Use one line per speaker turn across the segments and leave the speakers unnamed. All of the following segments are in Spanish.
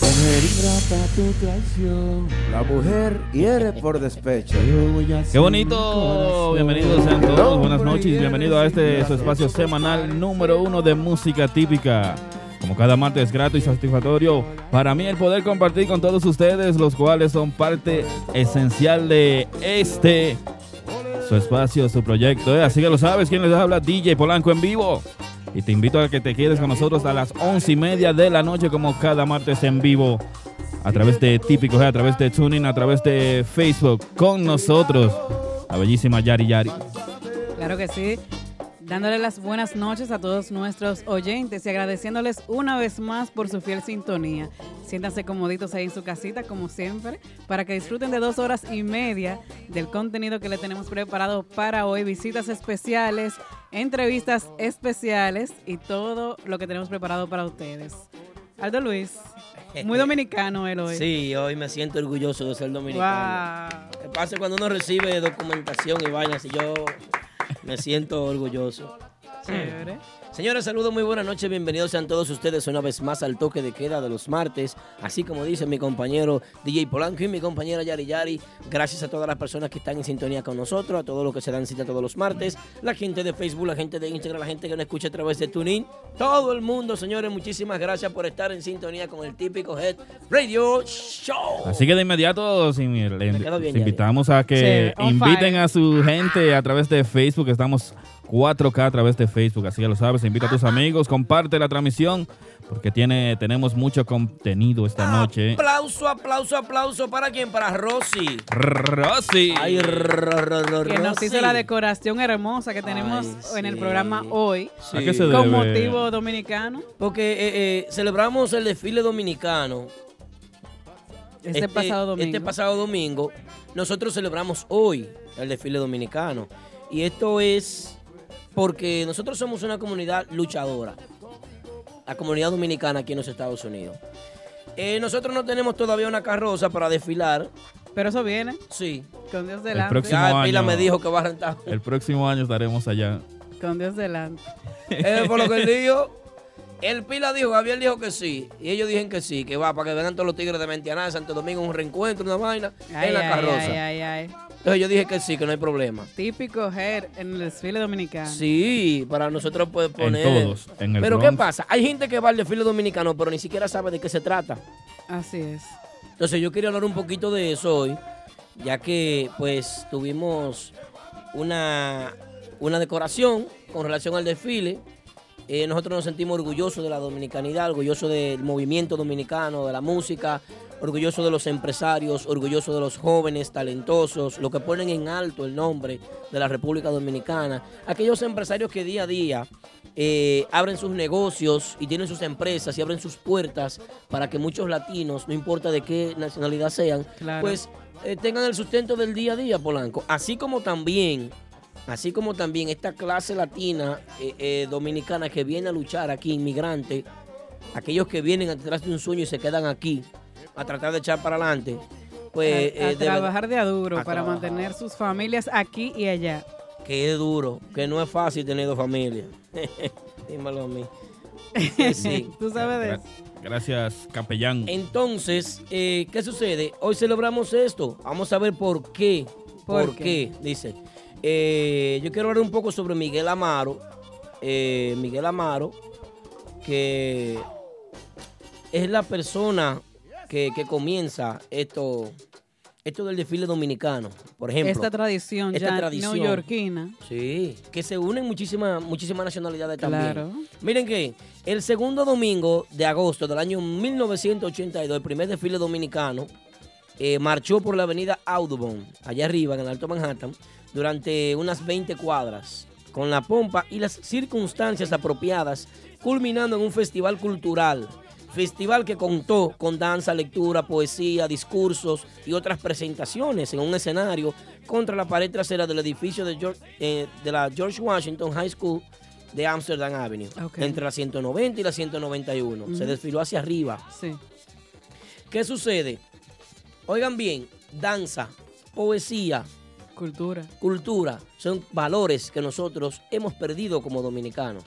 Mujer ingrata, tu traición. La mujer hiere por despecho.
Qué bonito, bienvenidos sean todos, buenas noches, bienvenido a este su espacio semanal número uno de música típica. Como cada martes grato y satisfactorio, para mí el poder compartir con todos ustedes, los cuales son parte esencial de este su espacio, su proyecto. ¿eh? Así que lo sabes, ¿quién les habla? DJ Polanco en vivo. Y te invito a que te quedes con nosotros a las once y media de la noche, como cada martes en vivo, a través de Típico G, a través de Tuning, a través de Facebook, con nosotros, la bellísima Yari Yari.
Claro que sí. Dándole las buenas noches a todos nuestros oyentes y agradeciéndoles una vez más por su fiel sintonía. Siéntanse comoditos ahí en su casita, como siempre, para que disfruten de dos horas y media del contenido que le tenemos preparado para hoy. Visitas especiales, entrevistas especiales y todo lo que tenemos preparado para ustedes. Aldo Luis, muy dominicano él hoy.
Sí, hoy me siento orgulloso de ser dominicano. ¿Qué pasa cuando uno recibe documentación y vainas? Y yo me siento orgulloso.
Chévere.
Señores, saludos, muy buenas noches, bienvenidos sean todos ustedes una vez más al toque de queda de los martes. Así como dice mi compañero DJ Polanco y mi compañera Yari Yari, gracias a todas las personas que están en sintonía con nosotros, a todos los que se dan cita todos los martes, la gente de Facebook, la gente de Instagram, la gente que nos escucha a través de TuneIn, todo el mundo, señores, muchísimas gracias por estar en sintonía con el típico Head Radio Show.
Así que de inmediato sin- le-
quedó
les
bien, Yari.
invitamos a que
Sí, on
inviten
fire.
a
Ah.
su gente a través de Facebook. Estamos 4K a través de Facebook, así que lo sabes. Invita a tus amigos, comparte la transmisión porque tiene, tenemos mucho contenido esta
Ah.
noche.
Aplauso, aplauso, aplauso, ¿para quién? Para Rosy.
Rosy.
Ay,
que nos hizo la decoración hermosa que tenemos en el programa hoy.
Sí. ¿A qué se
Con
debe?
motivo dominicano.
Porque eh, eh, celebramos el desfile dominicano.
Este pasado domingo.
Este pasado domingo. Nosotros celebramos hoy el desfile dominicano. Y esto es porque nosotros somos una comunidad luchadora. La comunidad dominicana aquí en los Estados Unidos. Eh, nosotros no tenemos todavía una carroza para desfilar.
Pero eso viene.
Sí.
Con Dios
El
delante.
próximo
Ya, Pila
año.
me dijo que va a rentar.
El próximo año estaremos allá.
Con Dios delante.
Eh, por lo que él dijo, el Pila dijo, Javier dijo que sí. Y ellos dijeron que sí, que va, para que vengan todos los tigres de Mentiana, de Santo Domingo, un reencuentro, una vaina,
Ay,
en la
ay,
carroza.
ay, ay, ay.
Entonces yo dije que sí, que no hay problema.
Típico Her en el desfile dominicano.
Sí, para nosotros poder poner.
todos, en el
pero ¿qué
Bronx.
pasa? Hay gente que va al desfile dominicano, pero ni siquiera sabe de qué se trata.
Así es.
Entonces yo quería hablar un poquito de eso hoy, ya que pues tuvimos una, una decoración con relación al desfile. Eh, nosotros nos sentimos orgullosos de la dominicanidad, orgullosos del movimiento dominicano, de la música, orgullosos de los empresarios, orgullosos de los jóvenes talentosos, los que ponen en alto el nombre de la República Dominicana, aquellos empresarios que día a día eh, abren sus negocios y tienen sus empresas y abren sus puertas para que muchos latinos, no importa de qué nacionalidad sean,
Claro.
pues eh, tengan el sustento del día a día, Polanco. Así como también, así como también esta clase latina eh, eh, dominicana que viene a luchar aquí, inmigrante, aquellos que vienen atrás de un sueño y se quedan aquí a tratar de echar para adelante, pues
a, a
eh, de verdad-
trabajar de aduro
a
para
trabajar.
mantener sus familias aquí y allá.
que es duro, que no es fácil tener dos familias. Dímelo a mí. Sí.
Tú sabes de eso.
Gracias, capellán.
Entonces, eh, ¿qué sucede? Hoy celebramos esto. Vamos a ver por qué.
¿Por
¿Por, qué? Dice. Eh, yo quiero hablar un poco sobre Miguel Amaro. Eh, Miguel Amaro, que es la persona que, que comienza esto, esto del desfile dominicano, por ejemplo.
Esta tradición
Esta
ya
tradición.
neoyorquina.
Sí, que se unen muchísimas muchísimas nacionalidades también.
Claro.
Miren que el segundo domingo de agosto del año 1982, el primer desfile dominicano, eh, marchó por la avenida Audubon, allá arriba en el Alto Manhattan, durante unas 20 cuadras, con la pompa y las circunstancias apropiadas, culminando en un festival cultural. Festival que contó con danza, lectura, poesía, discursos y otras presentaciones en un escenario contra la pared trasera del edificio de, George- eh, de la George Washington High School de Amsterdam Avenue,
Ok.
entre la 190 y la 191. Se
Ujú.
desfiló hacia arriba. ¿Qué sucede? Oigan bien, danza, poesía,
cultura.
Cultura son valores que nosotros hemos perdido como dominicanos.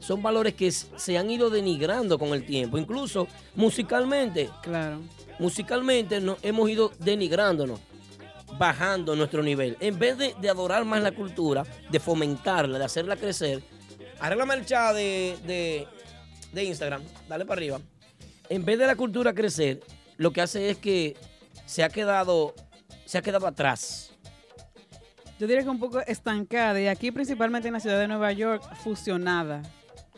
Son valores que s- se han ido denigrando con el tiempo, incluso musicalmente.
Claro.
Musicalmente nos hemos ido denigrándonos, bajando nuestro nivel. En vez de, de adorar más la cultura, de fomentarla, de hacerla crecer, arréglame el chat de, de- de Instagram, dale para arriba. En vez de la cultura crecer, lo que hace es que se ha quedado, se ha quedado atrás.
Yo diría que un poco estancada y aquí principalmente en la ciudad de Nueva York fusionada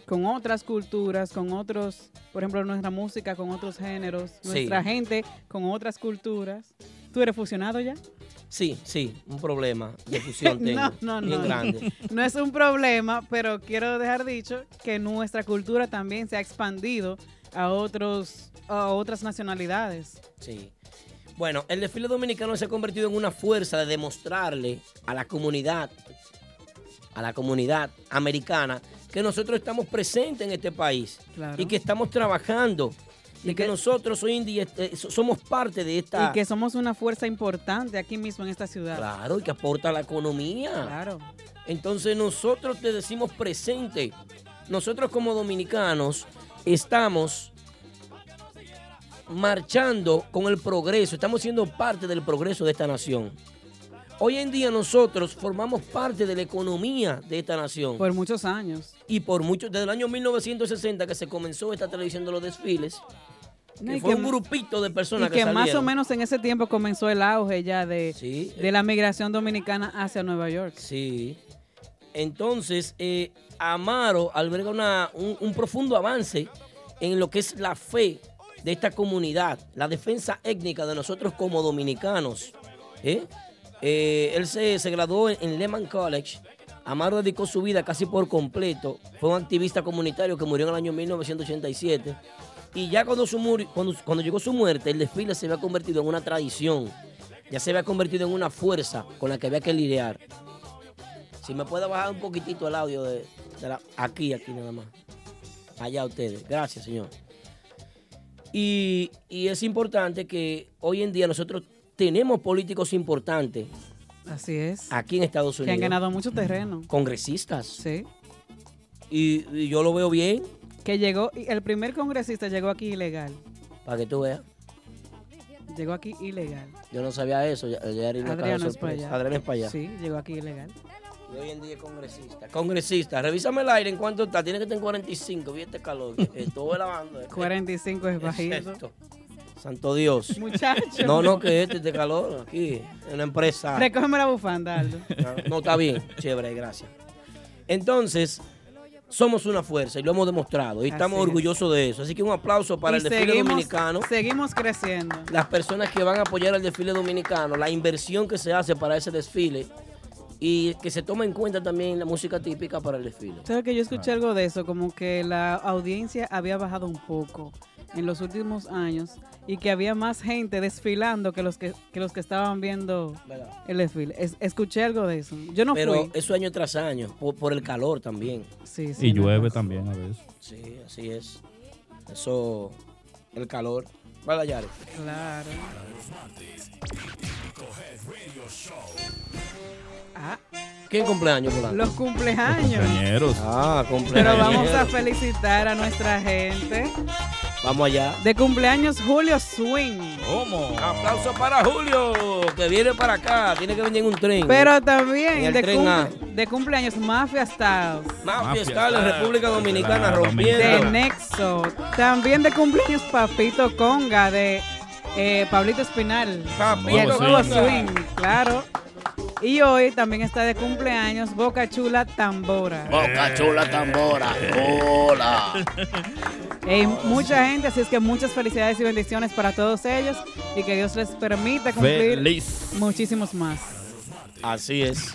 con otras culturas, con otros, por ejemplo, nuestra música, con otros géneros,
Sí.
nuestra gente, con otras culturas. ¿Tú eres fusionado ya?
Sí, sí, un problema de fusión tengo.
no, no,
bien
no.
grande.
No es un problema, pero quiero dejar dicho que nuestra cultura también se ha expandido a otros a otras nacionalidades.
Sí. Bueno, el desfile dominicano se ha convertido en una fuerza de demostrarle a la comunidad, a la comunidad americana, que nosotros estamos presentes en este país
Claro.
y que estamos trabajando y, que, nosotros hoy en día eh, so- somos parte de esta.
Y que somos una fuerza importante aquí mismo en esta ciudad.
Claro, y que aporta a la economía.
Claro.
Entonces nosotros te decimos presente. Nosotros como dominicanos estamos marchando con el progreso, estamos siendo parte del progreso de esta nación. Hoy en día nosotros formamos parte de la economía de esta nación.
Por muchos años.
Y por mucho, desde el año 1960 que se comenzó esta tradición de los desfiles,
No,
que
y
fue
que
un
ma-
grupito de
Y
personas que,
que más o
salieron.
menos en ese tiempo comenzó el auge ya de, de la migración dominicana hacia Nueva York.
Sí. Entonces, eh, Amaro alberga una- un, un profundo avance en lo que es la fe de esta comunidad, la defensa étnica de nosotros como dominicanos. ¿eh? Eh, él se, se graduó en, en Lehman College. Amaro dedicó su vida casi por completo. Fue un activista comunitario que murió en el año 1987. Y ya cuando, su muri- cuando, cuando llegó su muerte, el desfile se había convertido en una tradición. Ya se había convertido en una fuerza con la que había que lidiar. Si me puede bajar un poquitito el audio de, de la- aquí, aquí nada más. Allá ustedes. Gracias, señor. Y, y es importante que hoy en día nosotros tenemos políticos importantes
Así es.
aquí en Estados
Que
Unidos.
han ganado mucho terreno.
Congresistas.
Sí.
Y, y yo lo veo bien,
Que llegó, y el primer congresista llegó aquí ilegal.
para que tú veas.
Llegó aquí ilegal.
Yo no sabía eso. Ya, ya era una caja de
Adriano es para
sorpresa.
allá.
Adriano es para allá.
Sí, llegó aquí ilegal.
Y hoy en día es congresista. Congresista, revísame el aire en cuánto está. Tiene que estar en 45. Vi este calor. Estuve lavando. eh.
45 es bajito.
Exacto. Santo Dios.
Muchacho.
No, no, que este, este calor aquí, en una empresa.
Recógeme la bufanda, Aldo.
No, no, está bien, chévere, gracias. Entonces, somos una fuerza y lo hemos demostrado y estamos
Así es.
orgullosos de eso. Así que un aplauso para
Y
el desfile
seguimos-
dominicano.
Seguimos creciendo.
Las personas que van a apoyar el desfile dominicano, la inversión que se hace para ese desfile y que se toma en cuenta también la música típica para el desfile.
¿Sabes que yo escuché algo de eso? Como que la audiencia había bajado un poco en los últimos años y que había más gente desfilando que los que, que los que estaban viendo el desfile. Es- escuché algo de eso. Yo no
Pero
fui.
eso año tras año, por, por el calor también.
Sí,
Y llueve también a veces.
Sí, así es. Eso, el calor. Vaya, Yare.
Claro. Ah,
¿Quién cumpleaños, Polanco?
los cumpleaños.
Compañeros.
Ah,
Pero
cumpleaños.
vamos a felicitar a nuestra gente.
Vamos allá.
De cumpleaños, Julio Swing.
¿Cómo?
Aplauso para Julio, que viene para acá. Tiene que venir en un tren.
Pero
En
también
el
de,
tren
cumple-
A.
de cumpleaños, Mafia Styles.
Mafia está en la República
la
Dominicana
De
rompiendo.
Nexo. También de cumpleaños, Papito Conga de eh, Pablito Espinal.
Papito
y el
Conga.
Nuevo Swing, claro. Y hoy también está de cumpleaños Boca Chula Tambora.
Eh.
Boca chula tambora. Hola.
Ey, mucha gente, así es que muchas felicidades y bendiciones para todos ellos y que Dios les permita cumplir
Feliz.
muchísimos más.
Así es.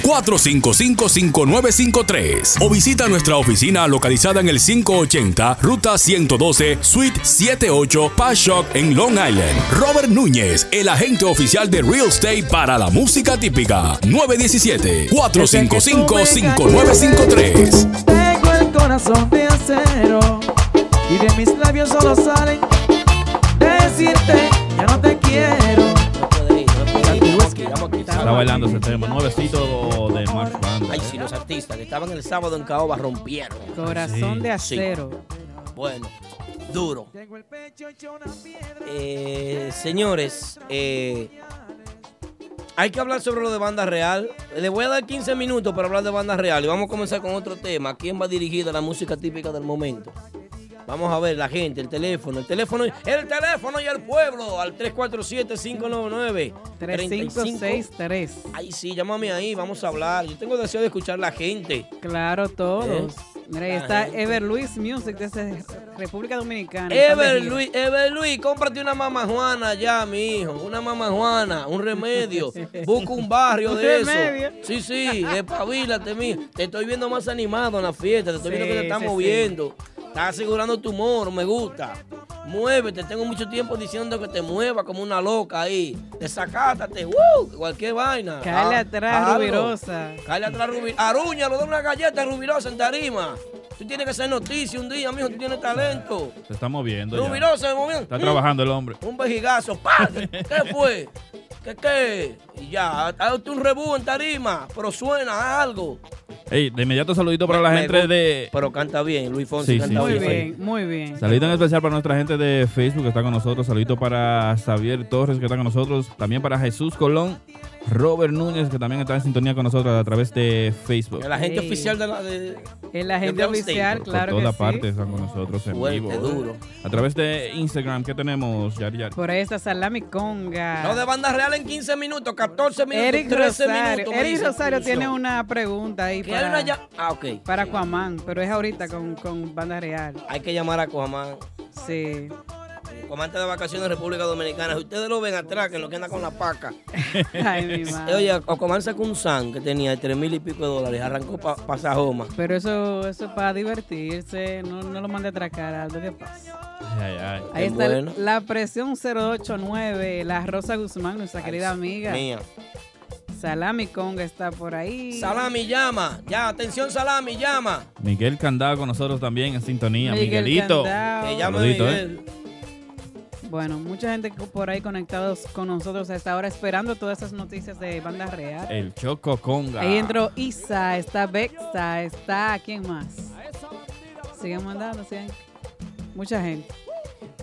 o visita nuestra oficina localizada en el 580 Ruta 112 Suite 78 Pashock en Long Island. Robert Núñez, el agente oficial de Real Estate para la música típica. 917-455-5953.
Tengo el corazón de acero y de mis labios solo salen decirte ya no te quiero.
Está bailando ese tema, nuevecito de Max Banda.
Ay, sí, los artistas que estaban el sábado en Caoba rompieron.
Corazón de
Sí.
acero.
Bueno, duro. Eh, señores, eh, hay que hablar sobre lo de banda real. Le voy a dar 15 minutos para hablar de banda real y vamos a comenzar con otro tema. ¿A ¿Quién va dirigida la música típica del momento? Vamos a ver la gente, el teléfono, el teléfono, y- el teléfono y el pueblo al 347-599.
3563.
Ay, sí, llámame ahí, vamos a hablar. Yo tengo deseo de escuchar la gente.
Claro, todos.
¿Eh?
Mira, ahí
La
está
gente.
Ever Luis Music desde República Dominicana. Está de
Ever
gira.
Luis, Ever Luis, cómprate una mamá Juana ya, mi hijo. Una mamá Juana, un remedio. Busca un barrio
Un
de eso.
remedio.
Sí, sí, despabilate, mi hijo. Te estoy viendo más animado en la fiesta, te estoy
Sí,
viendo que te estás
sí, sí.
moviendo. Estás asegurando tu humor, me gusta. Muévete, tengo mucho tiempo diciendo que te muevas como una loca ahí. Desacátate, ¡woo! cualquier vaina.
Cale
Ah,
atrás,
hazlo.
Rubirosa.
Cale atrás, Rubirosa. Aruñalo, dame una galleta, Rubirosa, en tarima. Tú tienes que ser noticia un día, mijo, tú tienes talento.
Se está moviendo ya.
Rubirosa de momento.
Está trabajando el hombre.
Un vejigazo. ¡Pam! ¿Qué fue? ¿Qué qué? Y ya, hazte un rebú en tarima, pero suena haz algo.
Ey, de inmediato saludito para la
Me
gente
gusta.
de...
Pero canta bien, Luis
Sí,
Fonsi
sí,
canta
sí,
Muy
bien.
bien, muy bien.
Saludito en especial para nuestra gente de Facebook que está con nosotros. Saludito para Xavier Torres que está con nosotros. También para Jesús Colón, Robert Núñez que también está en sintonía con nosotros a través de Facebook.
El agente
Sí.
oficial de la de
El agente
Yo creo que
oficial,
sí.
claro
Por
que
toda
sí.
parte están con nosotros en
Fuerte,
vivo.
duro.
A través de Instagram, ¿qué tenemos, Yari Yari?
Por ahí está Salami Conga.
No de banda real en 15 minutos, 14 minutos,
Ah. Eric
13
Rosario.
minutos. me
Eric
dice
Rosario
producción.
tiene una pregunta ahí
Que hay
para,
una ya. Ah, ok.
para
Sí.
Aquaman, pero es ahorita con, con Banda Real.
Hay que llamar a Cuamán.
Sí.
Comandante de vacaciones de República Dominicana. Si ustedes lo ven atrás, que es lo que anda con la paca.
Ay, mi
Eh,
madre.
Oye, Ocomán sacó un san que tenía de tres mil y pico de dólares. Arrancó para Sajoma.
Pero eso, eso es para divertirse, no, no lo mande a atracar, algo que pasa.
Ay, ay,
Ahí
Qué
está
bueno.
la presión 089, la Rosa Guzmán, nuestra querida amiga.
Mía.
Salami Conga está por ahí.
Salami llama. Ya, atención, Salami llama.
Miguel Candado con nosotros también en sintonía.
Miguel
Miguelito.
Candao.
Que llama
Saludito, ¿eh?
Miguel.
Bueno, mucha gente co- por ahí conectados con nosotros a esta hora esperando todas esas noticias de Banda Real.
El Choco Conga.
Ahí entró Isa, está Bexa, está ¿quién más? Sigan mandando, sigan. Mucha gente.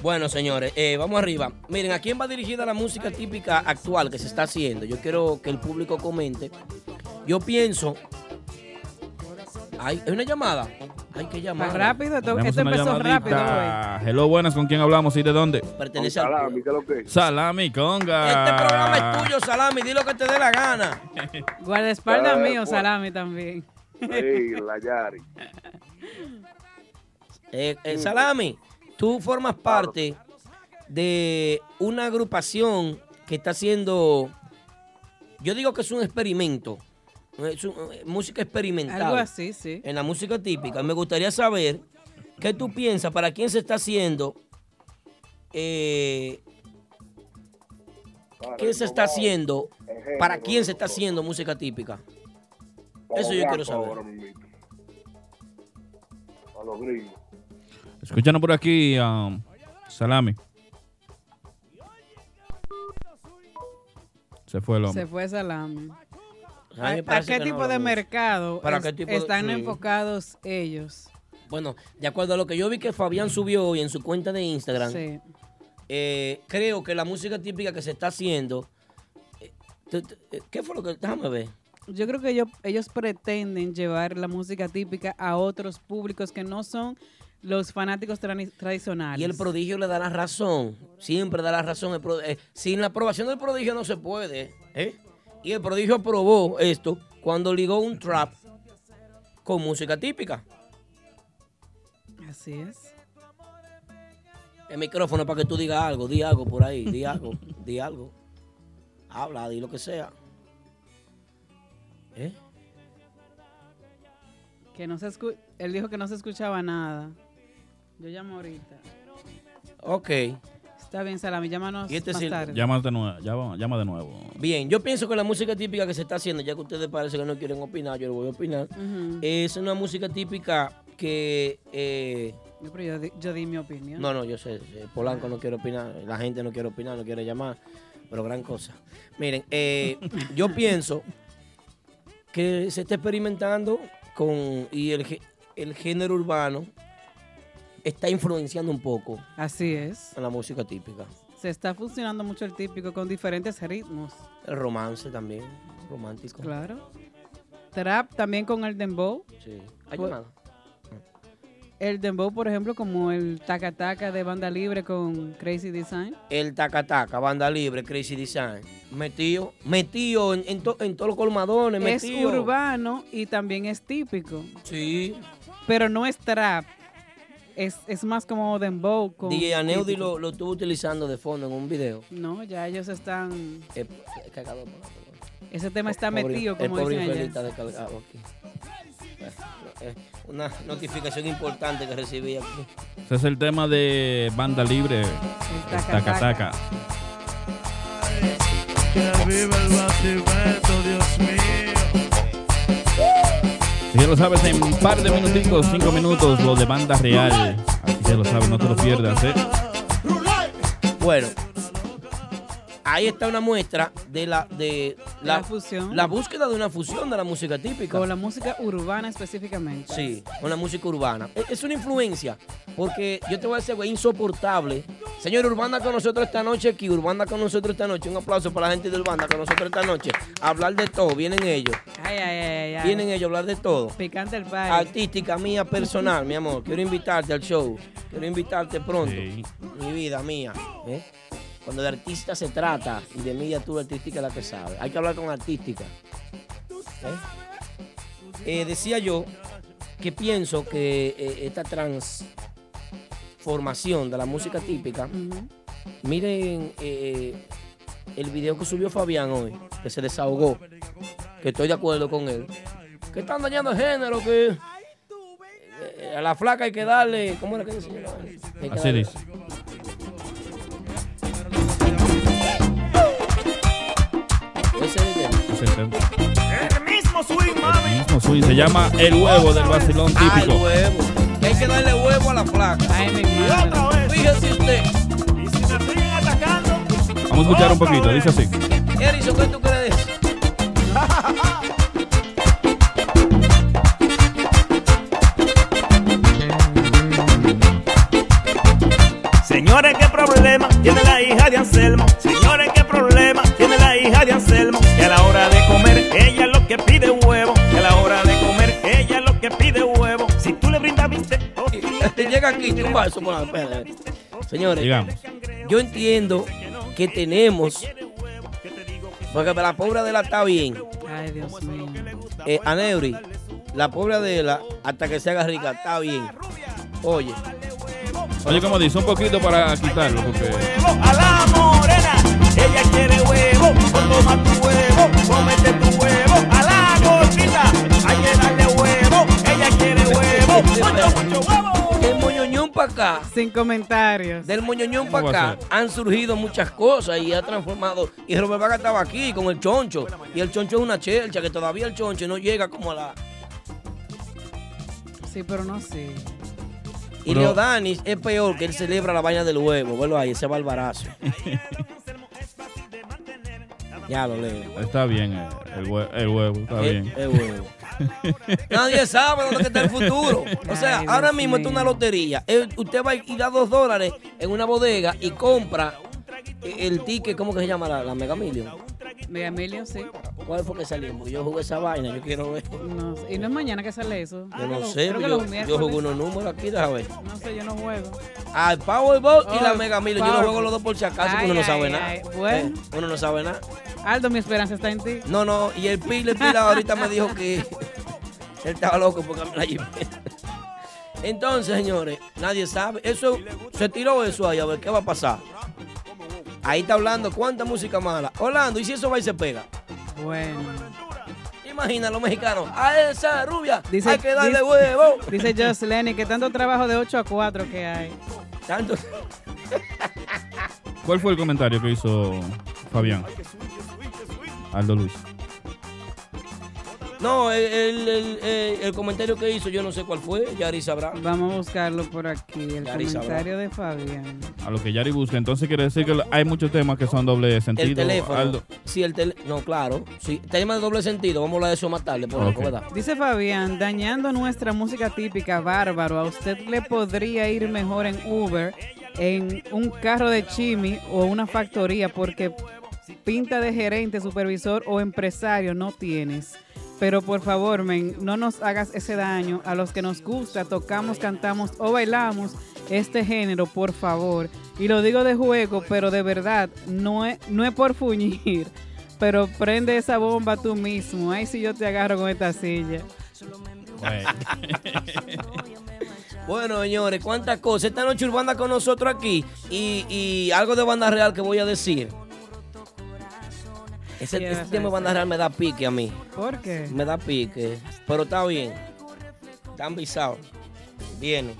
Bueno, señores, eh, vamos arriba. Miren, ¿a quién va dirigida la música típica actual que se está haciendo? Yo quiero que el público comente. Yo pienso. Ay, hay una llamada. Hay que
Más
llamar.
rápido, esto,
Tenemos
esto
una
empezó rápido. güey.
llamadita. Hello, buenas, ¿con quién hablamos y de dónde?
Pertenece al.
Salami Conga.
Este programa es tuyo, Salami. Di lo que te dé la gana.
Guardaespaldas mío, Salami también.
Eh, eh, Salami, tú formas parte de una agrupación que está haciendo, yo digo que es un experimento, es un- eh, música experimental
Algo así, sí.
en la música típica. Me gustaría saber qué tú piensas, para quién se está haciendo, eh, qué se está haciendo, para quién se está haciendo música típica. Eso yo quiero saber.
Escúchanos por aquí, um, Salami. Se fue el hombre.
Se fue Salami.
A mí me
¿A, a
parece
qué
que no
tipo
lo
de
veo.
mercado
¿Para
es-
qué tipo de-
están
sí.
enfocados ellos?
Bueno, de acuerdo a lo que yo vi que Fabián subió hoy en su cuenta de Instagram,
Sí.
eh, creo que la música típica que se está haciendo eh, Tú- tú- eh, ¿Qué fue lo que.? Déjame ver.
Yo creo que ellos, ellos pretenden llevar la música típica a otros públicos que no son los fanáticos trani- tradicionales.
Y el prodigio le dará razón. Siempre dará razón. El pro- eh, sin la aprobación del prodigio no se puede. ¿eh? Y el prodigio aprobó esto cuando ligó un trap con música típica.
Así es.
El micrófono para que tú digas algo, di algo por ahí, di algo, di algo. Habla, di lo que sea. ¿Eh?
Que no se escu- él dijo que no se escuchaba nada. Yo llamo ahorita.
Ok.
Está bien, Salami, llámanos
Y este
más
sí-
tarde.
Llama de nuevo. Llama, llama de nuevo.
Bien, yo pienso que la música típica que se está haciendo, ya que ustedes parece que no quieren opinar, yo lo voy a opinar,
Ujú.
es una música típica que... eh,
No, pero yo, di- yo di mi opinión.
No, no, yo sé, sé, Polanco no quiere opinar, la gente no quiere opinar, no quiere llamar, pero gran cosa. Miren, eh, yo pienso que se está experimentando con, y el, gé- el género urbano está influenciando un poco.
Así es.
A la música típica.
Se está funcionando mucho el típico con diferentes ritmos.
El romance también, romántico.
Claro. Trap también con el dembow.
Sí. ¿Hay
Pu-
llamada?
El dembow, por ejemplo, como el taca taca de banda libre con Crazy Design.
El Tacataca, Banda Libre, Crazy Design. Metido, metido en, en, to- en todos los colmadones,
Es
metido.
urbano y también es típico.
Sí.
Pero no es trap. Es, es más como dembow. Con
DJ Aneudi
típico.
lo, lo estuvo utilizando de fondo en un video.
No, ya ellos están...
Eh, eh, cagado, por favor.
Ese tema está
Pobre-
metido, como
el pobre
dicen allá.
Infelita descargado aquí. Eh, eh, Una notificación importante que recibí aquí.
Ese es el tema de Banda Libre.
taca-taca.
Taca Taca.
Que viva el batimiento, Dios mío.
Si ya lo sabes, en un par de minuticos, cinco minutos, lo de Banda Real. Así que ya lo sabes, no te lo pierdas, ¿eh?
Bueno, ahí está una muestra de la de la,
fusión.
la búsqueda de una fusión de la música típica.
Con la música urbana específicamente.
Sí, con la música urbana. E, Es- Es una influencia, porque yo te voy a decir, güey, insoportable. Señor, Urbana con nosotros esta noche aquí, Urbana con nosotros esta noche. Un aplauso para la gente de Urbana con nosotros esta noche. Hablar de todo, vienen ellos.
Ay, ay, ay, ay, ay.
Vienen ellos a hablar de todo.
Picante el país.
Artística mía personal, mi amor. Quiero invitarte al show. Quiero invitarte pronto. Mi vida mía. ¿eh? Cuando de artista se trata, y de mí ya tú, artística, es la que sabe. Hay que hablar con artística. Eh, decía yo que pienso que eh, esta transformación de la música típica, miren eh, el video que subió Fabián hoy, que se desahogó, que estoy de acuerdo con él, que están dañando el género, que eh, a la flaca hay que darle, ¿cómo era que decía? Hay que
Así
darle-
dice.
Ese es el tema.
Ese es el tema.
El mismo swing, mami.
Mismo swing, Se llama El Huevo del Vacilón
Ah, el
Típico.
huevo. Que hay que darle huevo a la flaca.
Y otra vez.
Fíjese usted.
Y si me siguen atacando,
Vamos a escuchar un
Ah,
poquito, dice así.
Erison, ¿qué tú crees de eso?
Señores, qué problema tiene la hija de Anselmo. Señores, qué problema tiene la hija de Anselmo. Que a la hora de comer, ella es lo que pide huevo. Que a la hora de comer, ella es lo que pide huevo. Si tú le brindas viste,
Te llega aquí, tumba eso por la espera. Señores,
Digamos.
yo entiendo que tenemos. Porque la pobre Adela está bien.
Ay, Dios mío.
Eh, Aneuri, la pobre Adela, hasta que se haga rica, está bien. Oye,
Oye, como dice, un poquito para quitarlo, porque.
a la morena, ella quiere huevo. Pues toma tu huevo, cómete tu huevo. A la gordita, hay que darle huevo. Ella quiere huevo, mucho, mucho huevo.
del moñoñón para acá,
Sin comentarios.
del moñoñón
¿Cómo va
para
a
acá, han surgido muchas cosas y ha transformado. Y Robert Vaga estaba aquí con el choncho. Y el choncho es una chelcha, que todavía el choncho no llega como a la.
Sí, pero no sé.
Y
Pero-
Leodanis es peor que él celebra la vaina del huevo. Vuelvo ahí, ese barbarazo. ya lo leo.
Está bien, eh, el, hue- el huevo, está bien.
Eh, El huevo. Nadie sabe dónde está el futuro. O sea,
Ay, Dios
ahora mismo esto es una
mío.
lotería. Eh, Usted va y da dos dólares en una bodega y compra el ticket, ¿cómo que se llama? La, la Mega Million.
De Emilio, sí.
¿Cuál fue que salimos? Yo jugué esa vaina, yo quiero ver.
No sé. Y no es mañana que sale eso.
Yo no
Creo
sé,
que
pero
los
yo,
miércoles.
yo jugué unos números aquí, déjame ver.
No sé, yo no juego.
Ah, el Powerball y la
Oh,
Mega Million. Yo no
Powerball.
juego los dos por si acaso, porque
Ay,
uno no sabe
ay,
nada.
ay. Bueno.
Eh, Uno no sabe nada.
Aldo, mi esperanza está en ti.
No, no, y el Pila, el Pila ahorita me dijo que él estaba loco porque me la llevé. Entonces, señores, nadie sabe. Eso, se tiró eso ahí, a ver qué va a pasar. Ahí está hablando cuánta música mala. Orlando, ¿y si eso va y se pega?
Bueno.
Imagina los mexicanos. A esa rubia
Dice,
hay que darle
dice-
huevo.
Dice Just Lenny que tanto trabajo de 8 a 4 que hay.
Tanto.
¿Cuál fue el comentario que hizo Fabián? Aldo Luis.
No, el, el- el- eh, el comentario que hizo, yo no sé cuál fue. Yari sabrá.
Vamos a buscarlo por aquí. El
Yari sabrá.
comentario de Fabián.
A lo que Yari busca. Entonces quiere decir que hay muchos temas que son doble sentido.
El teléfono.
Aldo.
Sí, el teléfono. No, claro. Sí, tema de doble sentido. Vamos a hablar de eso más tarde, por
Ok.
¿verdad?
Dice Fabián, dañando nuestra música típica, bárbaro, a usted le podría ir mejor en Uber, en un carro de chimi o una factoría porque pinta de gerente, supervisor o empresario no tienes. Pero por favor, men, no nos hagas ese daño a los que nos gusta, tocamos, cantamos o bailamos este género, por favor. Y lo digo de juego, pero de verdad, no es, no es por fuñir. Pero prende esa bomba tú mismo. Ay, si yo te agarro con esta silla.
Bueno, señores, cuántas cosas. Esta noche Urbana con nosotros aquí y, y algo de banda real que voy a decir. Ese,
¿Qué
ese
vas a
tema de banda
decir?
real me da pique a mí.
¿Por qué?
Me da pique. Pero está bien. Están visados. Viene.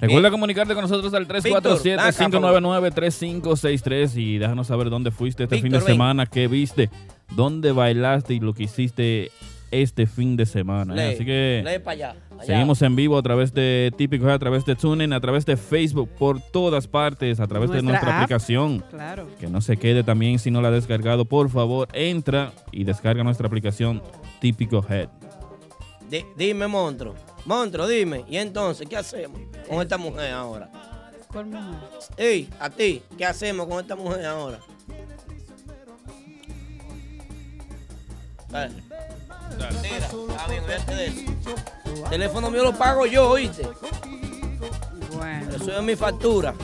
Recuerda comunicarte con nosotros al
Víctor,
347-599-3563 y déjanos saber dónde fuiste este fin de
Víctor, ven.
semana, qué viste, dónde bailaste y lo que hiciste este fin de semana. ¿eh?
Lee,
Así que...
lee para allá. allá.
Seguimos en vivo a través de Típico, a través de TuneIn, a través de Facebook, por todas partes, a través de
Nuestra
nuestra
app.
aplicación.
Claro.
Que no se quede también si no la ha descargado. Por favor, entra y descarga nuestra aplicación Típico Head.
Di- dime, Montro. Montro, dime. ¿Y entonces qué hacemos con esta mujer ahora?
¿Cuál mujer?
Ey, a ti, ¿qué hacemos con esta mujer ahora? Dale. Tira, está bien, olvídate de eso. Teléfono mío lo pago yo, oíste.
Bueno.
Eso es mi factura.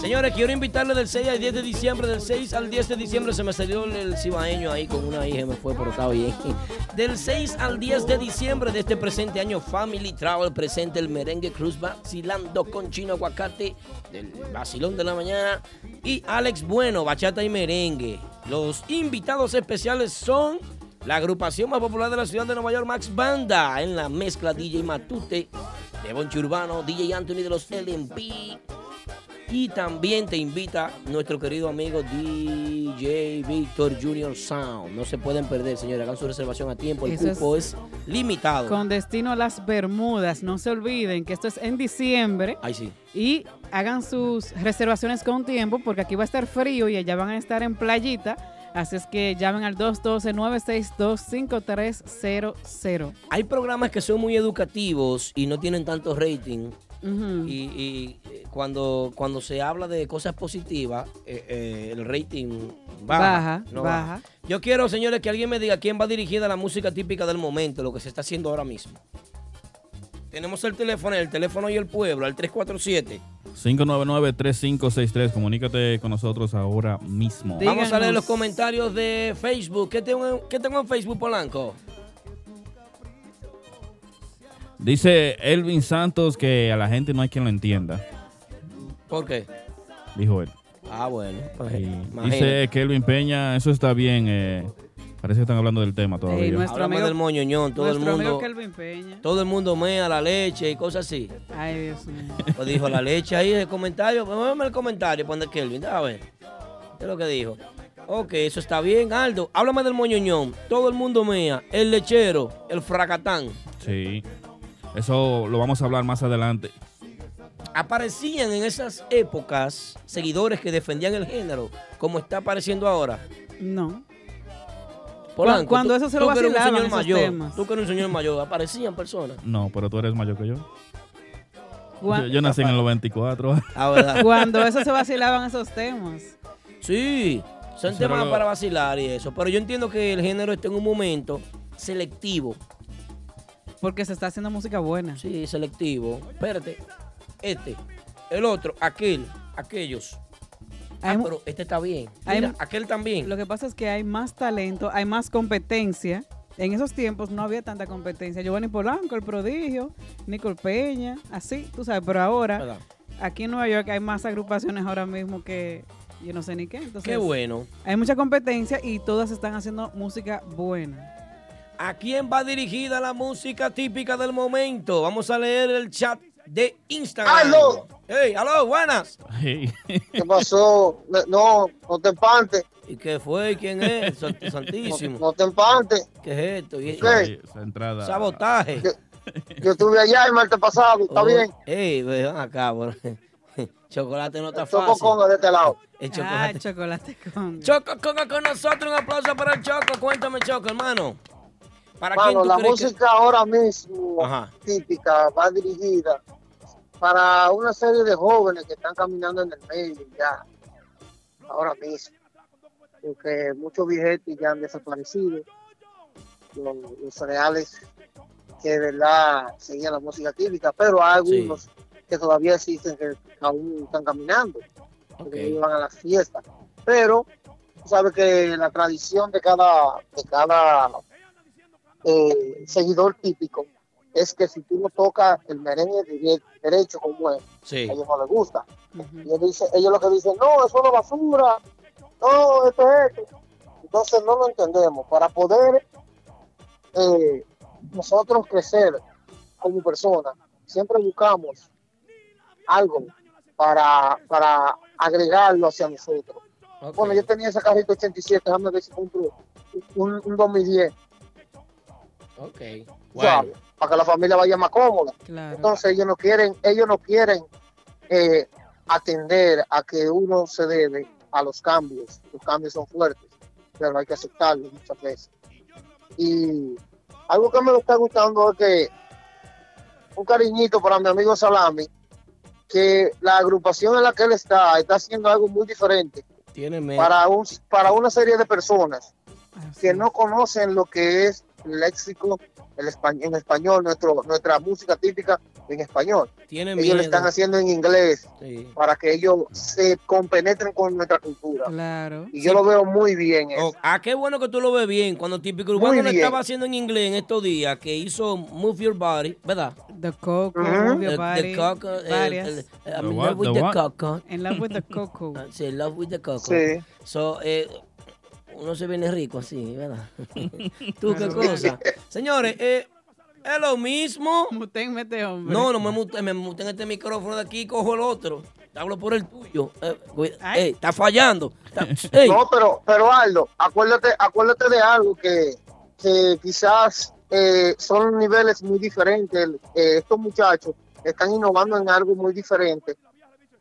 Señores, quiero invitarles del 6 al 10 de diciembre, del 6 al 10 de diciembre se me salió el, el cibaeño ahí con una hija, me fue portado bien. Del 6 al 10 de diciembre de este presente año, Family Travel presenta el merengue Cruz vacilando con chino aguacate, del vacilón de la mañana, y Alex Bueno, bachata y merengue. Los invitados especiales son la agrupación más popular de la ciudad de Nueva York, Max Banda, en la mezcla DJ Matute, de Bonchi Urbano, DJ Anthony de los LMP. Y también te invita nuestro querido amigo DJ Víctor Junior Sound. No se pueden perder, señores. Hagan su reservación a tiempo. El
Eso es-
cupo es, limitado.
Con destino a las Bermudas. No se olviden que esto es en diciembre.
Ay, sí.
Y hagan sus reservaciones con tiempo porque aquí va a estar frío y allá van a estar en playita. Así es que llamen al 212-962-5300.
Hay programas que son muy educativos y no tienen tanto rating.
Ujú.
Y, y, eh, cuando, cuando se habla de cosas positivas, eh, eh, el rating baja.
Baja,
no
baja.
Yo quiero, señores, que alguien me diga quién va dirigida la música típica del momento, lo que se está haciendo ahora mismo. Tenemos el teléfono, el teléfono y el pueblo, al 347.
599-3563. Comunícate con nosotros ahora mismo.
Sí.
Vamos a leer
Díganos.
los comentarios de Facebook. ¿Qué tengo, qué tengo en Facebook, Polanco?
Dice Elvin Santos que a la gente no hay quien lo entienda,
¿Por qué?
dijo él.
Ah, bueno. pues,
Y
imagínate.
dice Kelvin Peña, eso está bien. eh, parece que están hablando del tema todavía.
no es- Nuestro
Háblame
amigo-
del moñoñón, todo el
Nuestro
mundo.
amigo Kelvin Peña.
Todo el mundo mea la leche y cosas así.
Ay, Dios mío.
Pues dijo la leche ahí, el comentario. Pues muéveme el comentario, pone Kelvin. A ver. ¿Qué es lo que dijo? Ok, eso está bien, Aldo. Háblame del moñoñón. Todo el mundo mea. El lechero, el fracatán.
Sí. Eso lo vamos a hablar más adelante.
Aparecían en esas épocas seguidores que defendían el género, como está apareciendo ahora.
No.
Polanco,
cuando
tú-
eso se lo
tú que eres un
vacilaban,
señor
esos
mayor,
temas.
Tú que eres un señor mayor, aparecían personas.
No, pero tú eres mayor que yo.
Cuan-
Yo, yo nací en el 94.
Ah, ¿verdad?
Cuando eso se vacilaban esos temas.
sí, Son
Eso era
temas
lo-
para vacilar y eso. Pero yo entiendo que el género está en un momento selectivo.
Porque se está haciendo música buena.
Sí, selectivo. Espérate. Este, el otro, aquel, aquellos. Ah, pero este está bien.
Hay-
Mira, aquel también.
Lo que pasa es que hay más talento, hay más competencia. En esos tiempos no había tanta competencia. Giovanni Polanco, El Prodigio, Nicole Peña, así, tú sabes. Pero ahora,
¿Verdad?
aquí en Nueva York hay más agrupaciones ahora mismo que yo no sé ni qué. Entonces,
Qué bueno.
Hay mucha competencia y todas están haciendo música buena.
¿A quién va dirigida la música típica del momento? Vamos a leer el chat de Instagram. ¡Aló! ¡Hey, aló, buenas!
¿Qué pasó? No, no te espantes.
¿Y qué fue? ¿Quién es? Sant- Santísimo.
No te espantes.
¿Qué es esto? ¿Y-
¿Qué?
Esa entrada.
Sabotaje.
Yo estuve allá el martes pasado, está
Oh,
bien.
Ey, ve acá, bro. Chocolate no está
Choco
fácil.
Conga de este lado.
El chocolate.
Ah, chocolate con.
Choco Conga con nosotros. Un aplauso para el Choco. Cuéntame, Choco, hermano. ¿Para
Mano,
quién tú
la
crees que-
música ahora mismo
Ajá.
típica va dirigida para una serie de jóvenes que están caminando en el medio ya, ahora mismo. Porque muchos viejetes ya han desaparecido, los, los reales que de verdad seguían la música típica, pero hay
Sí.
algunos que todavía existen que aún están caminando, porque
Ok.
iban a las fiestas. Pero tú sabes que la tradición de cada, de cada eh, seguidor típico es que si tú no tocas el merengue dire- derecho como es,
Sí.
a ellos no les gusta. Y él dice, ellos lo que dicen, no, eso es una basura, no, esto es esto. Entonces no lo entendemos. Para poder eh, nosotros crecer como personas, siempre buscamos algo para, para agregarlo hacia nosotros.
Ok.
Bueno, yo tenía ese carrito 87, déjame ver si compro un, un 2010,
Ok.
¿sabes? para que la familia vaya más cómoda.
Claro.
Entonces ellos no quieren, ellos no quieren eh, atender a que uno se debe a los cambios. Los cambios son fuertes, pero hay que aceptarlos muchas veces. Y algo que me está gustando es que un cariñito para mi amigo Salami, que la agrupación en la que él está está haciendo algo muy diferente
Tiene menos.
para, un, para una serie de personas
Así
que
es.
no conocen lo que es el léxico el español, en español, nuestro, nuestra música típica en español.
Tiene
Ellos
miedo.
lo están haciendo en inglés
Sí.
para que ellos se compenetren con nuestra cultura.
Claro.
Y yo lo veo muy bien. eso.
Oh, ah, qué bueno que tú lo ves bien. Cuando Típico Urbano
Muy
lo
bien.
estaba haciendo en inglés en estos días, que hizo Move Your Body, ¿verdad?
The Coco,
Ujú.
Movie
The- the
Body,
Coco, el-
varias.
el- I'm
The
in
what?
love with
The
the
what?
Coco.
En Love with the Coco.
Ah, Sí, love with the Coco.
Sí.
So, eh, uno se viene rico así, ¿verdad? ¿Tú qué cosa? Señores, eh, es lo mismo.
Muten, mete este hombre.
No, no me muten, me muten este micrófono de aquí y cojo el otro. Te hablo por el tuyo. Eh, cuida-
Ay.
ey, está fallando. Está- ey,
No, pero, pero Aldo, acuérdate, acuérdate de algo que, que quizás eh, son niveles muy diferentes. Eh, estos muchachos están innovando en algo muy diferente.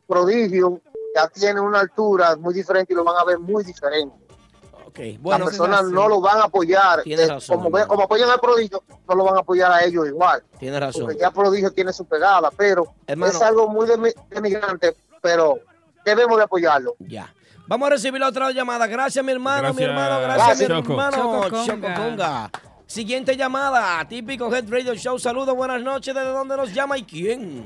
Prodigio ya tiene una altura muy diferente y lo van a ver muy diferente.
ok, bueno,
Las personas no lo van a apoyar.
Tienes
eh,
razón,
como, ve-
hermano.
como apoyan al prodigio, no lo van a apoyar a ellos igual.
tienes razón.
Porque ya prodigio tiene su pegada, pero
Hermano.
es algo muy demi- denigrante, pero debemos de apoyarlo.
Ya. Vamos a recibir la otra llamada. Gracias, mi hermano, mi
Gracias,
hermano, gracias, mi
Choco.
hermano.
Choco Conga.
Conga. Siguiente llamada, típico Head Radio Show. Saludos, buenas noches. ¿Desde dónde nos llama y quién?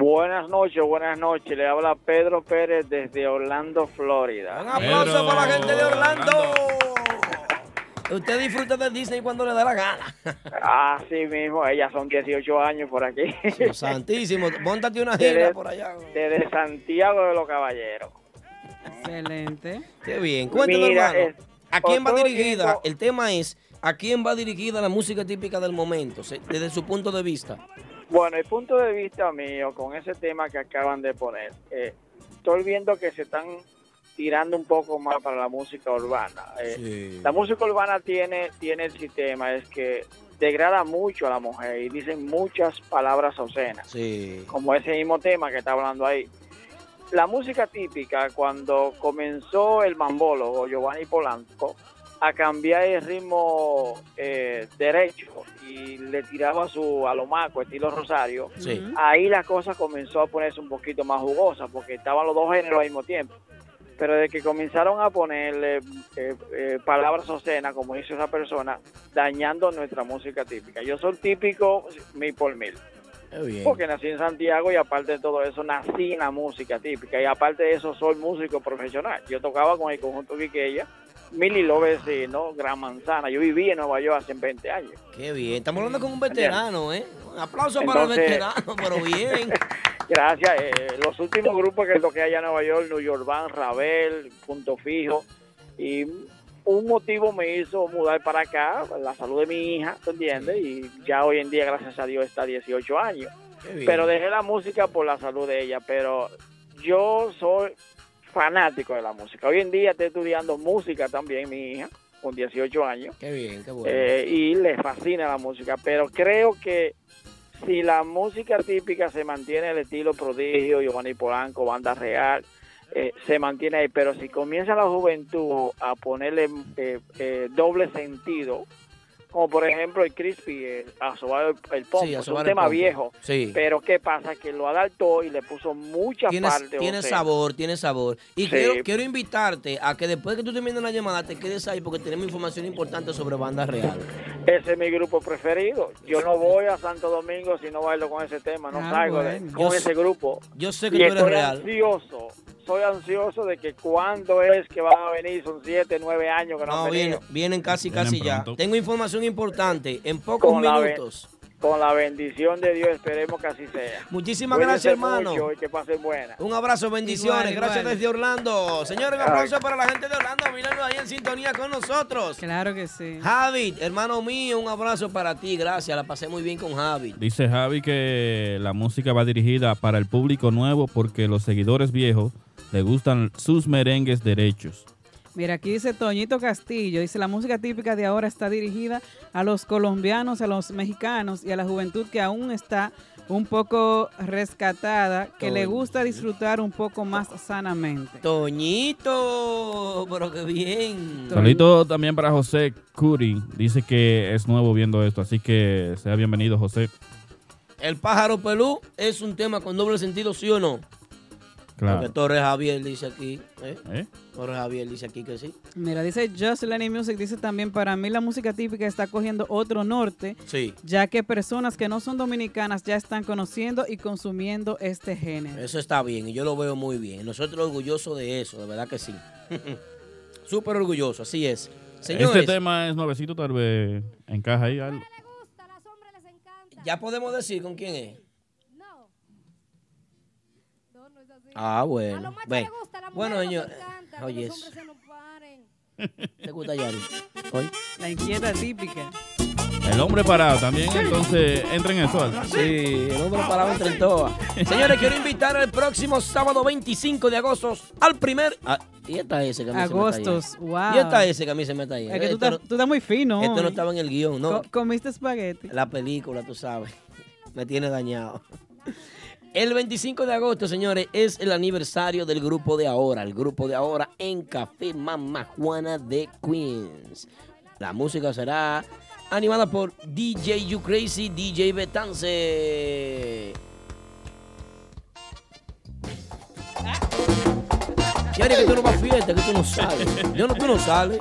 Buenas noches, buenas noches. Le habla Pedro Pérez desde Orlando,
Un
Florida.
aplauso
Pedro.
para la gente de Orlando.
Orlando.
Usted disfruta de Disney cuando le da la gana.
Así mismo, ellas son 18 años por aquí.
Dios santísimo, montate una gira por allá.
Desde Santiago de los Caballeros.
Excelente.
Qué bien. Cuéntanos,
Mira,
hermano.
es-
¿A quién va
otro
dirigida?
tipo-
El tema es, ¿a quién va dirigida la música típica del momento? se- Desde su punto de vista.
Bueno, el punto de vista mío con ese tema que acaban de poner, eh, estoy viendo que se están tirando un poco más para la música urbana. Eh,
Sí.
La música urbana tiene, tiene el sistema, es que degrada mucho a la mujer y dicen muchas palabras obscenas.
Sí.
como ese mismo tema que está hablando ahí. La música típica, cuando comenzó el mambólogo Giovanni Polanco a cambiar el ritmo eh, derecho y le tiraba su alomaco, estilo Rosario,
Sí.
Ujú.
ahí la cosa comenzó a ponerse un poquito más jugosa porque estaban los dos géneros al mismo tiempo. pero de que comenzaron a ponerle eh, eh, palabras obscenas, como hizo esa persona, dañando nuestra música típica. Yo soy típico mil por mil. Porque nací en Santiago y aparte de todo eso, nací en la música típica. Y aparte de eso, soy músico profesional. Yo tocaba con el conjunto Quiqueya, Mili Lo Vecino, Gran Manzana. Yo viví en Nueva York hace 20 años.
Qué bien. Estamos hablando con un veterano, ¿eh? Un aplauso para los
Entonces-
veteranos, pero bien.
Gracias. eh, los últimos grupos que toqué allá en Nueva York, New York Band, Ravel, Punto Fijo. Y un motivo me hizo mudar para acá, la salud de mi hija, ¿tú entiendes? Y ya hoy en día, gracias a Dios, está 18 años.
bien.
Pero dejé la música por la salud de ella, pero yo soy fanático de la música. Hoy en día estoy estudiando música también, mi hija, con 18 años.
Qué bien, qué bueno.
Eh, y le fascina la música, pero creo que si la música típica se mantiene el estilo prodigio, Giovanni Polanco, banda real, eh, se mantiene ahí, pero si comienza la juventud a ponerle eh, eh, doble sentido, como por ejemplo el crispy, el, asobar el, el pompo,
Sí,
es
asobar
un
el
tema
pompo.
viejo,
Sí.
pero qué pasa que lo adaptó y le puso mucha
Tiene,
parte.
tiene
o sea,
sabor, tiene sabor. Y
Sí.
quiero, quiero invitarte a que después que tú termines la llamada te quedes ahí porque tenemos información importante sobre banda real.
Ese es mi grupo preferido. Yo no voy a Santo Domingo si no bailo con ese tema, no
Ah,
salgo de-
bueno.
con
Yo
ese
sé-
grupo.
yo sé que
Y
tú eres
estoy
real.
ansioso, soy ansioso de que cuándo es que van a venir, son siete, nueve años que no,
No,
han venido.
vienen, vienen casi, casi ya. Tengo información importante en pocos
Con la ve-
minutos.
Con la bendición de Dios, esperemos que así sea.
Muchísimas
Cuídense
gracias, hermano.
mucho y que pasen buena.
Un abrazo, bendiciones.
Igual,
Gracias
igual.
desde Orlando. Señores, un
Ay.
aplauso para la gente de Orlando. Mirando ahí en sintonía con nosotros.
Claro que sí.
Javi, hermano mío, un abrazo para ti. Gracias. La pasé muy bien con Javi.
Dice Javi que la música va dirigida para el público nuevo porque los seguidores viejos le gustan sus merengues derechos.
Mira, aquí dice Toñito Castillo, dice la música típica de ahora está dirigida a los colombianos, a los mexicanos y a la juventud que aún está un poco rescatada, que le
Toñi.
gusta disfrutar un poco más sanamente.
Toñito, pero qué bien.
Saludito también para José Curi. Dice que es nuevo viendo esto, así que sea bienvenido, José.
El pájaro pelú es un tema con doble sentido, ¿sí o no?
Claro.
Porque Torres Javier dice aquí. ¿eh?
¿Eh?
Torres Javier dice aquí que sí.
Mira, dice Just Lenny Music, dice también, para mí la música típica está cogiendo otro norte,
Sí.
ya que personas que no son dominicanas ya están conociendo y consumiendo este género.
Eso está bien y yo lo veo muy bien. Nosotros orgullosos de eso, de verdad que sí. Súper orgulloso, así es.
este
Señores,
tema es nuevecito, tal vez encaja ahí algo.
ya podemos decir con quién es. Ah, bueno. Ven. Bueno, señor. Oye, eso. ¿Te gusta Yari? Oye.
La inquieta típica.
El hombre parado también, entonces entra en eso. ¿vale?
Sí, el hombre parado entre todas. Señores, quiero invitar el próximo sábado 25 de agosto al primer. Ah, y esta ese que a mí
Agostos,
se me está
wow.
yendo. Y esta ese que a mí se me está yendo.
Es que tú
Esto
estás,
no-
tú estás muy fino.
Esto no
hoy.
estaba en el guión, no.
Co- comiste espagueti.
La película, tú sabes. Me tiene dañado. El 25 de agosto, señores, es el aniversario del grupo de ahora. El grupo de ahora en Café Mamá Juana de Queens. La música será animada por DJ You Crazy, DJ Betance. Yari, que tú no vas a fiesta, que tú no sales. Yo no, tú no sales.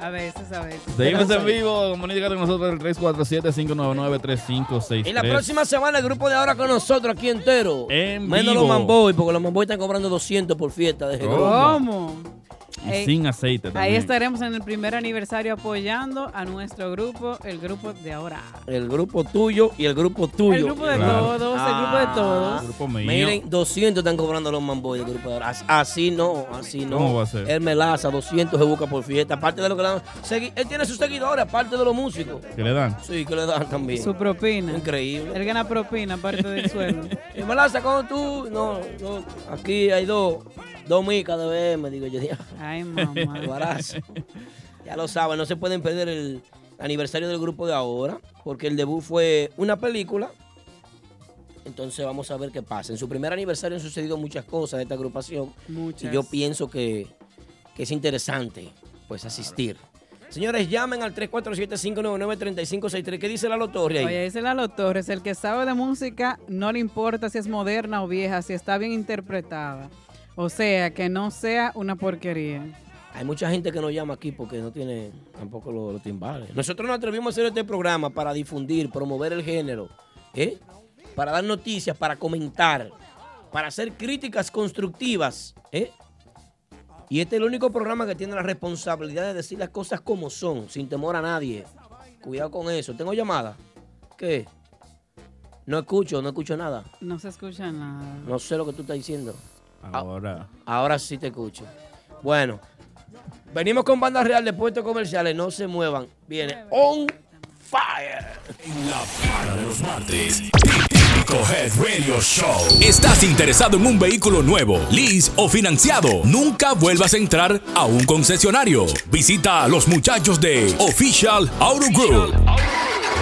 A veces, a veces.
Seguimos en vivo, comunícate con nosotros al 347-599-3563.
Y la próxima semana el grupo de ahora con nosotros aquí entero.
En
Menos
vivo.
los Mamboy, porque los Mamboy están cobrando 200 por fiesta de ese grupo.
¿Cómo?
Y
Ey,
sin aceite
Ahí
también.
estaremos en el primer aniversario apoyando a nuestro grupo, el grupo de ahora.
El grupo tuyo y el grupo tuyo. Ah.
El grupo de Claro. todos, el grupo de todos.
El grupo mío.
Miren, 200 están cobrando los Mamboy del grupo de ahora. As- Así no, así no.
¿Cómo va a ser?
Él melaza, 200 se busca por fiesta. Aparte de lo que le dan. segui- Él tiene sus seguidores, aparte de los músicos.
¿Qué le dan?
Sí, que le dan también.
Su propina.
Increíble.
Él gana propina aparte del sueldo.
Y melaza, ¿cómo tú? No, no, aquí hay dos. Dos micas de BM, digo yo. ya.
Ay, mamá.
Alvarazo. Ya lo saben, no se pueden perder el aniversario del grupo de ahora, porque el debut fue una película. Entonces vamos a ver qué pasa. En su primer aniversario han sucedido muchas cosas de esta agrupación.
Muchas.
Y yo pienso que, que es interesante pues asistir. Señores, llamen al 347-599-3563. ¿Qué dice Lalo Torre
Oye,
ahí?
dice Lalo Torres, el que sabe de música no le importa si es moderna o vieja, si está bien interpretada. O sea, que no sea una porquería.
Hay mucha gente que nos llama aquí porque no tiene tampoco lo- los, timbales. Nosotros nos atrevimos a hacer este programa para difundir, promover el género, ¿eh? para dar noticias, para comentar, para hacer críticas constructivas. ¿eh? Y este es el único programa que tiene la responsabilidad de decir las cosas como son, sin temor a nadie. Cuidado con eso. ¿Tengo llamada? ¿Qué? No escucho, no escucho nada.
No se escucha nada.
No sé lo que tú estás diciendo.
Ahora.
Ahora sí te escucho. Bueno, venimos con banda real de puestos comerciales. No se muevan. Viene On Fire.
Para de los martes. Típico Head Radio Show. ¿Estás interesado en un vehículo nuevo, lease o financiado? Nunca vuelvas a entrar a un concesionario. Visita a los muchachos de Official Auto Group.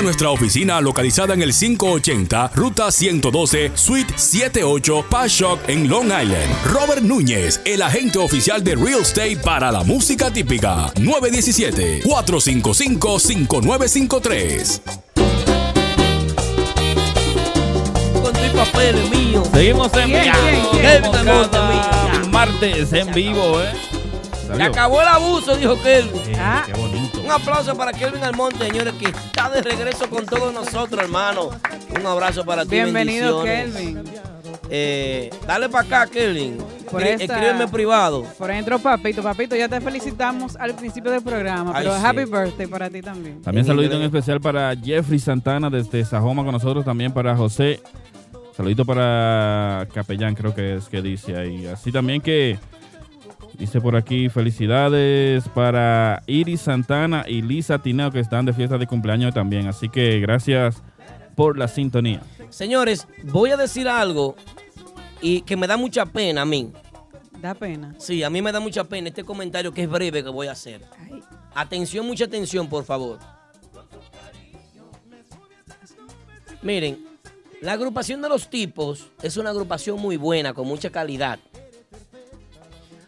nuestra oficina localizada en el 580 Ruta 112 Suite 78 Pashock en Long Island. Robert Núñez, el agente oficial de Real Estate para la música típica. 917-455-5953.
Con tu papel mío.
Seguimos en
Bien,
vivo.
bien, bien.
como
Me gusta,
cada Martes en vivo, ¿eh?
Se
¿Salió?
acabó el abuso, dijo Kelvin. Ah.
Eh, Qué bonito.
Un aplauso para Kelvin Almonte, señores, que está de regreso con todos nosotros, hermano. Un abrazo para ti.
Bienvenido,
bendiciones.
Kelvin.
Eh, dale para acá, Kelvin.
Por
Escri-
esta-
Escríbeme privado.
Por dentro, papito, papito, ya te felicitamos al principio del programa,
Ay,
pero
sí.
happy birthday para ti también.
También
En
saludito en
inglés.
especial para Jeffrey Santana desde Sajoma con nosotros, también para José. Saludito para Capellán, creo que es que dice ahí. Así también que dice por aquí felicidades para Iris Santana y Lisa Tineo que están de fiesta de cumpleaños también. Así que gracias por la sintonía.
Señores, voy a decir algo y que me da mucha pena a mí.
Da pena.
Sí, a mí me da mucha pena este comentario que es breve que voy a hacer. Atención, mucha atención, por favor. Miren, la agrupación de los tipos es una agrupación muy buena, con mucha calidad.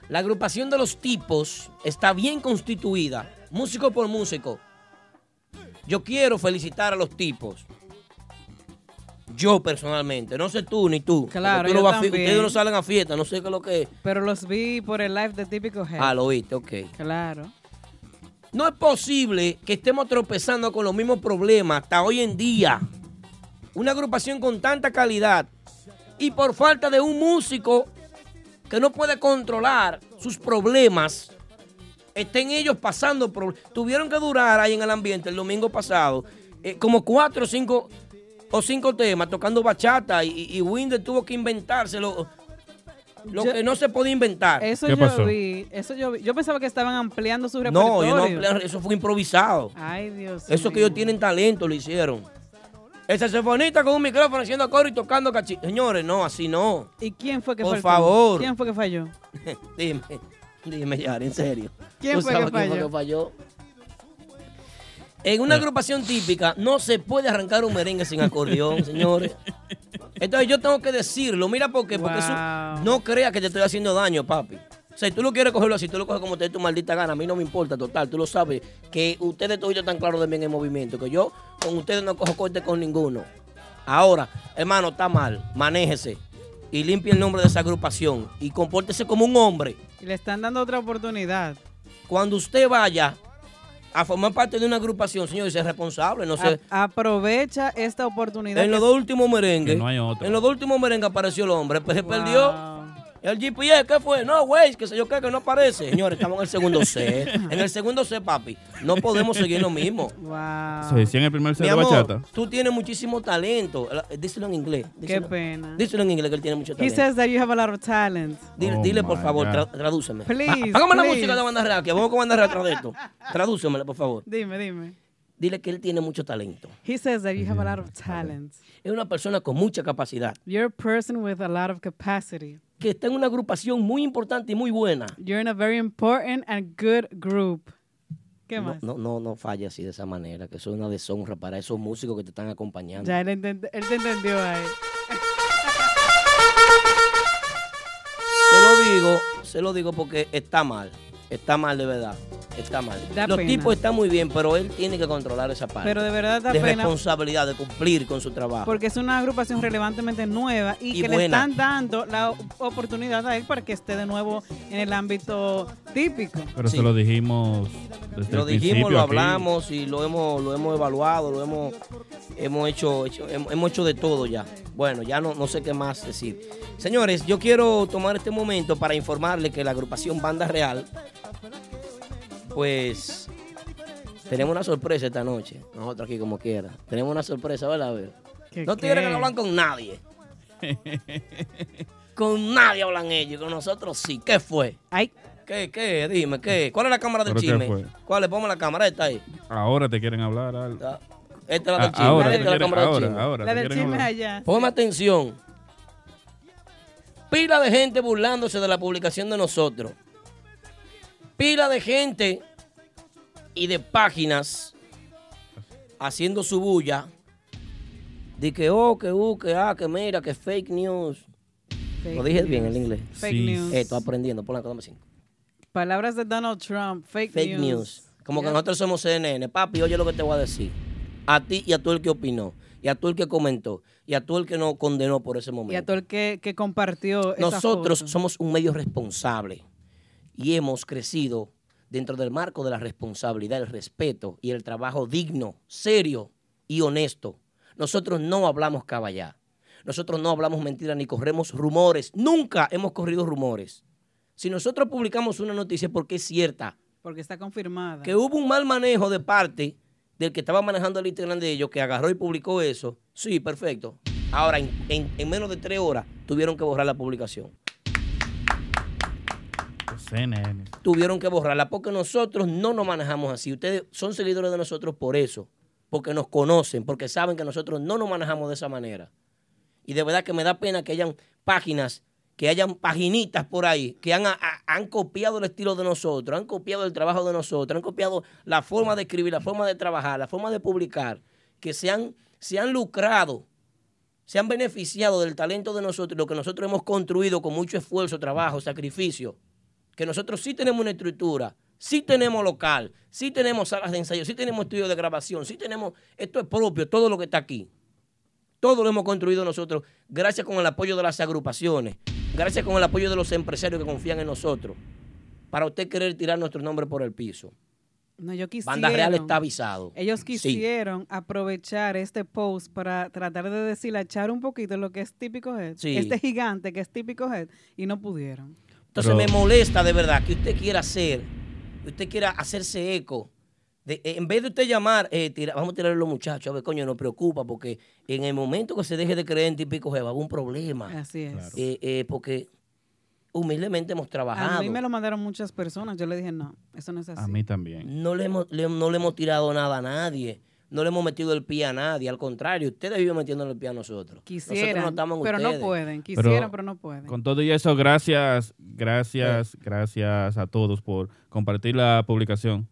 La agrupación de los tipos está bien constituida, músico por músico. Yo quiero felicitar a los tipos. Yo personalmente, no sé tú ni tú. porque
Claro,
tú no
yo
vas a fi-
también.
ustedes no salen a fiesta, no sé qué es lo que es.
Pero los vi por el live de Típico Head.
Ah, lo viste, ok.
Claro.
No es posible que estemos tropezando con los mismos problemas hasta hoy en día. Una agrupación con tanta calidad y por falta de un músico que no puede controlar sus problemas, estén ellos pasando problemas. Tuvieron que durar ahí en el ambiente el domingo pasado eh, como cuatro o cinco o cinco temas tocando bachata y, y Winder tuvo que inventarse lo, lo
Yo-
que no se podía inventar.
Eso yo vi, eso yo vi. Yo pensaba que estaban ampliando su
No,
repertorio.
yo no amplié- eso fue improvisado.
Ay, Dios.
Eso que
mío.
ellos tienen talento lo hicieron. El saxofonista con un micrófono haciendo coro y tocando cachito. Señores, no, así no.
¿Y quién fue que
Por
faltó?
favor.
¿Quién fue que falló?
dime, dime, Yara, en serio.
¿Quién
¿Tú
fue
sabes
que
quién fue
falló?
que falló? En una agrupación típica no se puede arrancar un merengue sin acordeón, señores. Entonces yo tengo que decirlo. Mira por qué. Porque eso no creas que te estoy haciendo daño, papi. O sea, tú lo quieres cogerlo así, tú lo coges como te dé tu maldita gana. A mí no me importa, total. Tú lo sabes que ustedes todos están claros de mí en el movimiento. Que yo con ustedes no cojo corte con ninguno. Ahora, hermano, está mal. Manéjese y limpie el nombre de esa agrupación y compórtese como un hombre.
Y le están dando otra oportunidad.
Cuando usted vaya a formar parte de una agrupación, señor, y ser responsable. No sé.
A- aprovecha esta oportunidad.
en los
que-
dos últimos merengues.
Que no hay otro.
En los dos últimos merengues apareció el hombre. Pues se perdió. El GPS, ¿qué fue? No, güey, que sé yo qué, que no aparece. Señores, estamos en el segundo set. En el segundo set, papi. No podemos seguir lo mismo.
Se decía en el primer set
Ah, Mi
de bachata.
amor, tú tienes muchísimo talento. La- Díselo en inglés. díselo-
Qué pena.
Díselo en inglés que él tiene mucho
He
talento.
says that you have a lot of talent.
Oh. Dile,
Oh
dile, por favor, tra- tradúceme.
Please,
Ah, Hágame la
please.
música de banda raquia. Vamos con banda raquia atrás de esto. Tradúcemela, por favor.
Dime, dime.
Dile que él tiene mucho talento.
He says that you have a lot of talent.
Es una persona con mucha capacidad.
You're a person with a lot of capacity.
Que está en una agrupación muy importante y muy buena.
You're in a very important and good group. ¿Qué
No,
más?
no, no, no falle así de esa manera, que eso es una deshonra para esos músicos que te están acompañando.
Ya él, entend- él te entendió ahí.
Se lo digo, se lo digo porque está mal. Está mal de verdad. Está mal.
Da
Los
pena.
tipos están muy bien, pero él tiene que controlar esa parte.
Pero de verdad da
De
pena.
responsabilidad, de cumplir con su trabajo.
Porque es una agrupación relevantemente nueva y,
Y
que le
buena.
están dando la op- oportunidad a él para que esté de nuevo en el ámbito típico.
Pero se lo dijimos desde
lo
el
dijimos,
principio
lo
aquí.
hablamos y lo hemos, lo hemos evaluado, lo hemos, hemos hecho, hecho- hemos, hemos hecho de todo ya. Bueno, ya no, no sé qué más decir. Señores, yo quiero tomar este momento para informarles que la agrupación Banda Real, pues, tenemos una sorpresa esta noche. Nosotros aquí como quiera. Tenemos una sorpresa, ¿verdad? Abel? No
qué?
Eh.
tuvieron que no hablan con nadie. con nadie hablan ellos, con nosotros sí. ¿Qué fue? ¿Qué, qué? Dime, ¿qué? ¿Cuál es la cámara del
¿Pero qué
chisme?
fue?
¿Cuál es? Ponme la cámara, esta ahí.
Ahora te quieren hablar algo.
Esta es la
Ah,
del chisme.
ahora,
esta es la
quieren-
cámara
ahora,
del chisme.
ahora, La te del quieren chisme hablar. allá.
Ponme atención. Pila de gente burlándose de la publicación de nosotros. Pila de gente y de páginas haciendo su bulla. De que, oh, que, uh, que, ah, que mira, que fake news. Lo dije bien en inglés.
Fake Sí. news.
Eh, estoy aprendiendo. Pon la cámara cinco.
Palabras de Donald Trump, fake,
Fake news. Como que nosotros somos CNN. Papi, oye lo que te voy a decir. A ti y a tú el que opinó. Y a tú el que comentó. Y a tú el que no condenó por ese momento.
Y a todo el eh, que, que compartió esas
Nosotros
fotos.
somos un medio responsable y hemos crecido dentro del marco de la responsabilidad, el respeto y el trabajo digno, serio y honesto. Nosotros no hablamos caballá. Nosotros no hablamos mentiras ni corremos rumores. Nunca hemos corrido rumores. Si nosotros publicamos una noticia es porque es cierta,
Porque está confirmada.
que hubo un mal manejo de parte del que estaba manejando el Instagram de ellos, que agarró y publicó eso, sí, perfecto. Ahora, en, en- en menos de tres horas, tuvieron que borrar la publicación.
CNN.
Tuvieron que borrarla porque nosotros no nos manejamos así. Ustedes son seguidores de nosotros por eso, porque nos conocen, porque saben que nosotros no nos manejamos de esa manera. Y de verdad que me da pena que hayan páginas, que hayan paginitas por ahí, que han, a- a- han copiado el estilo de nosotros, han copiado el trabajo de nosotros, han copiado la forma de escribir, la forma de trabajar, la forma de publicar, que se han, se han lucrado, se han beneficiado del talento de nosotros, lo que nosotros hemos construido con mucho esfuerzo, trabajo, sacrificio, que nosotros sí tenemos una estructura. Sí tenemos local, sí tenemos salas de ensayo, sí tenemos estudios de grabación, sí tenemos, esto es propio, todo lo que está aquí. Todo lo hemos construido nosotros, gracias con el apoyo de las agrupaciones, gracias con el apoyo de los empresarios que confían en nosotros. Para usted querer tirar nuestro nombre por el piso.
No, yo quisiera.
Banda Real está avisado.
Ellos
Sí.
quisieron aprovechar este post para tratar de deshilachar un poquito lo que es típico head.
Sí.
Este gigante que es típico head y no pudieron.
Entonces
Pero-
me molesta de verdad que usted quiera hacer, que usted quiera hacerse eco. de- eh, en vez de usted llamar, eh, tira- vamos a tirar a los muchachos, a ver, coño, nos preocupa, porque en el momento que se deje de creer en típico jeva, va a haber un problema.
Así es. Claro.
Eh, eh, porque humildemente hemos trabajado.
A mí me lo mandaron muchas personas. Yo le dije, no, eso no es así.
A mí también.
No le, hemos, le- no le hemos tirado nada a nadie. No le hemos metido el pie a nadie. Al contrario, ustedes viven metiéndole el pie a nosotros.
Quisieran,
nosotros no estamos en
pero no
ustedes.
pueden.
Pero-
Quisieran, pero, no pueden.
Con todo y eso, gracias, gracias,
Eh.
gracias a todos por compartir la publicación.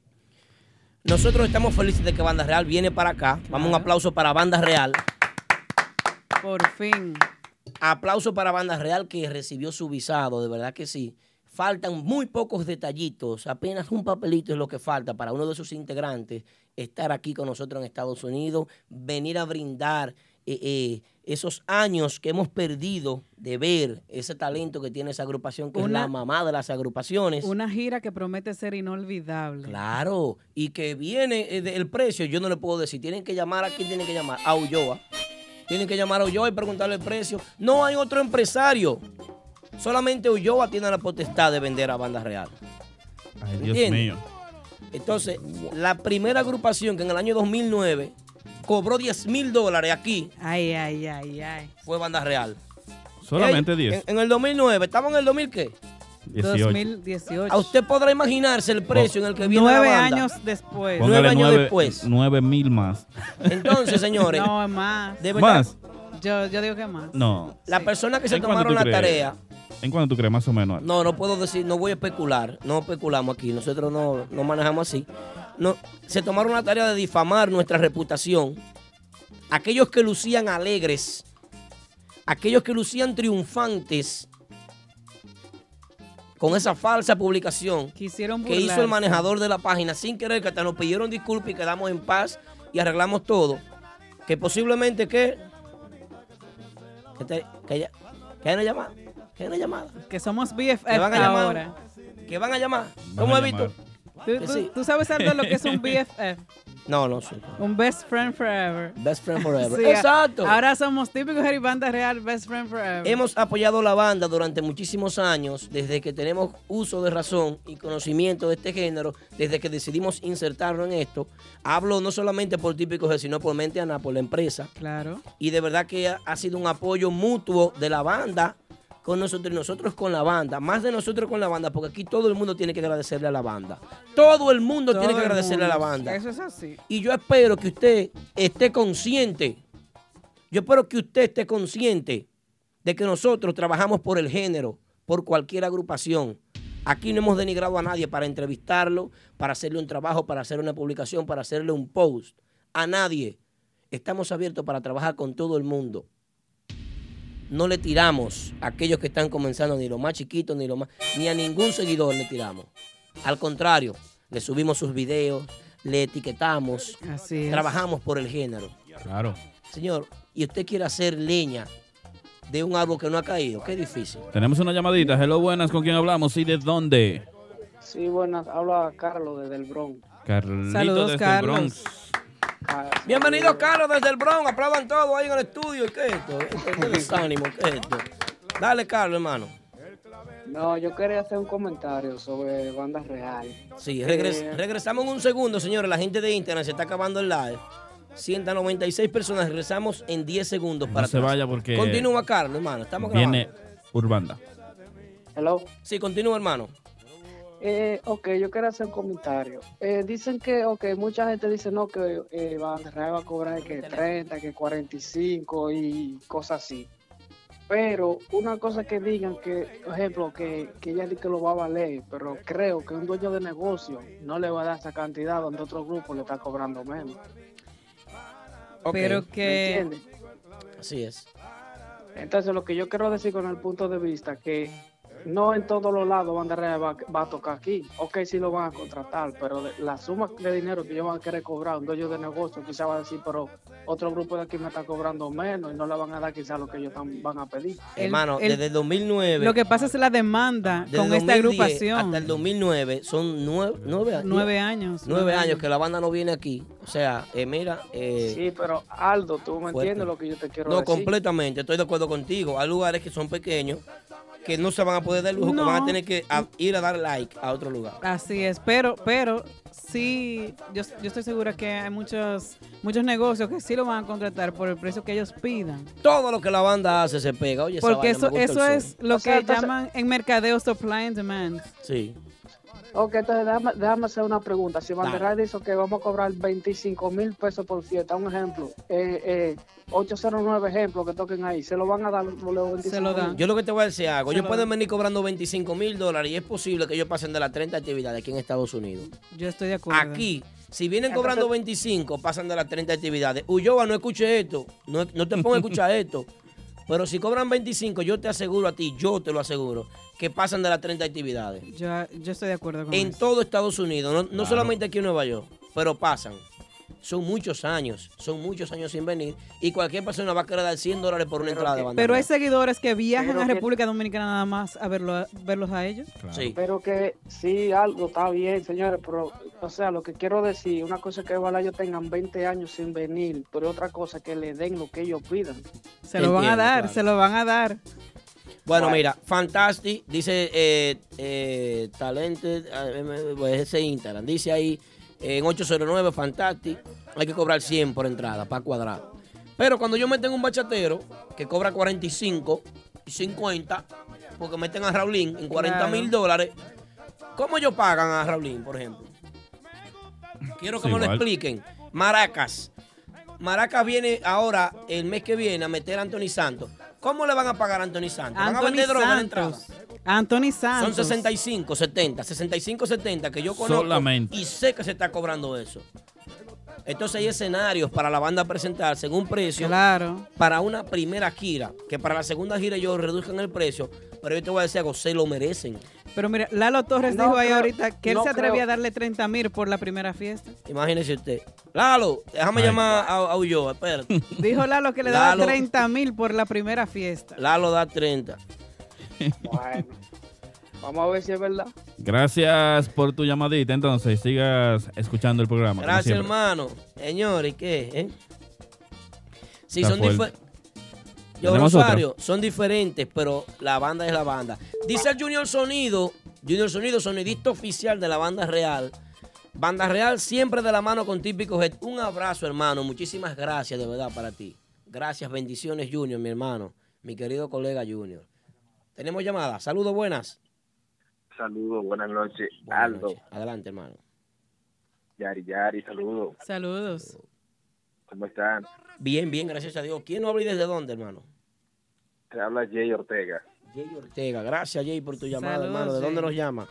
Nosotros estamos felices de que Banda Real viene para acá. Vamos un aplauso para Banda Real.
Por fin.
Aplauso para Banda Real que recibió su visado, de verdad que sí. Faltan muy pocos detallitos, apenas un papelito es lo que falta para uno de sus integrantes estar aquí con nosotros en Estados Unidos, venir a brindar eh, eh, esos años que hemos perdido de ver ese talento que tiene esa agrupación, que
Una-
es la mamá de las agrupaciones.
Una gira que promete ser inolvidable.
Claro, y que viene eh, de- el precio, yo no le puedo decir. Tienen que llamar a quién tienen que llamar, a Ulloa. Tienen que llamar a Ulloa y preguntarle el precio. No hay otro empresario. Solamente Ulloa tiene la potestad de vender a Banda Real.
Ay, Dios
¿Entiendes?
mío.
Entonces, la primera agrupación que en el año 2009 cobró 10 mil dólares aquí
Ay, ay, ay, ay.
fue Banda Real.
Solamente
Ey,
10.
En, en el 2009, ¿estamos en el 2000 qué?
18.
2018.
A usted podrá imaginarse el precio en el que viene
Nueve
la banda.
años después.
Póngale
años
nueve-
después.
nueve mil más.
Entonces, señores,
No, es más.
de verdad,
¿Más?
Yo, yo digo que más.
No.
las personas que se
¿En cuánto
tomaron
tú
la
crees?
tarea
¿En cuánto tú crees más o menos?
No, no puedo decir, no voy a especular, no especulamos aquí, nosotros no, no manejamos así. No, se tomaron la tarea de difamar nuestra reputación. Aquellos que lucían alegres, aquellos que lucían triunfantes, con esa falsa publicación
Quisieron
que hizo el
burlarse.
manejador de la página sin querer, que hasta nos pidieron disculpas y quedamos en paz y arreglamos todo. Que posiblemente que... Que, te- que, ya- que hay una llamada. Que hay una llamada.
Que somos BFF
Que van a llamar.
ahora.
Que van a llamar. ¿Cómo he visto?
¿Tú,
Que
tú-
sí.
tú sabes algo de lo que es un BFF?
No, no sé.
Un best friend forever.
Best Friend Forever.
Sí,
Exacto.
Ahora somos típicos Harry Banda Real, best friend forever.
Hemos apoyado la banda durante muchísimos años, desde que tenemos uso de razón y conocimiento de este género, desde que decidimos insertarnos en esto. Hablo no solamente por típicos, G, sino por Mente Ana, por la empresa.
Claro.
Y de verdad que ha- ha sido un apoyo mutuo de la banda con nosotros y nosotros con la banda. Más de nosotros con la banda, porque aquí todo el mundo tiene que agradecerle a la banda. Todo el mundo
Todo
tiene que
el
agradecerle a la
mundo.
banda.
Eso es así.
Y yo espero que usted esté consciente. Yo espero que usted esté consciente de que nosotros trabajamos por el género, por cualquier agrupación. Aquí no hemos denigrado a nadie para entrevistarlo, para hacerle un trabajo, para hacer una publicación, para hacerle un post. A nadie. Estamos abiertos para trabajar con todo el mundo. No le tiramos a aquellos que están comenzando, ni los más chiquitos, ni los más. ni a ningún seguidor le tiramos. Al contrario, le subimos sus videos, le etiquetamos,
Así es.
trabajamos por el género.
Claro.
Señor, y usted quiere hacer leña de un árbol que no ha caído, qué difícil.
Tenemos una llamadita. Hello, buenas. ¿Con quién hablamos y de dónde?
Sí, buenas, habla Carlos desde el Bronx.
Carlito
Saludos,
desde
Carlos.
el Bronx.
Bienvenido, Carlos, desde el Bronx. Aplaudan todo ahí en el estudio. ¿Qué es esto? ¿Qué desánimo? ¿Qué es esto? Dale, Carlos, hermano.
No, yo quería hacer un comentario sobre bandas reales.
Sí, regres- regresamos en un segundo, señores. La gente de Instagram se está acabando el live. 196 personas. Regresamos en 10 segundos para
No se
atrás.
vaya porque
Continúa, Carlos, hermano. Estamos grabando.
viene Urbanda.
Hello.
Sí, continúa, hermano.
Eh, ok, yo quería hacer un comentario. Eh, dicen que, ok, mucha gente dice no, que eh, Banda Real va a cobrar que 30, que 45 y cosas así. Pero una cosa que digan que, por ejemplo, que, que ella dice que lo va a valer, pero creo que un dueño de negocio no le va a dar esa cantidad donde otro grupo le está cobrando menos.
Ok.
Pero
¿Me
que.
entiendes?
Así es.
Entonces, lo que yo quiero decir con el punto de vista que no en todos los lados Banda Real va, va a tocar aquí. Ok, sí lo van a contratar, pero de- la suma de dinero que ellos van a querer cobrar, un dueño de negocio, quizás va a decir, pero otro grupo de aquí me está cobrando menos y no le van a dar quizás lo que ellos tam- van a pedir.
hermano,
el-
desde el 2009.
Lo que pasa es la demanda
desde
con
2010
esta agrupación.
Hasta el 2009. Son nueve, nueve años.
Nueve años.
Nueve años que la banda no viene aquí. O sea, eh, mira. eh,
Sí, pero Aldo, tú me
Fuerte.
entiendes lo que yo te quiero
No,
decir.
completamente, estoy de acuerdo contigo. Hay lugares que son pequeños que no se van a poder dar lujo,
No.
que van a tener que a- ir a dar like a otro lugar.
Así es, pero, pero sí, yo, yo estoy segura que hay muchos, muchos negocios que sí lo van a contratar por el precio que ellos pidan.
Todo lo que la banda hace se pega. Oye, esa
Porque
vaina, me
eso,
gusta el
eso
son.
es lo
O sea,
que
entonces-
llaman en mercadeo supply and demand.
Sí.
Ok, entonces déjame, déjame hacer una pregunta. Si
Dale.
Banderral dice que vamos a cobrar 25 mil pesos por fiesta, un ejemplo, eh, eh, 809 ejemplo que toquen ahí, ¿se lo van a dar los 25
Yo lo que te voy a decir algo.
Se
Ellos
lo
pueden
dan.
venir cobrando 25 mil dólares y es posible que ellos pasen de las 30 actividades aquí en Estados Unidos.
Yo estoy de acuerdo.
Aquí, si vienen cobrando 25, pasan de las 30 actividades. Ulloa, no escuche esto. No, no te pongas a escuchar esto. Pero si cobran 25, yo te aseguro a ti, yo te lo aseguro, que pasan de las 30 actividades.
Yo, yo estoy de acuerdo con
En
eso.
todo Estados Unidos, no, no solamente aquí en Nueva York, pero pasan. son muchos años, son muchos años sin venir y cualquier persona va a querer dar 100 dólares por una entrada de banda.
Pero hay
ancha.
seguidores que viajan
Pero
a
que-
República Dominicana nada más a verlo, a- verlos a ellos.
Sí.
Pero que sí, algo está bien, señores, pero, o sea, lo que quiero decir, una cosa es que ojalá ellos tengan 20 años sin venir, pero otra cosa es que le den lo que ellos pidan.
Se lo van a
Entiendo,
dar,
claro.
se lo van a dar.
Bueno, mira, Fantastic, dice eh, eh, Talented, eh, eh, pues ese Instagram, dice ahí eh, en 809 Fantastic, hay que cobrar 100 por entrada, para cuadrado. Pero cuando yo meten un bachatero que cobra 45 y 50, porque meten a Raulín en 40 mil dólares, ¿cómo ellos pagan a Raulín, por ejemplo? Quiero que
Sí,
me lo
igual.
expliquen. Maracas. Maracas viene ahora, el mes que viene, a meter a Anthony Santos. ¿Cómo le van a pagar a Anthony Santos? ¿Van a
Anthony
vender droga en la entrada?
Santos. Anthony
Son
Santos.
65, 70, 65, 70 que yo conozco
Solamente.
y sé que se está cobrando eso. Entonces hay escenarios para la banda presentar según precio.
Claro.
Para una primera gira, que para la segunda gira ellos reduzcan el precio, pero yo te voy a decir algo, se lo merecen.
Pero mira, Lalo Torres
No
dijo ahí
creo-
ahorita que él
no
se atrevía
creo.
a darle 30 mil por la primera fiesta.
Imagínese usted. Lalo, déjame llamar a, a Ulloa, espérate.
Dijo Lalo que le
Lalo.
daba 30 mil por la primera fiesta.
Lalo da 30.
Bueno, vamos a ver si es verdad.
Gracias por tu llamadita. Entonces, sigas escuchando el programa. como
Gracias,
siempre.
hermano. Señores, ¿qué? eh? Sí,
Está
son
fuerte.
diferentes. Yo,
Tenemos
Rosario, son diferentes, pero la banda es la banda. Dice el Junior Sonido, Junior Sonido, sonidista oficial de la banda real. Banda real siempre de la mano con Típico Head. Un abrazo, hermano. Muchísimas gracias, de verdad, para ti. Gracias, bendiciones, Junior, mi hermano. Mi querido colega Junior. Tenemos llamada. Saludos, buenas.
Saludos, buenas noches, Aldo.
Adelante, hermano.
Yari, Yari, saludos.
Saludos.
¿Cómo están?
Bien, bien, gracias a Dios. ¿Quién no habla y desde dónde, hermano?
Te habla Jay Ortega,
Jay Ortega, gracias Jay por tu llamada,
Saludos,
hermano. ¿De dónde
Jay.
nos llama?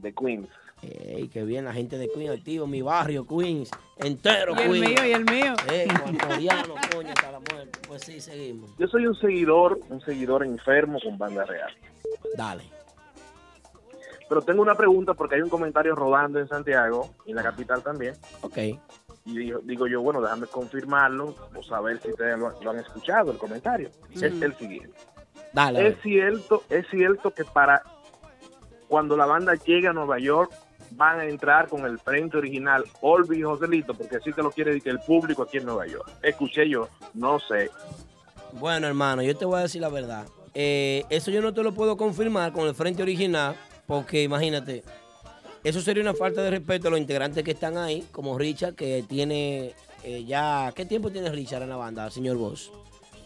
de Queens.
Ey, qué bien la gente de Queens activo, mi barrio, Queens, entero
Y el
Queens.
mío, y el mío.
Eh, ecuatoriano, coño, hasta la muerte. Pues sí, seguimos.
Yo soy un seguidor, un seguidor enfermo con Banda Real.
Dale.
Pero tengo una pregunta porque hay un comentario rodando en Santiago y en la capital también.
Ok.
Y digo, digo yo, bueno, déjame confirmarlo o saber si ustedes lo, lo han escuchado, el comentario. Es el siguiente.
Dale. a
Es
ver.
cierto, es cierto que para cuando la banda llegue a Nueva York van a entrar con el frente original Olvi y Joselito, porque así que lo quiere que el público aquí en Nueva York. Escuché yo, no sé.
Bueno, hermano, yo te voy a decir la verdad. Eh, eso yo no te lo puedo confirmar con el frente original, porque imagínate, eso sería una falta de respeto a los integrantes que están ahí, como Richard, que tiene eh, ya. ¿Qué tiempo tiene Richard en la banda, señor Boss?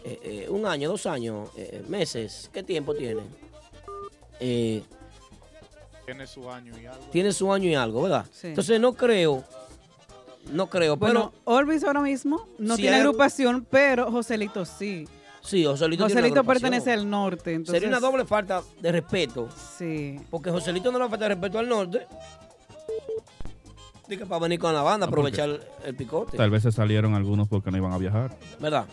Eh, eh, un año, dos años, eh, meses. ¿Qué tiempo tiene? Eh,
Tiene su año y algo.
tiene su año y algo, ¿verdad?
Sí.
Entonces no creo, no creo,
Bueno,
pero
Orbis ahora mismo no
Si
tiene
hay-
agrupación, pero Joselito sí.
sí, Joselito, tiene una
Joselito
agrupación.
pertenece al norte, entonces
Sería una doble falta de respeto.
Sí.
Porque Joselito no le falta de respeto al norte. Dice que para venir con la banda, aprovechar el, el picote.
Ah, Tal vez se salieron algunos porque no iban a viajar.
¿Verdad?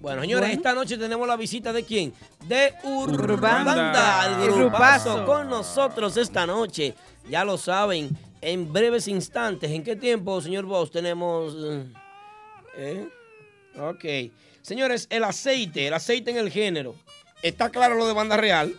Bueno, señores,
Bueno.
esta noche tenemos la visita de quién? De Ur-
Urbanda.
Urbanda, el
El
grupazo
grupazo.
con nosotros esta noche. Ya lo saben, en breves instantes. ¿En qué tiempo, señor Boss, tenemos? eh, ¿Eh? Ok. Señores, el aceite, el aceite en el género. ¿Está claro lo de Banda Real?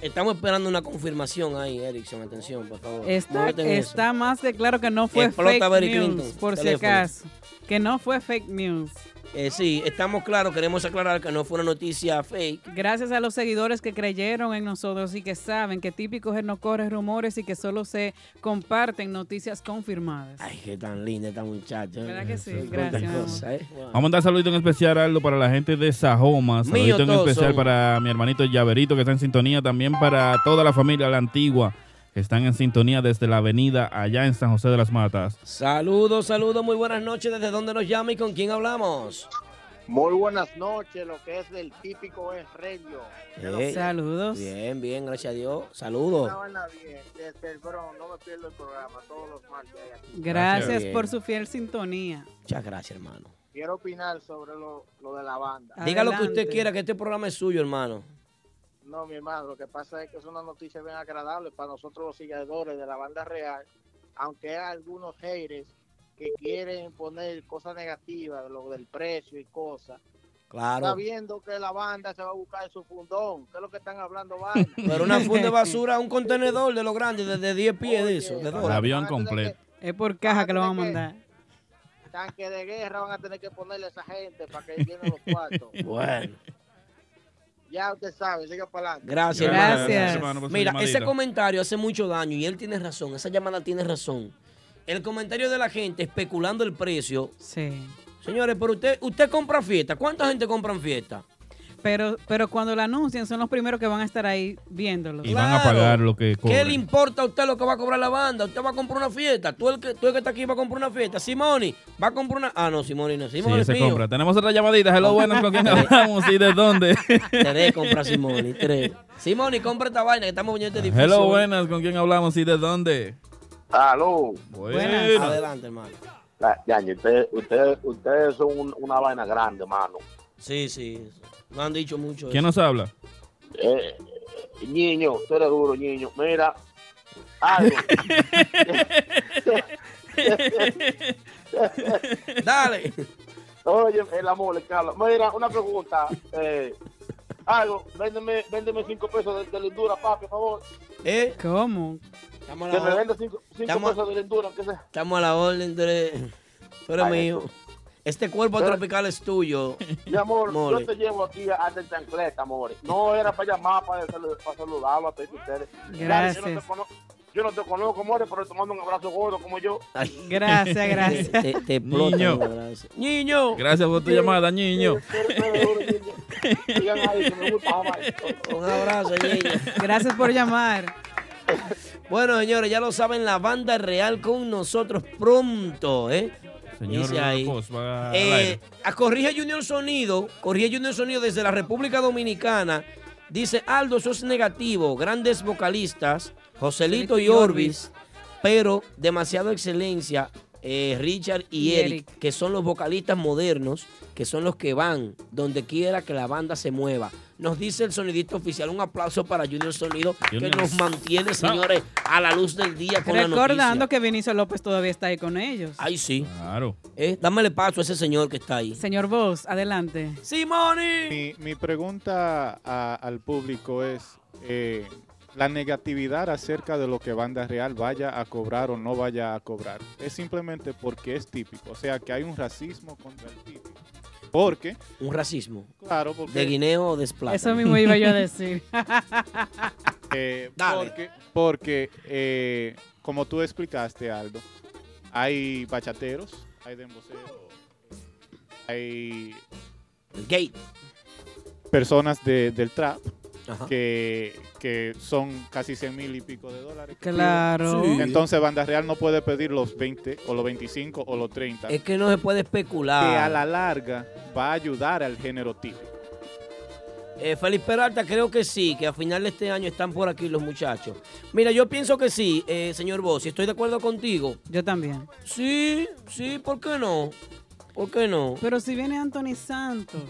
Estamos esperando una confirmación ahí, Erickson. Atención, por favor.
Está,
Noten eso.
está más de claro que no fue
Explota
fake
Hillary
news,
Clinton,
por si
teléfono.
acaso. Que no fue fake news.
Eh, sí, estamos claros, queremos aclarar que no fue una noticia fake.
Gracias a los seguidores que creyeron en nosotros y que saben que típicos es no corre rumores y que solo se comparten noticias confirmadas.
Ay, qué tan linda esta muchacha.
¿Verdad que sí?
Eso es
Gracias,
otra
mi amor.
cosa, ¿eh?
Vamos a mandar saludito en especial, Aldo, para la gente de Sajoma.
Mío,
Saludito en
todos
especial
son.
para mi hermanito Llaverito, que está en sintonía. También para toda la familia, la antigua, que están en sintonía desde la avenida allá en San José de las Matas.
Saludos, saludos, muy buenas noches. ¿Desde dónde nos llama y con quién hablamos?
Muy buenas noches, lo que es del típico es radio.
Eh,
Saludos.
Bien, bien, gracias a Dios.
Una
Saludos.
vaina bien, desde el Bronx, no me pierdo el programa todos los martes. hay aquí.
Gracias
Bien.
por su fiel sintonía.
Muchas gracias, hermano.
Quiero opinar sobre lo, lo de la banda.
Ah.
Diga lo que usted quiera, que este programa es suyo, hermano.
No, mi hermano, lo que pasa es que es una noticia bien agradable para nosotros los seguidores de la banda real,
aunque hay algunos haters que quieren poner cosas negativas, de lo del precio y cosas.
Claro.
Está viendo que la banda se va a buscar en su fundón. ¿Qué es lo que están hablando, banda?
Pero una funda de basura, un contenedor de lo grande, de, de 10 pies de eso, de
El
dólares.
avión completo.
Es por caja que lo van a mandar.
Tanque de guerra van a tener que ponerle a esa gente para que llenen los cuartos.
Bueno.
Ya usted sabe, siga para adelante.
Gracias,
Gracias, hermano, por su
Mira,
llamadita.
ese comentario hace mucho daño y él tiene razón. Esa llamada tiene razón. El comentario de la gente especulando el precio.
Sí.
Señores, pero usted, usted compra fiesta. ¿Cuánta gente compra en fiesta?
Pero, pero cuando lo anuncian, son los primeros que van a estar ahí viéndolo.
Y van a pagar lo que
¿Qué
cobran.
le importa a usted lo que va a cobrar la banda? Usted va a comprar una fiesta. Tú el que, tú el que está aquí va a comprar una fiesta. Simoni va a comprar una. Ah, no, Simoni no.
Sí,
Simoni es
se
mío.
compra. Tenemos otra llamadita. Hello, buenas, ¿con quién hablamos y de dónde?
Tres compra Simoni, tres. Simoni, compra esta vaina que estamos viendo este edificio.
Hello,
hoy.
buenas, ¿con quién hablamos y de dónde?
Aló.
Buenas.
Adelante, hermano.
La- Yaño, usted- usted- ustedes son un- una vaina grande, hermano.
Sí, sí. No han dicho mucho.
¿Quién nos habla?
Eh, eh, niño, tú eres duro, niño. Mira, algo.
Dale.
Oye, el amor le cala. Mira, una pregunta. Eh, algo, véndeme, véndeme cinco pesos de, de lindura, papi, por favor.
¿Eh?
¿Cómo?
Estamos
Que
a
me
la
venda
orden.
cinco, cinco
Estamos-
pesos de lindura, aunque sea.
Estamos a la orden. Tú eres, tú eres
Ay,
mío. Este cuerpo tropical es tuyo.
Mi amor,
Mole.
yo te llevo aquí hasta el chancleta, amor. No era para llamar, para, salu- para saludarlo, a todos ustedes. Claro, yo, no
Gracias.
te conozco, yo no te conozco, more, pero te mando un abrazo gordo como yo.
Gracias, gracias.
Te, te explota,
Niño.
hermano, gracias. Niño.
Gracias por tu llamada, niño.
Un abrazo, niño.
Gracias por llamar.
Bueno, señores, ya lo saben, la banda real con nosotros pronto, ¿eh?
Señor
Dice ahí.
Post, va Ah, al
Eh,
aire.
a corrige Junior Sonido, corrige Junior Sonido desde la República Dominicana. Dice Aldo, eso es negativo. Grandes vocalistas, Joselito y Orbis, pero demasiado excelencia. eh, Richard y,
Y
Eric,
Eric.
que son los vocalistas modernos, que son los que van donde quiera que la banda se mueva. Nos dice el sonidista oficial. Un aplauso para Junior Sonido,
Junior.
que nos
Ah.
mantiene, señores, a la luz del día con la noticia.
Recordando que Vinicio López todavía está ahí con ellos.
Ay, sí. Eh,
Claro.
dámele paso a ese señor que está ahí.
Señor Vos, adelante.
¡Simoni!
Mi, mi pregunta a- al público es eh, la negatividad acerca de lo que Banda Real vaya a cobrar o no vaya a cobrar. Es simplemente porque es típico, o sea que hay un racismo contra el típico. Porque
Un racismo.
Claro, porque-
De guineo o de plátano.
Eso mismo iba yo a decir.
Eh, Porque, porque, eh, como tú explicaste, Aldo, hay bachateros, hay demboceros, hay
gay.
personas de- del trap que, que son casi 100 mil y pico de dólares.
Claro. Sí.
Entonces, Banda Real no puede pedir los 20 o los 25 o los 30.
Es que no se puede especular.
Que a la larga va a ayudar al género típico.
Eh, Félix Peralta, creo que sí, que a final de este año están por aquí los muchachos. Mira, yo pienso que sí, eh, señor Bossi, estoy de acuerdo contigo.
Yo también.
Sí, sí, ¿por qué no? ¿Por qué no?
Pero si viene Anthony Santos.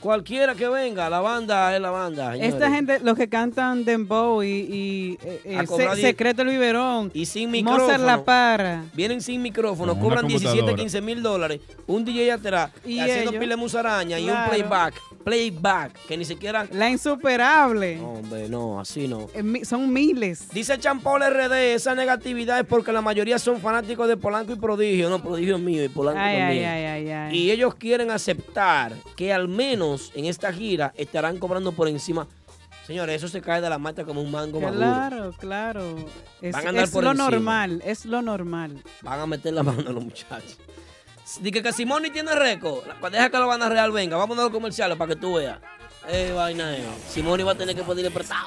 Cualquiera que venga, la banda es la banda. señores.
Esta gente, los que cantan Dembow y, y, eh, eh,
A
Se-
cobrar die-
Secreto el Biberón.
Y sin
Mozart
micrófono.
La Para.
Vienen sin micrófono,
Con una
cobran 17,
computadora.
15 mil dólares. Un DJ atrás,
Y
haciendo
ellos,
pile musaraña y un
claro.
playback. Playback, que ni siquiera.
La Insuperable.
Hombre, no, así no.
Eh, mi- Son miles.
Dice Champol RD, esa negatividad es porque la mayoría son fanáticos de Polanco y Prodigio. No, Prodigio es mío y Polanco
Ay, ay,
también.
ay, ay, ay.
Y ellos quieren aceptar que al menos en esta gira estarán cobrando por encima. Señores, eso se cae de la mata como un mango maduro.
Claro, claro. Es,
Van a andar
es
por
lo
encima.
normal, es lo normal.
Van a meter la mano a los muchachos. Dice que Simoni tiene récord. La- pues, Deja que la banda real venga. Vamos a los comerciales para que tú veas. Eh, vaina es. Simoni va a tener que pedirle prestado.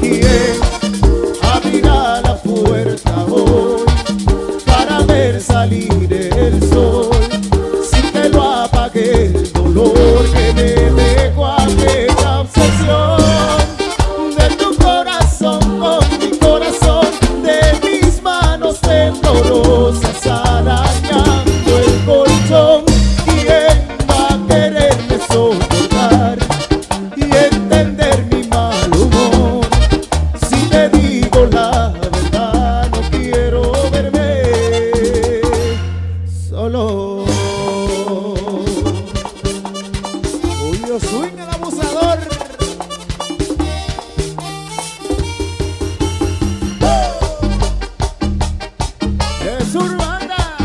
¿Quién abrirá la puerta hoy para ver salir el sol? Sin que lo apague el dolor que me dejó aquella obsesión de tu corazón con mi corazón, de mis manos temblorosas arañando el colchón. ¿Quién va a quererme soportar y entender mi mal humor? Si te digo la verdad, no quiero verme solo. Julio Swing, el abusador. ¡Oh! Es urbana.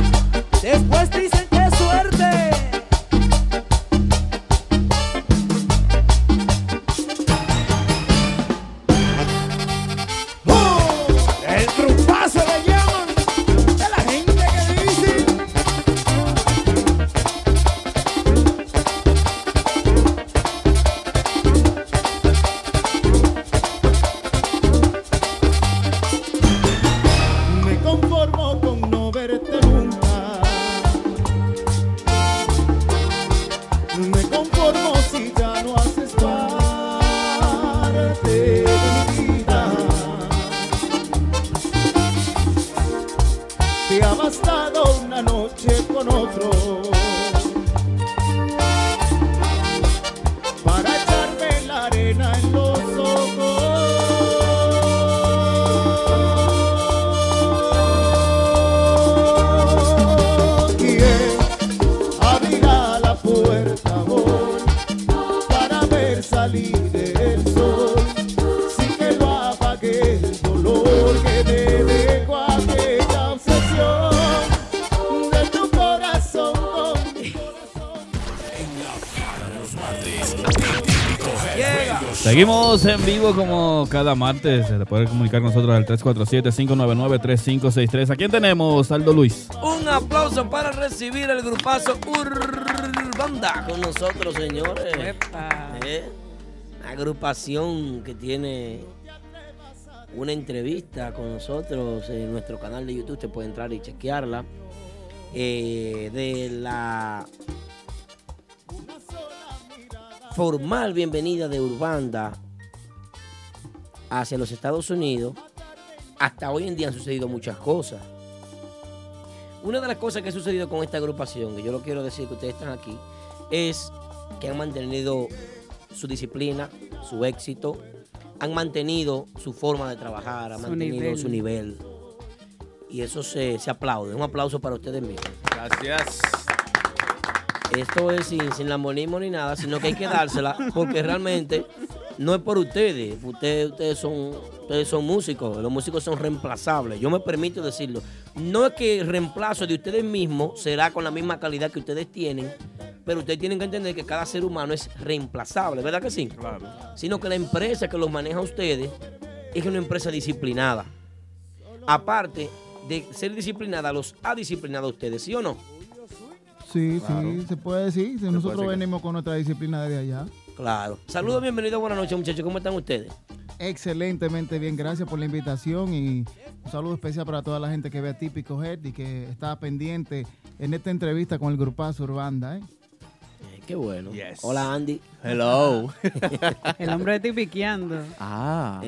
Después dicen que es suerte. El trumpazo le llaman de la gente que dice. Me conformo con no verte nunca. Me conformo si ya no haces parte de mi vida. Te ha bastado una noche con otro para echarme la arena en los ojos. ¿Quién abrirá la puerta hoy para ver salir el sol? Sin que lo apague el dolor que me dejó aquella obsesión de tu corazón con mi
Seguimos en vivo como cada martes. Se puede comunicar con nosotros al 347-599-3563. ¿A quién tenemos? Aldo Luis.
Un aplauso para recibir el grupazo Urbanda con nosotros, señores. Eh, Una agrupación que tiene una entrevista con nosotros en nuestro canal de YouTube. Usted puede entrar y chequearla. Eh, de la formal bienvenida de Urbanda hacia los Estados Unidos. Hasta hoy en día han sucedido muchas cosas. Una de las cosas que ha sucedido con esta agrupación, que yo lo quiero decir que ustedes están aquí, es que han mantenido su disciplina, su éxito, han mantenido su forma de trabajar, han
Su
mantenido
nivel.
su nivel. Y eso se, se aplaude. Un aplauso para ustedes mismos.
Gracias.
Esto es sin, sin lambonismo ni nada, sino que hay que dársela porque realmente no es por ustedes. Ustedes, ustedes, son, ustedes son músicos, los músicos son reemplazables. Yo me permito decirlo. No es que el reemplazo de ustedes mismos será con la misma calidad que ustedes tienen, Pero ustedes tienen que entender que cada ser humano es reemplazable, ¿verdad que sí? Claro. Sino que la empresa que los maneja a ustedes es una empresa disciplinada. Aparte de ser disciplinada, los ha disciplinado a ustedes, ¿sí o no?
Sí, sí, se puede decir. Si nosotros
decir que-
venimos con nuestra disciplina de allá.
Claro. Saludos, bienvenidos, buenas noches, muchachos. ¿Cómo están ustedes?
Excelentemente bien, gracias por la invitación y un saludo especial para toda la gente que ve a Típico Head y que está pendiente en esta entrevista con el grupazo Urbanda. ¿eh?
Qué bueno. Hola, Andy.
Hello.
El hombre de tipiqueando.
Ah.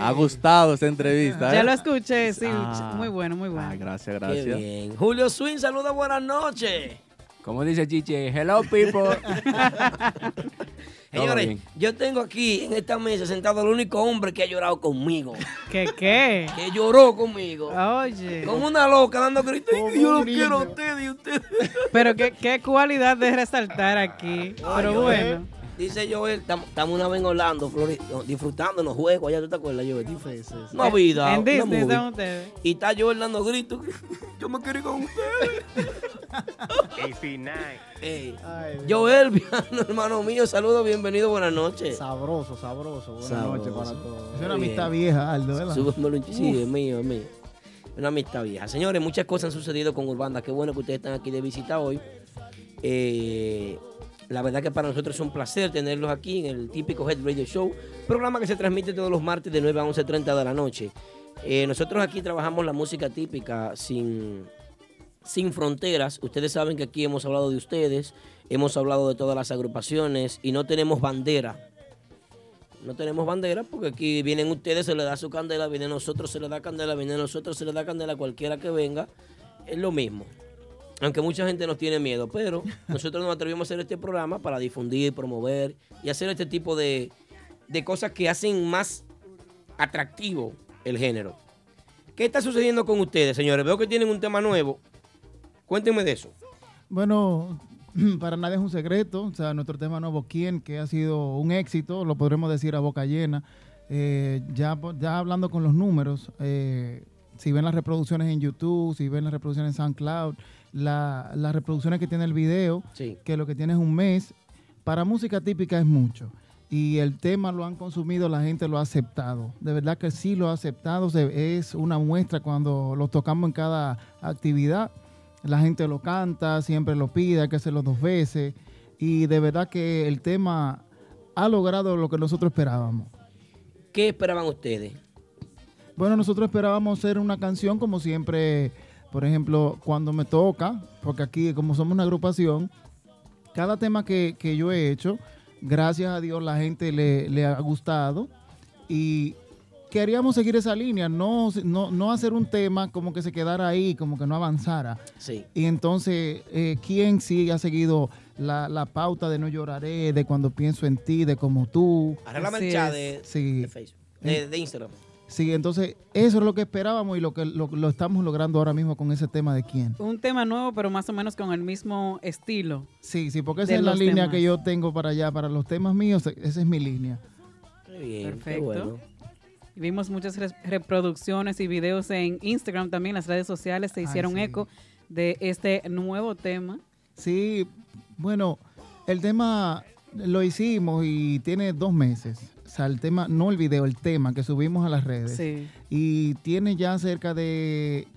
Ha gustado esta entrevista.
Ya
¿eh?
lo escuché, sí.
Ah.
Muy bueno, muy bueno.
Ah, gracias, gracias.
Qué bien. Julio Swin, saludos, buenas noches.
Como dice Chiche, hello people.
Señores,
bien.
yo tengo aquí en esta mesa sentado al único hombre que ha llorado conmigo.
¿Qué qué?
Que lloró conmigo.
Oye.
Como una loca dando gritos. Yo lo quiero a ustedes y a ustedes.
Pero qué, qué cualidad de resaltar aquí. Pero bueno.
Dice Joel, estamos una vez en Orlando, Florida, disfrutando los juegos allá, ¿tú te acuerdas, Joel? Una
En-
vida.
En
una
Disney
movie.
están ustedes.
Y está Joel dando gritos. Yo me quiero ir con ustedes. Ey. Joel, Viano, hermano mío, saludos, bienvenido, buenas noches.
Sabroso, sabroso.
Buenas
noches para todos. Es una amistad vieja, Aldo, ¿verdad?
Sí,
Uf.
es mío, es mío. Una amistad vieja. Señores, muchas cosas han sucedido con Urbanda. Qué bueno que ustedes están aquí de visita hoy. Eh, la verdad que para nosotros es un placer tenerlos aquí en el típico Head Radio Show, programa que se transmite todos los martes de 9 a 11.30 de la noche. Eh, nosotros aquí trabajamos la música típica sin, sin fronteras. Ustedes saben que aquí hemos hablado de ustedes, hemos hablado de todas las agrupaciones y no tenemos bandera. No tenemos bandera porque aquí vienen ustedes, se les da su candela, vienen nosotros, se les da candela, vienen nosotros, se les da candela, cualquiera que venga, es lo mismo. Aunque mucha gente nos tiene miedo, pero nosotros nos atrevimos a hacer este programa para difundir, promover y hacer este tipo de, de cosas que hacen más atractivo el género. ¿Qué está sucediendo con ustedes, señores? Veo que tienen un tema nuevo. Cuéntenme de eso.
Bueno, para nadie es un secreto. O sea, nuestro tema nuevo, ¿Quién? Que ha sido un éxito, lo podremos decir a boca llena. Eh, ya, po- ya hablando con los números, eh, si ven las reproducciones en YouTube, si ven las reproducciones en SoundCloud, la- las reproducciones que tiene el video,
Sí.
que lo que tiene es un mes, para música típica es mucho. Y el tema lo han consumido, la gente lo ha aceptado. De verdad que sí lo ha aceptado. se- Es una muestra cuando lo tocamos en cada actividad. La gente lo canta, siempre lo pide, hay que hacerlo dos veces. Y de verdad que el tema ha logrado lo que nosotros esperábamos.
¿Qué esperaban ustedes?
Bueno, nosotros esperábamos ser una canción como siempre, por ejemplo, cuando me toca, porque aquí como somos una agrupación, cada tema que, que yo he hecho, gracias a Dios la gente le, le ha gustado y queríamos seguir esa línea, no, no, no hacer un tema como que se quedara ahí, como que no avanzara.
Sí.
Y entonces, eh, ¿quién sí ha seguido la, la pauta de no lloraré, de cuando pienso en ti, de como tú?
Arreglame el chat de,
Sí.
de Facebook,
Eh,
de, de Instagram.
Sí, entonces eso es lo que esperábamos y lo que lo, lo estamos logrando ahora mismo con ese tema de quién.
Un tema nuevo, pero más o menos con el mismo estilo.
Sí, sí, porque esa
De
es la
los
línea
temas.
que yo tengo para allá, para los temas míos, e- esa es mi línea.
Qué bien, qué
Perfecto.
bueno.
Y Vimos muchas res- reproducciones y videos en Instagram también, las redes sociales se
Ay,
hicieron
sí.
eco de este nuevo tema.
Sí, bueno, el tema lo hicimos y tiene dos meses. O sea, el tema, no el video, el tema que subimos a las redes.
Sí.
Y tiene ya cerca de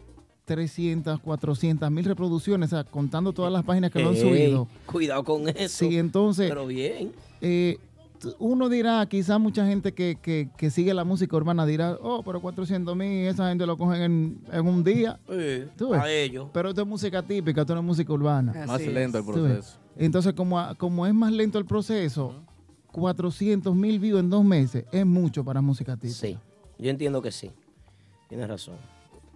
300, 400 mil reproducciones, o sea, contando todas las páginas que lo han
Ey,
subido.
Cuidado con eso.
Sí, entonces-
Pero bien.
eh, t- uno dirá, quizás mucha gente que, que- que sigue la música urbana dirá, oh, pero 400 mil, esa gente lo cogen en, en un día.
Eh,
Tú ves.
a ellos.
Pero esto es música típica, esto no es música urbana.
Así Más es. lento el
Tú ves.
proceso.
Entonces, como, a- como es más lento el proceso, 400 mil views en dos meses es mucho para música típica.
Sí. Yo entiendo que sí. Tienes razón.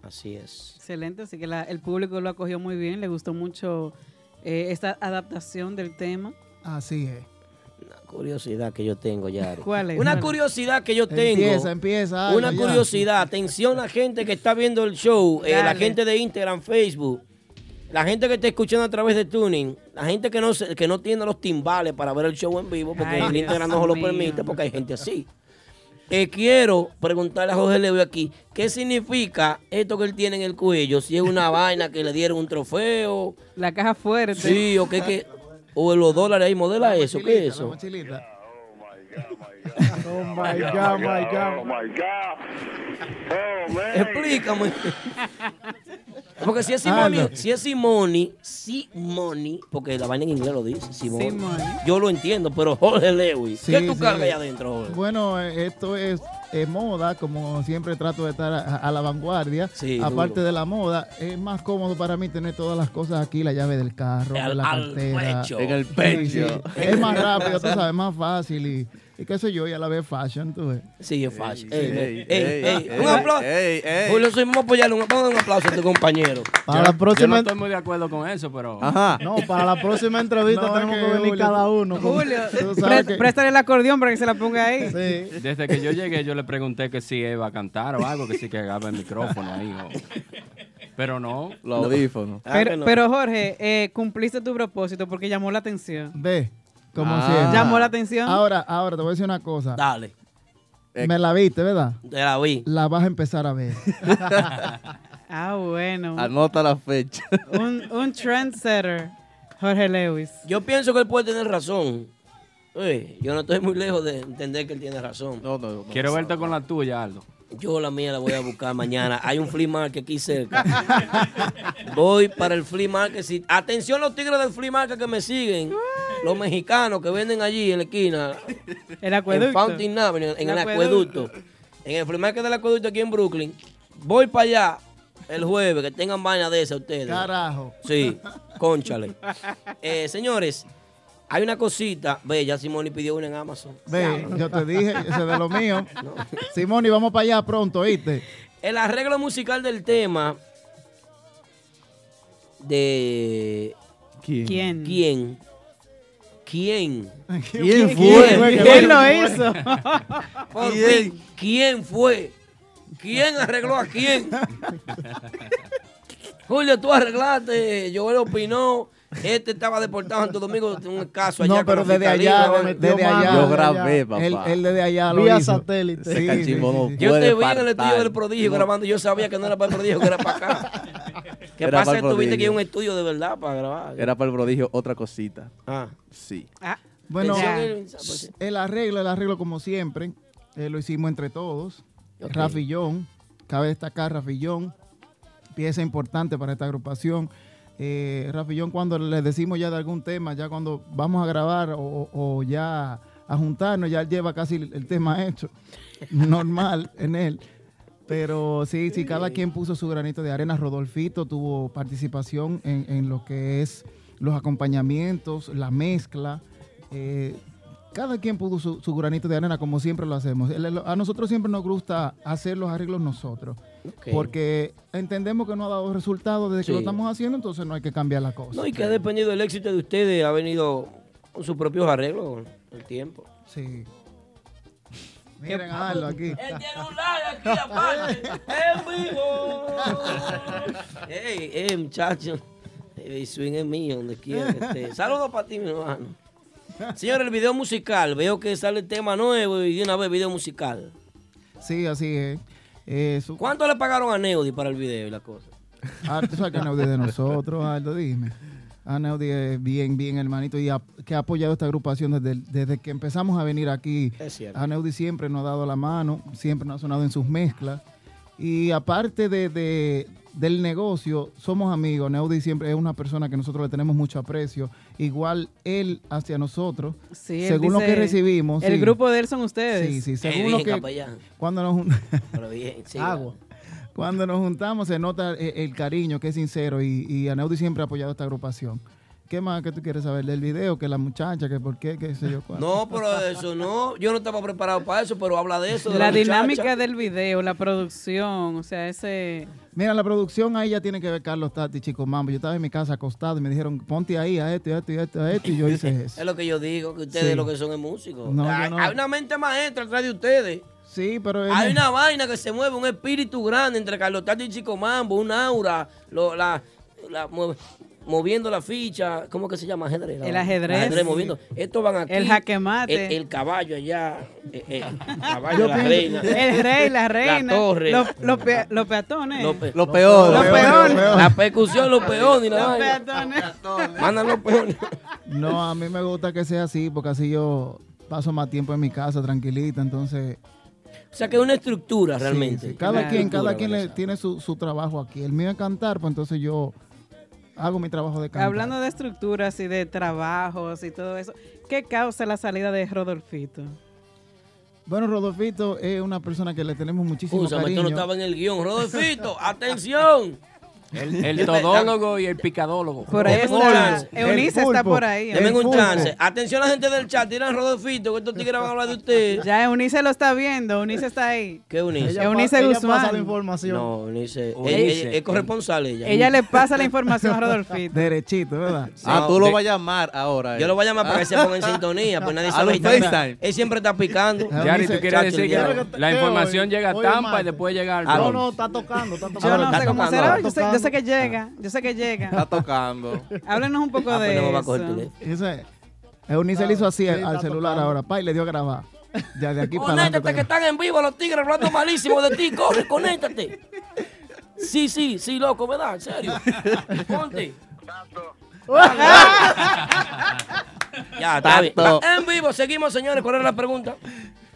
Así es.
Excelente, así que la- el público lo acogió muy bien, le gustó mucho eh, esta adaptación del tema.
Así es.
Curiosidad que yo tengo, Yari.
¿Cuál es?
Una
¿Cuál?
curiosidad que yo tengo.
Empieza, empieza,
Una
Aldo, ya.
curiosidad. Atención, la gente que está viendo el show, eh, la
Dale.
gente de Instagram, Facebook, la gente que está escuchando a través de Tuning, la gente que no, se- que no tiene los timbales para ver el show en vivo, porque
Ay,
el
Dios
Instagram no se lo
mío.
permite, porque hay gente así. Eh, quiero preguntarle a Jorge Leo aquí, ¿qué significa esto que él tiene en el cuello? Si es una vaina que le dieron un trofeo.
La caja fuerte.
Sí, o que, que, o los dólares ahí, modela eso, ¿qué es eso?
Oh my God, my God.
Oh my God. Explícame. Porque si es
Ah,
Simoni,
Anda.
si es Simoni, Simoni, porque la vaina en inglés lo dice, Simoni.
Simoni.
Yo lo entiendo, pero Jorge Lewis, ¿qué
Sí,
tú
sí.
cargas ahí adentro, Jorge?
Bueno, eh, esto es eh, moda, como siempre trato de estar a, a la vanguardia.
Sí,
Aparte
duro.
de la moda, es más cómodo para mí tener todas las cosas aquí, la llave del carro,
Al-
la
al
Ah,
cartera.
pecho. En el
Sí,
pecho.
sí. Es más rápido, tú sabes, más fácil y, y qué sé yo, y a la vez fashion, tú ves.
Sí, es fácil.
Ey,
Ey, ey,
ey,
ey,
ey,
un
ey,
aplauso.
ey, ey.
Julio, soy- vamos a apoyarle un, vamos a dar un aplauso a tu compañero.
yo,
Para la
no-
próxima-
yo no estoy muy de acuerdo con eso, pero.
No, para la próxima entrevista
No, es
tenemos
que
que, venir
Julio-
cada uno. con-
Julio, eh,
tú sabes
pré-
que-
préstale el acordeón para que se la ponga ahí.
Desde que yo llegué, yo le pregunté que si iba a cantar o algo, que si que agarra el micrófono ahí. o- Pero no. Ah,
Los audífonos.
Pero, pero, Jorge, eh, cumpliste tu propósito porque llamó la atención.
Ve, como
Ah.
siempre.
Llamó la atención.
Ahora, ahora te voy a decir una cosa.
Dale.
Me la viste, ¿verdad?
Te la vi.
La vas a empezar a ver.
Ah, bueno.
Anota la fecha.
Un, un trendsetter, Jorge Lewis.
Yo pienso que él puede tener razón. Ey, yo no estoy muy lejos de entender que él tiene razón. No, no,
Quiero verte con la tuya, Aldo.
Yo la mía la voy a buscar mañana. Hay un flea market aquí cerca. Voy para el flea market. Si- Atención los tigres del flea market que me siguen. Los mexicanos que venden allí en la esquina.
El acueducto.
En Fountain Avenue, en el
El acueducto.
acueducto. En el flea market del acueducto aquí en Brooklyn. Voy para allá el jueves. Que tengan vaina de esa ustedes.
Carajo.
Sí, conchale. señores, hay una cosita. Ve, ya Simoni pidió una en Amazon.
Ve, yo te dije, ese es de lo mío. Simón, y vamos para allá pronto, ¿oíste?
El arreglo musical del tema de
¿Quién?
¿Quién?
¿Quién? ¿Quién?
¿Quién fue? ¿Quién lo hizo?
Por
¿Quién?
fin, ¿Quién fue? ¿Quién arregló a quién? Julio, tú arreglaste, Joel opinó, este estaba deportado en Santo Domingo, un caso allá.
No, pero
con la
desde
fiscalía,
allá,
¿no?
desde, desde allá.
Yo
desde
grabé,
allá.
papá.
Él, él desde allá lo
Vía
hizo.
satélite. Ese Este cachimbo no
Yo
puede
te vi en el estudio
faltar.
del prodigio
No.
grabando, yo sabía que no era para el prodigio, que era para acá. ¿Qué
Era
pasa?
para el
Tuviste
prodigio.
que ir a un estudio de verdad para grabar.
Era para el prodigio otra cosita.
Ah.
Sí.
Bueno,
Pensé que-
s- el arreglo, el arreglo como siempre, eh, lo hicimos entre todos.
Ok.
Rafi John, cabe destacar Rafi John, pieza importante para esta agrupación. Eh, Rafi John, cuando le decimos ya de algún tema, ya cuando vamos a grabar o, o- o ya a juntarnos, ya él lleva casi el, el tema hecho, normal en él. Pero sí, sí, cada quien puso su granito de arena. Rodolfito tuvo participación en, en lo que es los acompañamientos, la mezcla. Eh, cada quien puso su, su granito de arena, como siempre lo hacemos. El- el- A nosotros siempre nos gusta hacer los arreglos nosotros.
Ok.
Porque entendemos que no ha dado resultados desde que
Sí.
lo estamos haciendo, entonces no hay que cambiar la cosa.
No, y que ha dependido del éxito de ustedes, ha venido con sus propios arreglos con el tiempo.
Sí. Miren a Aldo aquí.
Ey, ey, muchacho. El swing es mío, donde quiera que esté. Saludos para ti, mi hermano. Señor, el video musical. Veo que sale el tema nuevo y de una vez video musical.
Sí, así es. Eh, su-
¿Cuánto le pagaron a Neudi para el video y la cosa?
Ah, tú sabes que Neudi es de nosotros, Aldo, dime. A Neudi es bien, bien hermanito y ap- que ha apoyado esta agrupación desde, el- desde que empezamos a venir aquí.
Es cierto.
A Neudi siempre nos ha dado la mano, siempre nos ha sonado en sus mezclas. Y aparte de, de- del negocio, somos amigos. Neudi siempre es una persona que nosotros le tenemos mucho aprecio. Igual él hacia nosotros.
Sí, él
según lo
dice,
que recibimos.
El
sí.
grupo de él son ustedes.
Sí, sí,
Eh,
según
bien,
lo que.
capellán.
Cuando nos, jun-
Pero bien, sí.
Agua. cuando nos juntamos se nota eh, el, cariño que es sincero y, y Aneudi siempre ha apoyado esta agrupación. ¿Qué más que tú quieres saber del video? Que la muchacha, que por qué, qué sé yo cuál.
No, pero eso no. Yo no estaba preparado para eso, pero habla de eso. de
La,
muchacha.
dinámica del video, la producción, o sea, ese...
Mira, la producción ahí ya tiene que ver Carlos Tati, Chico Mambo. Yo estaba en mi casa acostado y me dijeron, ponte ahí a esto y a esto y a esto y a esto. Y yo hice eso.
Es lo que yo digo, que ustedes
Sí.
lo que son es músicos.
No, yo
hay,
no.
hay una mente maestra atrás de ustedes.
Sí, pero... él
Hay
es-
una vaina que se mueve, un espíritu grande entre Carlos Tato y Chico Mambo, un aura, lo- la, la- mue- moviendo la ficha, ¿cómo que se llama? Ajedrez. la
El
vaina.
ajedrez.
moviendo. Estos van aquí.
El jaque mate.
El, el caballo allá. eh, eh, el caballo,
Yo
la
pienso-
reina.
El rey, la reina.
torre.
Los, los pe- los peatones.
Lo pe-
Los peones.
Los peones.
La percusión, los peones y la
Los
vaina.
peatones.
Mandan los peones.
No, a mí me gusta que sea así porque así yo paso más tiempo en mi casa tranquilita, entonces...
O sea, que es una estructura realmente.
Sí, sí. Cada
Una
quien,
estructura,
cada quien le- tiene su, su trabajo aquí. El mío es cantar, pues entonces yo hago mi trabajo de cantar.
Hablando de estructuras y de trabajos y todo eso, ¿qué causa la salida de Rodolfito?
Bueno, Rodolfito es una persona que le tenemos muchísimo
Escúchame, esto
cariño.
no estaba en el guión. Rodolfito, atención.
El, el todólogo y el picadólogo.
Por ahí
Los
está.
polvos.
Eunice está por ahí. Denme un
pulpo.
chance. Ah, Atención a la gente del chat. Tiran Rodolfito, que estos tigres van a hablar de usted.
Ya Eunice lo está viendo, Eunice está ahí.
¿Qué Eunice?
Ella Eunice pa- ella Guzmán. pasa la información.
No, Eunice.
Eunice.
Ella- ella- Es corresponsal ella.
Ella le pasa la información a Rodolfito.
Derechito, ¿verdad?
Ah,
No,
tú lo
de-
vas a llamar ahora. eh.
Yo lo voy a llamar para que se ponga en sintonía, pues nadie sabe. si
A los
está picando.
FaceTime.
Él siempre está picando.
Yari, tú quieres decir que la, la información llega a
hoy
Tampa
martes.
y después llega al
Ah,
Bronx.
no, no,
está tocando, está
Yo no sé cómo será, yo sé, yo sé
tocando.
que llega, yo sé que llega.
Está tocando.
Háblenos un poco
pues
Pues
de eso.
Ese- Eunice le hizo así
sí,
al,
está
al celular ahora, pa, y le dio a grabar. Ya de aquí
Oh,
para
Conéctate que
adelante.
están en vivo los tigres hablando malísimo de ti. Corre, conéctate. Sí, sí, sí, loco, ¿verdad? En serio. Ponte. Ya, está bien.
Tanto.
En vivo, seguimos, señores. ¿Cuál era la pregunta?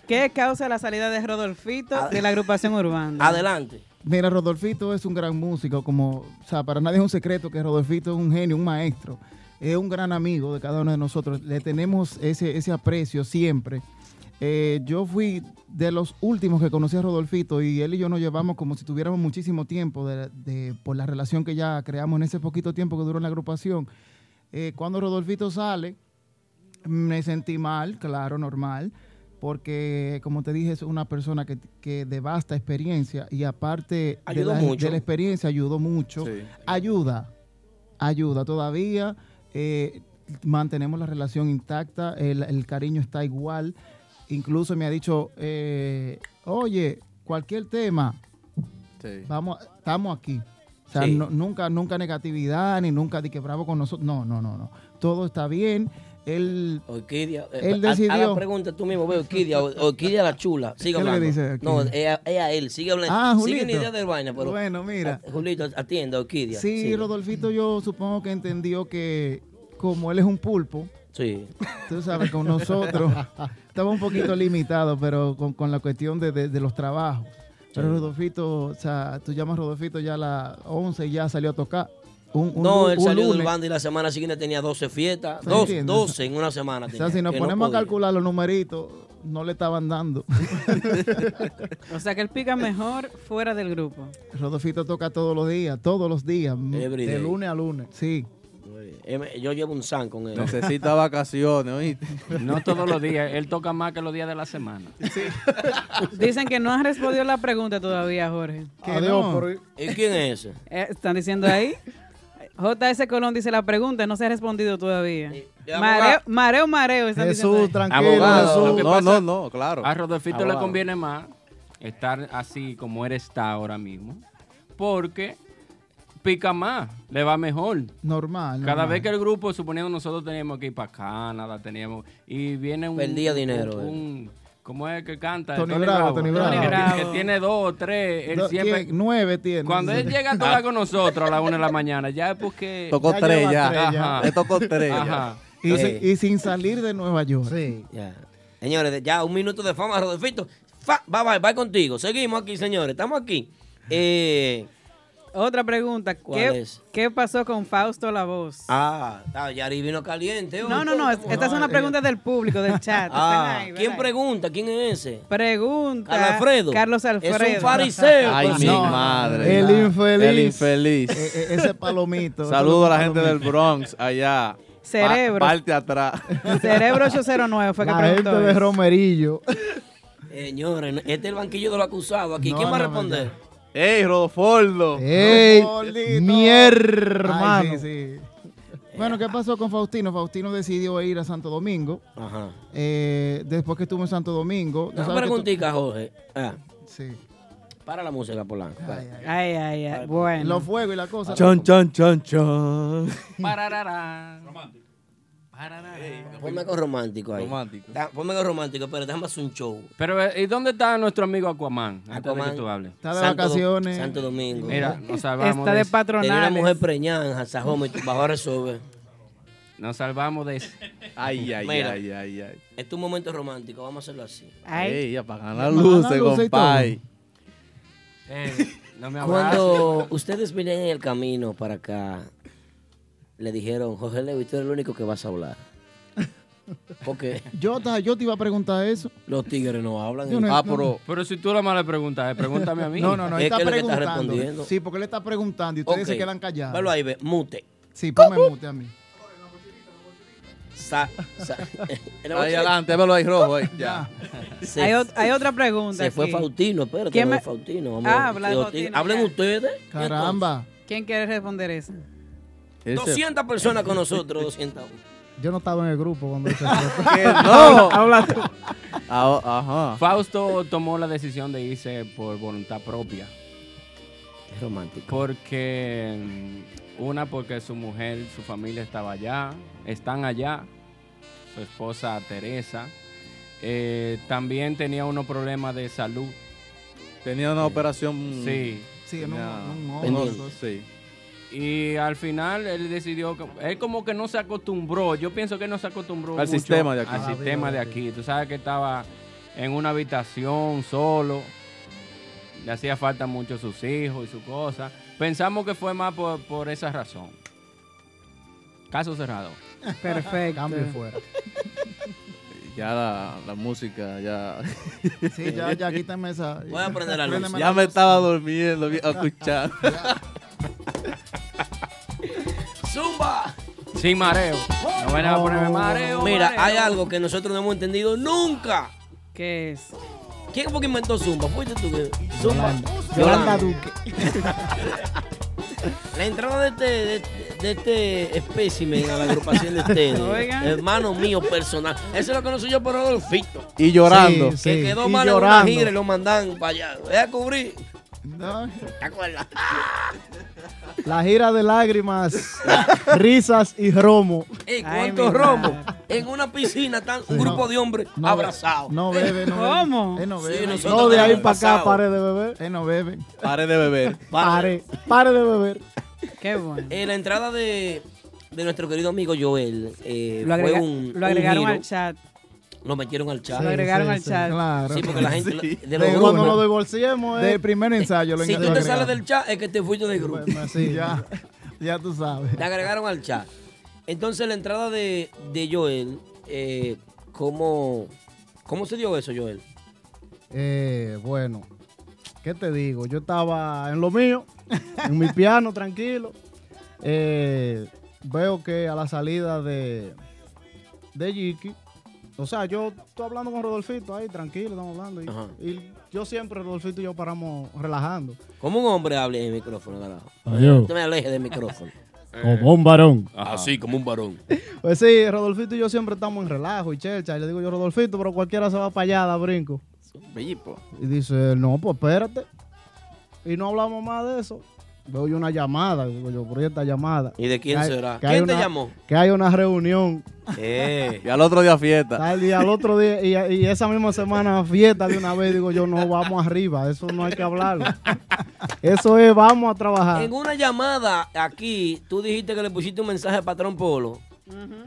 ¿Qué causa la salida de Rodolfito de la agrupación urbana?
Adelante.
Mira, Rodolfito es un gran músico, como, o sea, para nadie es un secreto que Rodolfito es un genio, un maestro, es un gran amigo de cada uno de nosotros. Le tenemos ese, ese aprecio siempre. Eh, yo fui de los últimos que conocí a Rodolfito y él y yo nos llevamos como si tuviéramos muchísimo tiempo de- de- por la relación que ya creamos en ese poquito tiempo que duró en la agrupación. Eh, cuando Rodolfito sale, me sentí mal, claro, normal, porque como te dije, es una persona que, que de vasta experiencia y aparte de
Ayudó
la,
mucho.
de la experiencia ayudó mucho. Ayuda, ayuda todavía. eh, mantenemos la relación intacta, el, el cariño está igual. Incluso me ha dicho, eh, oye, cualquier tema, vamos, estamos aquí. O sea,
Sí.
no- nunca, nunca negatividad, ni nunca di que bravo con nosotros. No, no, no, no. Todo está bien. Él,
Orquídea. eh,
él
a- A,
decidió.
la pregunta tú mismo, ve, Orquídea, Or- Orquídea la chula. Sigue
¿Qué le
hablando.
dice Orquídea?
no, es a, es a él, sigue hablando.
Ah,
Sigue una
Julito.
idea del vaina, pero.
Bueno, mira.
a- Julito, atiende, Orquídea.
sí, Rodolfito, yo supongo que entendió que como él es un pulpo,
Sí.
tú sabes, con nosotros estaba un poquito limitado, pero con, con la cuestión de, de- de los trabajos. Pero
Sí.
Rodolfito, o sea, tú llamas a Rodolfito ya a las 11 y ya salió a tocar. Un, un
no,
lu-
él
un
salió del
lunes.
bando y la semana siguiente tenía 12 fiestas.
¿Se
Dos-
entiende?
12 en una semana.
O sea,
tenía,
si nos
que no
ponemos
podía.
a calcular los numeritos, no le estaban dando.
O sea que él pica mejor fuera del grupo.
Rodolfito toca todos los días, todos los días.
Every day.
De lunes a lunes. Sí.
Eh, Yo llevo un san con él.
Necesita vacaciones, ¿oíste?
No todos los días. Él toca más que los días de la semana.
Dicen que no has respondido la pregunta todavía, Jorge.
Ah,
Adiós, por- ¿Y quién es ese?
Eh, ¿Están diciendo ahí? JS Colón dice la pregunta, no se ha respondido todavía.
Eh,
Mareo,
abogado.
mareo, mareo. Están diciendo ahí.
lo que
No,
pasa-
no, no, claro.
A Rodolfito le
Abogado.
conviene más estar así como él está ahora mismo, porque pica más, le va mejor.
Normal.
Cada
normal.
vez que el grupo, suponiendo nosotros teníamos que ir para Canadá, teníamos. Y viene un.
Perdía
un-
dinero,
un- un- ¿Cómo es el que canta?
Tony Bravo, Tony Bravo.
Que- Que,
Bravo.
tiene dos o tres. Él
Do-
siempre.
tiene- nueve Ah, tiene.
Cuando él llega a tocar con nosotros a las una de la mañana, ya es porque.
Tocó Ya tres lleva ya. tres
Ajá.
ya. Le tocó tres ya.
Ajá.
Y,
Eh,
si- y sin salir de Nueva York.
Sí. Ya. Señores, ya un minuto de fama, Rodolfito. Fa, bye bye, bye contigo. Seguimos aquí, señores. Estamos aquí. Eh,
Otra pregunta,
¿Cuál
¿qué,
es?
qué pasó con Fausto La Voz?
ah, ah, Yari vino caliente. hoy.
No, no, no, es- esta es una pregunta del público, del chat.
eh. Ah,
Están ahí,
¿Quién
¿verdad?
pregunta? ¿Quién es ese?
Pregunta.
Carlos Alfredo.
Carlos Alfredo.
Es un fariseo.
Ay,
pues.
mi
No.
madre.
El infeliz.
El infeliz.
eh,
E- e- ese palomito.
Saludo a la
ese
gente del
palomito.
Bronx allá. Pa-
Cerebros.
parte atrás.
Cerebro 809 fue que
La
preguntó.
gente de
eso.
Romerillo.
Señores, este es el banquillo de los acusados aquí.
No,
¿Quién va a
no,
responder?
¡Ey,
Eh,
Rodofoldo!
¡Ey!
Mi
Ay,
hermano.
sí, sí. Bueno, ¿qué pasó con Faustino? Faustino decidió ir a Santo Domingo.
Ajá.
Eh, después que estuvo en Santo Domingo. tú
Una
sabes que tú-
preguntita, Jorge. Ah.
Sí.
Para la música, Polanco.
Ay, ay, ay. Bueno.
Los fuegos y la cosa.
Chon, chon, chon, chon.
Pararara.
Ponme algo romántico ahí.
Romántico.
Da- Ponme algo romántico, pero déjame hacer un show.
Pero, eh, ¿y dónde está nuestro amigo Aquaman? Antes de que
Aquaman.
tú hables.
Está de Santo Do- vacaciones. Santo Domingo.
Mira, nos salvamos
Tenía
de
una mujer preñada en Sajome y bajó a resolver.
Nos salvamos de eso.
Ay, ay,
Mira,
ay, ay, ay.
Este es un momento romántico, vamos a hacerlo así.
Ay. Ey, apagan las luces, compay.
Eh, no me
Cuando ustedes vienen en el camino para acá, le dijeron, Jorge Lewis, tú eres el único que vas a hablar. Porque
Yo, ta- yo te iba a preguntar eso.
los tigres no hablan.
Yo no-
ah,
no-
pero, pero si tú la mala pregunta, eh, pregúntame a mí.
No, no, no, él está preguntando.
respondiendo.
sí, porque él está preguntando y ustedes se quedan callados.
Velo ahí, ve, mute.
Sí, ponme
Uh,
mute a mí.
Sa- sa-
Ahí adelante, velo ahí rojo, ahí.
Ya. Se-
Hay, ot- hay otra pregunta.
Se fue
aquí.
Faustino, espérate.
¿Quién
lo
me-
de Faustino, vamos.
Ah, habla de
Los
Faustino,
tigres- Hablen
ya.
ustedes.
Caramba.
¿Quién quiere responder eso?
Entonces, 200 personas con nosotros, 200.
Yo no estaba en el grupo cuando eso
Que no. Habla tú. Fausto tomó la decisión de irse por voluntad propia.
Es romántico.
Porque, mm, una, porque su mujer, su familia estaba allá, están allá, su esposa Teresa. Eh, también tenía unos problemas de salud.
Tenía una operación.
Sí.
Sí, en un-
Ya.
en un
Uno-
ojo.
Sí.
Y al final él decidió, que- él como que no se acostumbró, yo pienso que no se acostumbró
Al
mucho
sistema de aquí.
Al
Ah,
sistema de aquí. Tú sabes que estaba en una habitación solo, le hacía falta mucho sus hijos y su cosa. Pensamos que fue más por, por esa razón. Caso cerrado.
Perfecto.
Cambio fuera.
Ya la, la música, ya.
Sí, ya, ya quítame esa.
Voy a prender la luz.
Préndeme
Ya
la
me
luz.
estaba durmiendo, vi- escuchando.
¡Zumba!
Sin mareo. No van a ponerme mareo.
Mira,
mareo.
hay algo que nosotros no hemos entendido nunca.
¿Qué es?
¿Quién fue que inventó Zumba? ¿Fuiste tú que? Zumba.
Yolanda
La entrada de este, de, de este espécimen a la agrupación de ustedes,
Oigan.
hermano mío personal, eso lo conocí yo por Rodolfito.
Y llorando.
Que
Sí, sí.
quedó
Y
mal en una
llorando.
gira y lo mandan para allá. Voy a cubrir. ¿Te acuerdas?
La gira de lágrimas, risas y romo.
Ey, ¿Cuántos romos? En una piscina están un grupo de hombres abrazados. Eh,
No bebe, no bebe.
Él no bebe.
No, de ahí para acá, pare de beber.
Eh,
Él no bebe.
Pare de beber.
Pare, pare de beber.
Qué bueno.
En Eh, la entrada de, de nuestro querido amigo Joel, eh,
Lo, agrega-
fue un,
lo agregaron
un giro.
al chat.
Lo metieron al chat.
Lo agregaron al chat.
Claro.
Sí, porque la gente.
Sí.
De
De
los
grupo, no
grupos.
lo eh.
divorciemos.
eh.
Del primer ensayo Ah, lo
Si
enga-
tú
lo
te
agregaron.
sales del chat, es que te fuiste del grupo.
Sí, ya, ya tú sabes.
Te agregaron al chat. Entonces, la entrada de, de Joel, eh, ¿cómo, ¿cómo se dio eso, Joel?
Eh, bueno, ¿qué te digo? Yo estaba en lo mío, en mi piano, tranquilo. Eh, veo que a la salida de, de Yiki, o sea, yo estoy hablando con Rodolfito ahí, tranquilo, estamos hablando. y-
Ajá.
Y, yo siempre, Rodolfito y yo paramos relajando.
¿Cómo un hombre habla en el micrófono, carajo?
Adiós.
No me alejes del micrófono.
Como un varón.
Así, como un varón.
Pues sí, Rodolfito y yo siempre estamos en relajo y chelcha. Y le digo yo, Rodolfito, pero cualquiera se va para allá, da brinco.
Bellipo.
Y dice, no, pues espérate. Y no hablamos más de eso. Veo yo una llamada, digo yo, por ahí esta llamada.
¿Y de quién
Que hay-
será?
que hay
¿Quién te
una-
llamó?
Que hay una reunión.
Y al otro día fiesta.
tal, Y al otro día, y, y esa misma semana fiesta de una vez, digo yo, no, vamos arriba, eso no hay que hablarlo. Eso es, vamos a trabajar.
En una llamada aquí, tú dijiste que le pusiste un mensaje a Patrón Polo.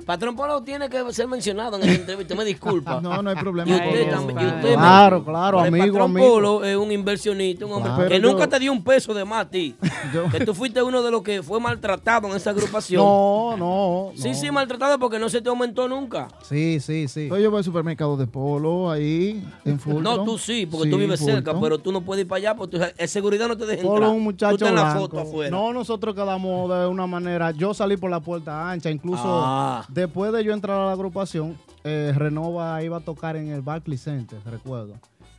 Patrón Polo tiene que ser mencionado en el entrevista, me disculpa.
No, no hay problema.
Y
Polo.
usted también.
Claro, claro, amigo,
Patrón
amigo.
Polo es un inversionista, un hombre
Claro.
que
Pero
nunca
yo-
te dio un peso de más a ti. Que tú fuiste uno de los que fue maltratado en esa agrupación.
No, no.
Sí, sí, maltratado porque no se te aumentó nunca.
Sí, sí, sí.
Yo voy al supermercado de Polo ahí, en Fulton.
No, tú sí, porque tú vives cerca,
Fulton.
pero tú no puedes ir para allá porque tu- eh, seguridad no te deja entrar.
Polo es un
tú
muchacho
estás en la
blanco.
foto afuera.
No, nosotros quedamos de una manera. Yo salí por la puerta ancha. Incluso
Ah.
después de yo entrar a la agrupación, eh, Renova iba a tocar en el Barclays Center, recuerdo.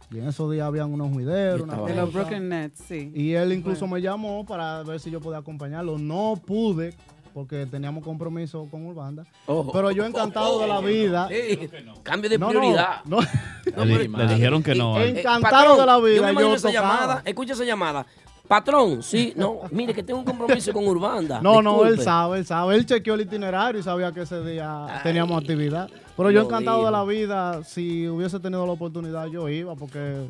Y en esos días habían unos videos. una
De los
cosa.
Brooklyn Nets, sí.
Y él incluso me llamó para ver si yo podía acompañarlo. No pude porque teníamos compromiso con Urbanda.
Ojo.
Pero yo encantado de la vida.
Oh. Sí, Cambio de
No, no,
prioridad.
no.
pero-
Le- le dijeron que no,
Eh,
¿eh?
Encantado de la vida,
Yo me imagino
yo
esa
tocaba.
llamada. Escucha esa llamada. Patrón, sí, no, mire que tengo un compromiso con Urbanda.
No, no, él
Ah, disculpe.
sabe, él sabe. Él chequeó el itinerario y sabía que ese día teníamos actividad. Pero yo
lo
encantado
digo.
de la vida, si hubiese tenido la oportunidad, yo iba porque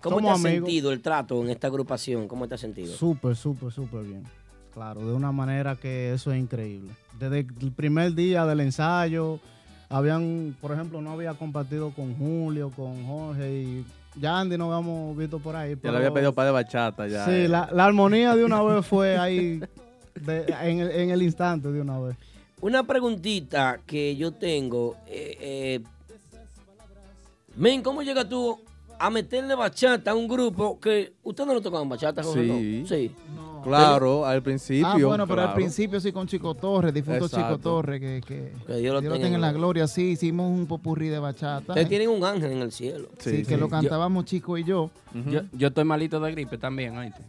¿Cómo te
somos
has
amigos.
sentido el trato en esta agrupación? ¿Cómo te has sentido?
Súper, súper, súper bien. Claro, de una manera que eso es increíble. Desde el primer día del ensayo, habían, por ejemplo, no había compartido con Julio, con Jorge y ya Andy no habíamos visto por ahí.
Ya
pero-
le había pedido para de bachata ya.
Sí,
eh.
la, la armonía de una vez fue ahí, de- en, el, en el instante de una vez.
Una preguntita que yo tengo. eh, eh, men, ¿cómo llegas tú a meterle bachata a un grupo que ustedes no lo tocaban bachata, Jorge?
Sí.
¿no? Sí.
Claro, al principio.
Ah, bueno, pero al
claro.
principio sí con Chico Torres, difunto Chico
Exacto.
Torres, que, que,
Que Dios lo
Dios
tenga en
en la
gloria.
gloria. Sí, hicimos un popurrí de bachata.
Ustedes tienen un ángel en el cielo.
Sí, que lo cantábamos Chico y yo.
Yo, yo estoy malito de gripe también, oíste.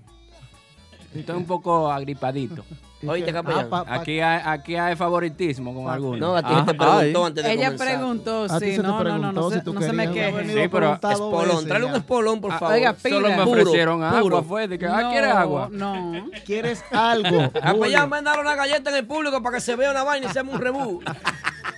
Estoy un poco agripadito.
Oíste, capellán.
Ah, pa- pa-
aquí, hay, aquí hay favoritismo con algunos.
No, a ti te preguntó antes de
Ella
comenzar.
preguntó,
Ah, A ti
sí,
se te
no, no, no,
preguntó
no,
si
se-
tú
no se me
querías.
queje.
Sí, pero-
Espolón, tráele un espolón, por
Ah,
favor.
oiga, pila. Solo me ofrecieron agua, fue,
fuerte
de que, ah, ¿quieres agua?
No.
¿Quieres algo?
Ah, pues ya mandaron una galleta en el público para que se vea una vaina y seamos un rebú.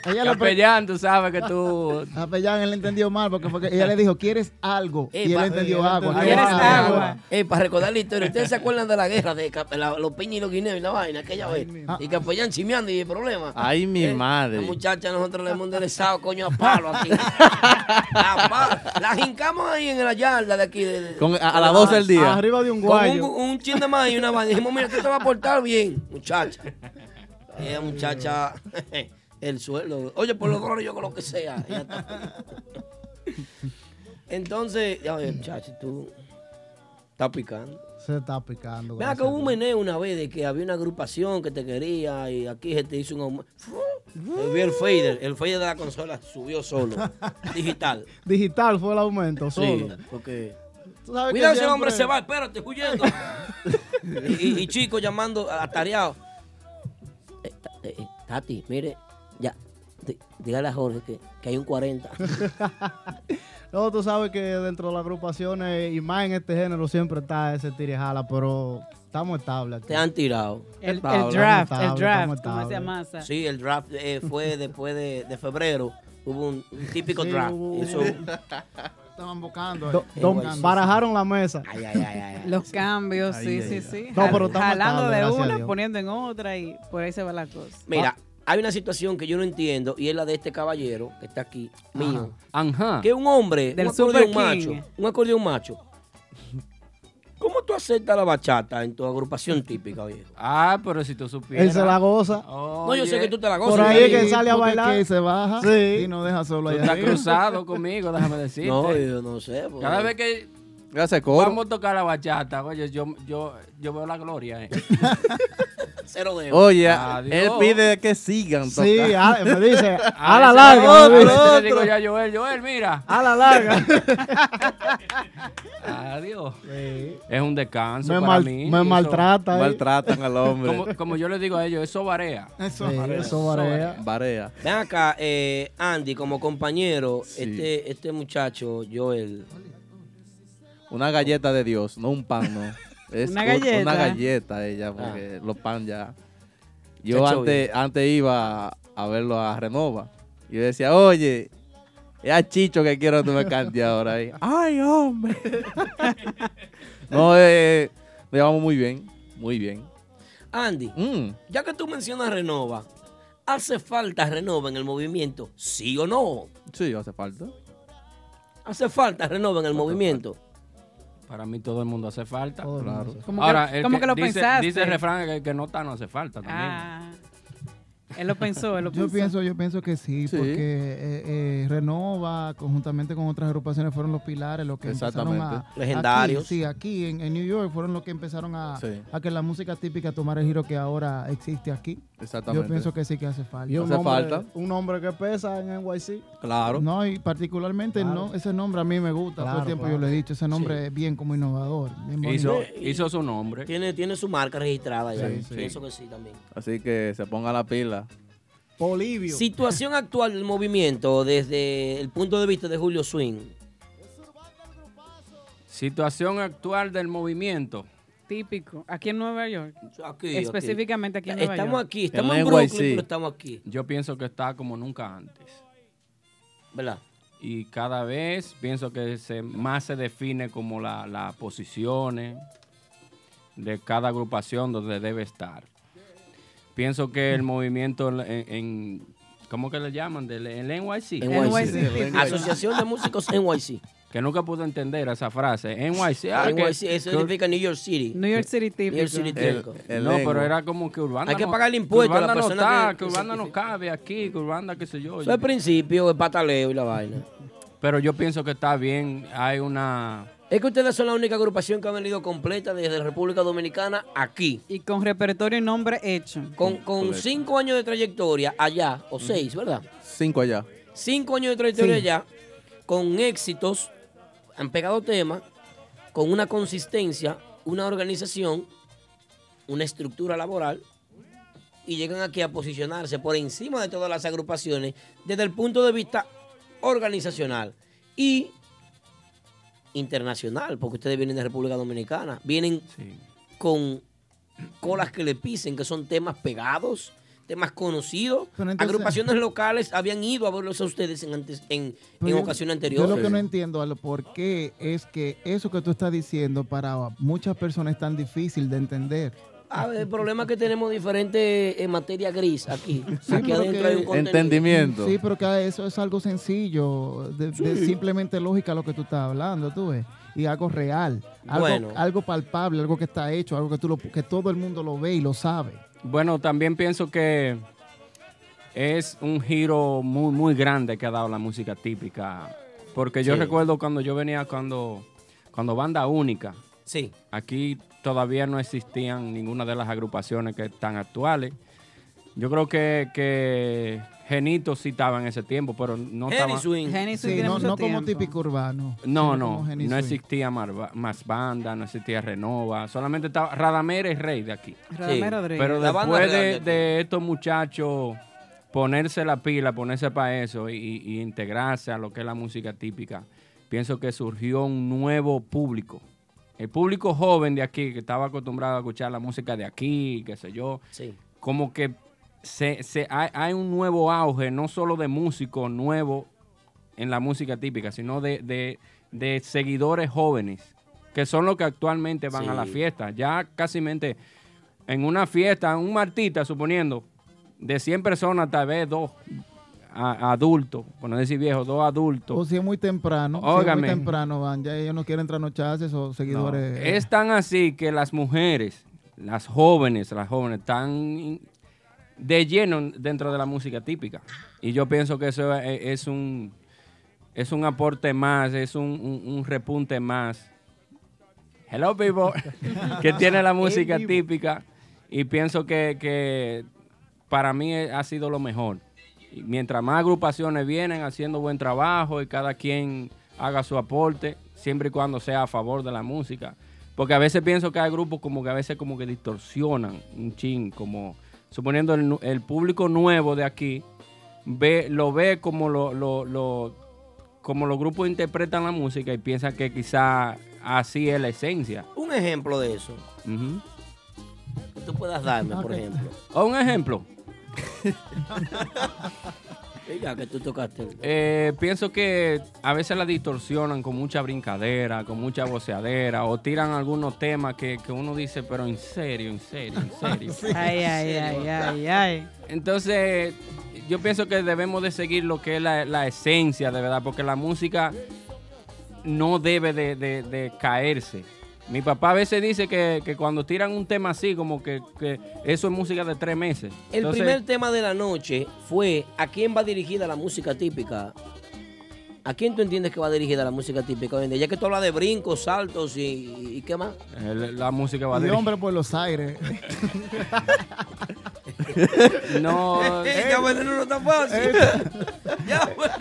Ella
lo Capellán, tú sabes que tú.
Capellán, él entendió mal porque fue que ella le dijo, ¿quieres algo?
Eh,
y él
pa-
entendió
eh,
agua.
¿Quieres
Ah,
agua? Eh, para recordar la historia, ¿ustedes se acuerdan de la guerra de Cap- la- los peñas y los guineos y la vaina aquella vez? Y que apoyan chimeando y problema. Eh,
Ay, mi madre.
La muchacha nosotros le hemos enderezado, coño, a palo aquí. a palo. La jincamos ahí en la yarda de aquí. de- de-
Con- a- a las 12 del día.
Arriba de un
Con
guayo.
un, un chin de más y una vaina. Dijimos, mira, tú te vas a portar bien, muchacha. Esa muchacha, el sueldo. Oye, por los dólares yo con lo que sea. Ella está feliz. Entonces, ya ves, muchacho, tú estás picando.
Se está picando.
Mira, que hubo un meneo una vez de que había una agrupación que te quería y aquí se te hizo un aumento. Yo vi el fader, el fader de la consola subió solo, digital.
Digital fue el aumento,
Sí,
solo.
porque...
Tú sabes que
Cuidado, ese
siempre-
hombre se va, espérate, huyendo. y, y- y chico llamando atareado. Eh, ta- eh, eh, Tati, mire, ya, di- dígale a Jorge que, que hay un 40.
No, tú sabes que dentro de las agrupaciones y más en este género siempre está ese tirejala, pero estamos estables. aquí.
Te han tirado.
El- el
Estamos
draft, el
estables,
draft,
estamos
como decía
estables.
Massa.
Sí, el draft eh, fue después de, de febrero. Hubo un, un típico
Sí,
draft.
hubo-
Eso,
Estaban buscando.
Do-
Eh,
don-
igual.
barajaron la mesa.
Los cambios, sí, sí, sí.
No, pero
Jal-
estamos
Jalando
estables,
de
gracias a
una,
Dios.
poniendo en otra y por ahí se va la cosa.
mira,
Ah.
hay una situación que yo no entiendo y es la de este caballero que está aquí, mío.
Ah.
Ajá.
Que un hombre,
Del
un acordeón
Super King.
macho, un acordeón macho. ¿Cómo tú aceptas la bachata en tu agrupación típica, viejo?
Ah, pero si tú supieras.
Él se la goza.
No, yo sé que tú te Oh, la gozas.
Por ahí es que
Sí,
sale a
porque
bailar.
es que se baja
Sí.
y no deja solo
Tú
allá.
estás
arriba.
cruzado conmigo, déjame decirte.
No, yo no sé. pues.
Cada vez que
Gracias, Coro.
vamos a tocar la bachata, oye, yo, yo, yo veo la gloria. eh.
Cero de
Oye,
Adiós.
él pide que sigan.
Sí,
ah, me dice,
Ah,
a la
ese
larga.
era
me
otro,
dice.
ese le digo yo a Joel, Joel, mira.
A la larga.
Adiós. Es un descanso
Me
para
mal-
mí.
me
Eso-
maltrata, eh.
Maltratan al hombre.
Como, como yo les digo a ellos, eso varea.
Eso Sí, varea. eso varea.
Varea.
Ven acá, eh, Andy, como compañero, este, este muchacho, Joel.
Una galleta de Dios, no un pan, no. Es
Una
un-
galleta.
Una galleta ella, porque
Ah.
los pan ya. Yo
Chacho,
antes, antes iba a- a verlo a Renova. Y yo decía, oye, es a Chicho que quiero que tú me cantes ahora. ahí. ¡Ay, hombre! no, eh, nos llevamos muy bien, muy bien. Mm.
Andy, ya que tú mencionas Renova, ¿hace falta Renova en el movimiento? ¿Sí o no?
Sí, hace falta.
¿Hace falta Renova en el movimiento?
Para mí todo el mundo hace falta.
Claro.
Como
Ahora,
que-
el
como que lo
dice,
pensaste.
Dice el refrán que, que no está, no hace falta también.
Ah, él lo pensó, él lo
Yo
pensó.
pienso, yo pienso que sí,
Sí.
porque eh, eh, Renova, conjuntamente con otras agrupaciones, fueron los pilares, los que empezaron a...
Exactamente. Legendarios.
aquí, sí, aquí en, en New York fueron los que empezaron a,
Sí.
a que la música típica tomara el giro que ahora existe aquí.
Exactamente.
Yo pienso que sí que hace falta.
Y un
Hace
hombre-
falta.
Un hombre que pesa en NYC.
Claro.
No, y particularmente
Claro.
no, ese nombre a mí me gusta, todo
Claro,
el tiempo
claro.
yo lo he dicho, ese nombre es bien como innovador. bien
Hizo,
bonito.
hizo su nombre.
Tiene, tiene su marca registrada ya.
Sí, sí.
Pienso que sí también.
Así que se ponga la pila.
Polivio.
Situación actual del movimiento desde el punto de vista de Julio Swing.
Situación actual del movimiento.
Ah, Típico. Aquí en Nueva York.
aquí.
Específicamente aquí en Nueva York.
El NYC.
estamos aquí.
Yo pienso que está como nunca antes.
¿Verdad?
Y cada vez pienso que se, más se define como la- las posiciones, de cada agrupación donde debe estar. Pienso que el movimiento en, en- ¿cómo que le llaman? Del, el NYC.
NYC. Asociación de Músicos NYC.
Que nunca pude entender esa frase. NYC. ah, que-
NYC, eso
que-
significa New York City.
New York City típico.
New York City típico.
no, pero era como que Urbana.
Hay que
no-
pagar el impuesto a
Urbana
la
no
persona
está,
que-
que, Urbana no cabe aquí, que Urbana qué sé yo.
Eso es principio, es pataleo y la vaina.
Pero yo pienso que está bien. Hay una.
Es que ustedes son la única agrupación que ha venido completa desde la República Dominicana aquí.
Y con repertorio y nombre hecho.
Con, con cinco años de trayectoria allá, o seis, ¿verdad?
Cinco allá.
Cinco años de trayectoria
Sí.
allá, con éxitos, han pegado temas, con una consistencia, una organización, una estructura laboral, y llegan aquí a posicionarse por encima de todas las agrupaciones desde el punto de vista organizacional y internacional, porque ustedes vienen de República Dominicana, vienen con colas que le pisen, que son temas pegados, temas conocidos.
Pero entonces-
Agrupaciones locales habían ido a verlos a ustedes en, antes, en, en
Pero yo-
ocasiones
Yo
anteriores.
lo que no entiendo, Alo, por qué es que eso que tú estás diciendo para muchas personas es tan difícil de entender.
A ver, el problema es que tenemos diferentes eh, materia gris aquí. aquí
pero
adentro
que-
hay un contenido.
Sí, pero que eso es algo sencillo, de, de
Sí.
simplemente lógica lo que tú estás hablando, tú ves, y algo real, algo,
Bueno.
algo palpable, algo que está hecho, algo que tú lo, que todo el mundo lo ve y lo sabe.
Bueno, también pienso que es un giro muy, muy grande que ha dado la música típica. Porque yo
Sí.
recuerdo cuando yo venía, cuando, cuando banda única.
Sí.
Aquí todavía no existían ninguna de las agrupaciones que están actuales. Yo creo que, que Genito sí estaba en ese tiempo, pero no estaba.
Sí, no, no como típico urbano.
No,
sino
no,
como Henny
no
Swing.
existía Marva- más banda, no existía Renova, solamente estaba Radamera es rey de aquí.
Radamera es rey.
Pero
La banda
después
real de
de,
aquí.
de estos muchachos ponerse la pila, ponerse para eso y, y- y integrarse a lo que es la música típica, pienso que surgió un nuevo público. El público joven de aquí, que estaba acostumbrado a escuchar la música de aquí, qué sé yo,
Sí.
como que se, se- hay, hay un nuevo auge, no solo de músicos nuevos en la música típica, sino de, de- de seguidores jóvenes, que son los que actualmente van a la
Sí.
fiesta. Ya casi mente en una fiesta, un martita, suponiendo, de 100 personas, tal vez dos a- adultos, por no decir viejos, dos adultos.
O si es muy temprano, si
Óigame.
es muy temprano van, ya ellos no quieren trasnocharse o seguidores.
No. Es tan así que las mujeres, las jóvenes, las jóvenes están in- de lleno dentro de la música típica. Y yo pienso que eso es, es un es un aporte más, es un, un- un repunte más. Hello people, que tiene la música
En vivo.
típica. Y pienso que, que para mí eh, ha sido lo mejor. Y mientras más agrupaciones vienen haciendo buen trabajo y cada quien haga su aporte, siempre y cuando sea a favor de la música. Porque a veces pienso que hay grupos como que a veces como que distorsionan un chin, como suponiendo el, nu- el público nuevo de aquí ve, lo ve como lo, lo- lo- como los grupos interpretan la música y piensa que quizá así es la esencia.
Un ejemplo de eso.
Ujú.
Que tú puedas darme,
Ok.
por ejemplo.
O un ejemplo.
Eh, Ya que tú tocaste. el-
Eh, pienso que a veces la distorsionan con mucha brincadera, con mucha voceadera, o tiran algunos temas que, que uno dice, pero en serio, en serio, en serio.
Ay, ay, ay, ay, ay.
Entonces, yo pienso que debemos de seguir lo que es la, la esencia, de verdad, porque la música no debe de, de- de caerse. Mi papá a veces dice que, que cuando tiran un tema así, como que, que eso es música de tres meses.
El
Entonces,
primer tema de la noche fue ¿a quién va dirigida la música típica? ¿A quién tú entiendes que va dirigida la música típica hoy en día? Ya que tú hablas de brincos, saltos y, y qué más.
el- Eh, la música va
Y
de...
hombre por los aires.
No.
Eh, ya bueno, no eh, está fácil. ya bueno,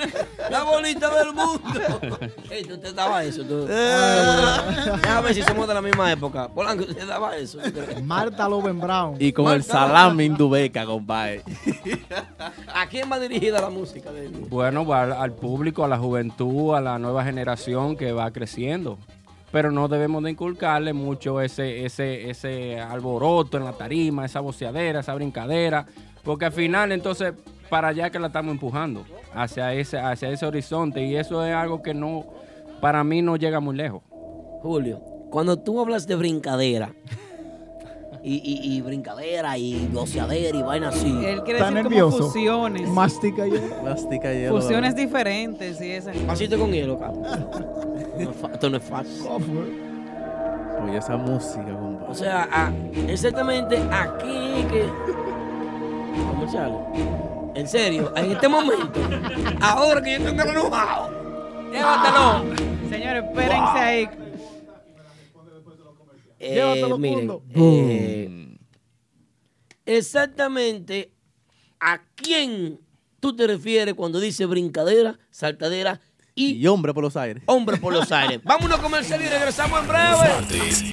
la bolita del mundo. Ey, tú te dabas eso, tú. Ah, Déjame ver si somos de la misma época. Polanco, usted daba eso. ¿tú crees?
Marta Loven Brown.
Y con el salami indubeca, compadre.
¿A quién va dirigida la música de él?
Bueno, va al, al público, a la juventud, a la nueva generación que va creciendo. Pero no debemos de inculcarle mucho ese, ese, ese alboroto en la tarima, esa voceadera, esa brincadera, porque al final entonces para allá que la estamos empujando, hacia ese, hacia ese horizonte, y eso es algo que no, para mí no llega muy lejos.
Julio, cuando tú hablas de brincadera, y, y, y brincadera y goceadera y vaina así.
Él quiere decir como fusiones.
Mastica hielo.
Mastica hielo.
Fusiones diferentes y esas.
Pasito con hielo, cabrón. No es fa- Esto no es fácil.
Oye, esa música, compadre.
O sea, a- exactamente aquí que. Vamos, chale. En serio, en este momento, ahora que yo estoy tan enojado, llévatelo.
Señores, espérense ahí.
Eh,
Llévatelo,
miren,
Cundo.
eh, exactamente a quién tú te refieres cuando dice brincadera, saltadera y,
hombre por los aires.
Hombre por los aires. Vámonos a comercial y regresamos en breve.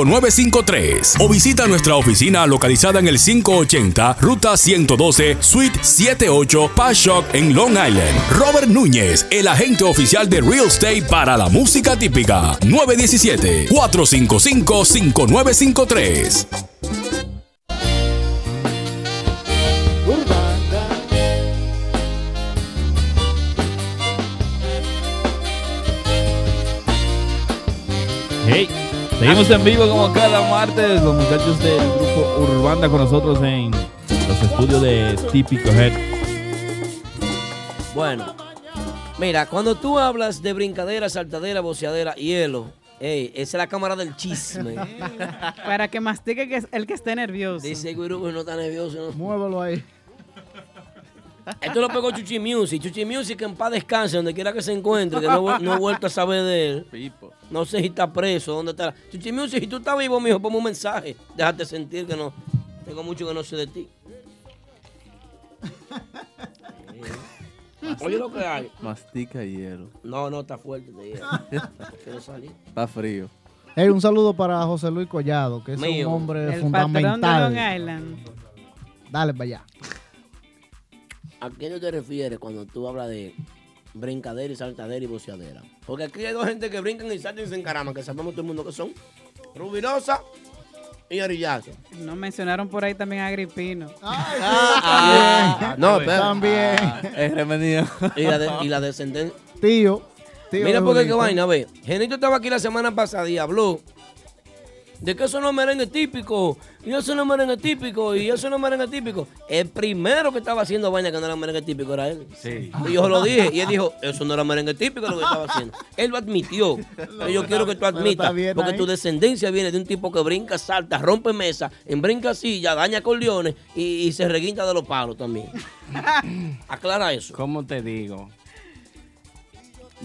o visita nuestra oficina localizada en el 580 Ruta 112 Suite 78 Pashock en Long Island. Robert Núñez, el agente oficial de Real Estate para la música típica. 917-455-5953.
Hey, seguimos en vivo como cada martes. Los muchachos del grupo Urbanda con nosotros en los estudios de Típico Head.
Bueno, mira, cuando tú hablas de brincadera, saltadera, boceadera, hielo, ey, esa es la cámara del chisme.
Para que mastique que es el que esté nervioso.
Dice Guirú que no está nervioso.
Muévelo ahí.
Esto lo pegó Chuchi Music. Chuchi Music que en paz descanse, donde quiera que se encuentre, que no, he- no he vuelto a saber de él. No sé si está preso, dónde está. Chuchi Music, si tú estás vivo, mijo, ponme un mensaje. Déjate sentir que no. Tengo mucho que no sé de ti. Eh, Oye lo que hay.
Mm. Mastica hielo.
No, no, está fuerte. Te digo. Quiero salir.
Está frío.
Hey, un saludo para José Luis Collado, que es
Mío.
un hombre
el patrón de Long
fundamental.
Island.
Dale para allá.
¿A qué tú te refieres cuando tú hablas de brincadera y saltadera y boceadera? Porque aquí hay dos gente que brincan y saltan y se encaraman, que sabemos todo el mundo que son. Rubirosa y Arillazo.
No mencionaron por ahí también a Agripino.
Ah, no, pero.
También.
Ah,
es remenía.
Y la, de- y la descendencia.
Tío. tío
Mira
de
porque qué
Julito.
vaina, ve. Genito estaba aquí la semana pasada y habló de que eso no es merengue típico. Y eso no es merengue típico. Y eso no es merengue típico. El primero que estaba haciendo vaina que no era merengue típico era él.
Sí.
Y yo lo dije. Y él dijo, eso no era merengue típico lo que estaba haciendo. Él lo admitió. Pero yo quiero que tú
pero
admitas.
está bien
Porque
ahí.
tu descendencia viene de un tipo que brinca, salta, rompe mesa, en brinca silla, daña corleones y, y se reguinta de los palos también. Aclara eso.
¿Cómo te digo?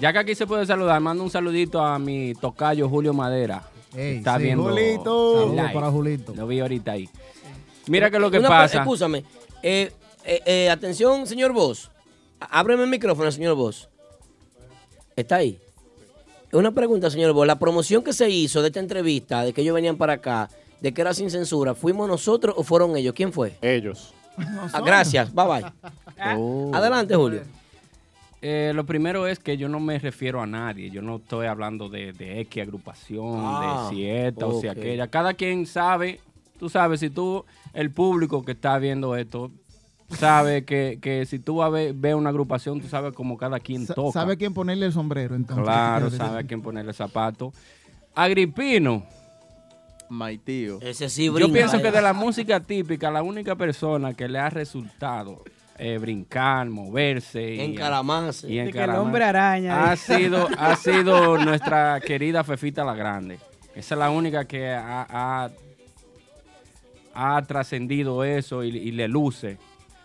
Ya que aquí se puede saludar, mando un saludito a mi tocayo Julio Madera.
Ey,
Está
sí,
viendo
Julito.
el
Saludos
live.
para Julito.
Lo vi ahorita ahí. Mira que lo que
Una pre-
pasa.
Escúchame. Eh, eh, eh, atención, señor Vos. Ábreme el micrófono, señor Vos. ¿Está ahí? Una pregunta, señor Vos. La promoción que se hizo de esta entrevista, de que ellos venían para acá, de que era sin censura, ¿fuimos nosotros o fueron ellos? ¿Quién fue?
Ellos.
Ah, gracias. Bye bye. Adelante, Julio.
Eh, lo primero es que yo no me refiero a nadie. Yo no estoy hablando de, de X agrupación,
Ah,
de si esta o si
ok.
aquella. Cada quien sabe, tú sabes, si tú, el público que está viendo esto, sabe que, que si tú vas a ver, ves una agrupación, tú sabes como cada quien
Sa-
toca.
¿Sabe quién ponerle el sombrero entonces?
Claro,
Creo que
sabe a quién ponerle zapato. Agripino.
My tío.
Ese
Yo pienso que de la música típica, la única persona que le ha resultado eh, brincar, moverse y
Encaramarse.
y
De que el
encaramarse,
hombre araña. eh.
Ha sido, ha sido nuestra querida Fefita la Grande. Esa es la única que ha, ha- ha trascendido eso y, y le luce.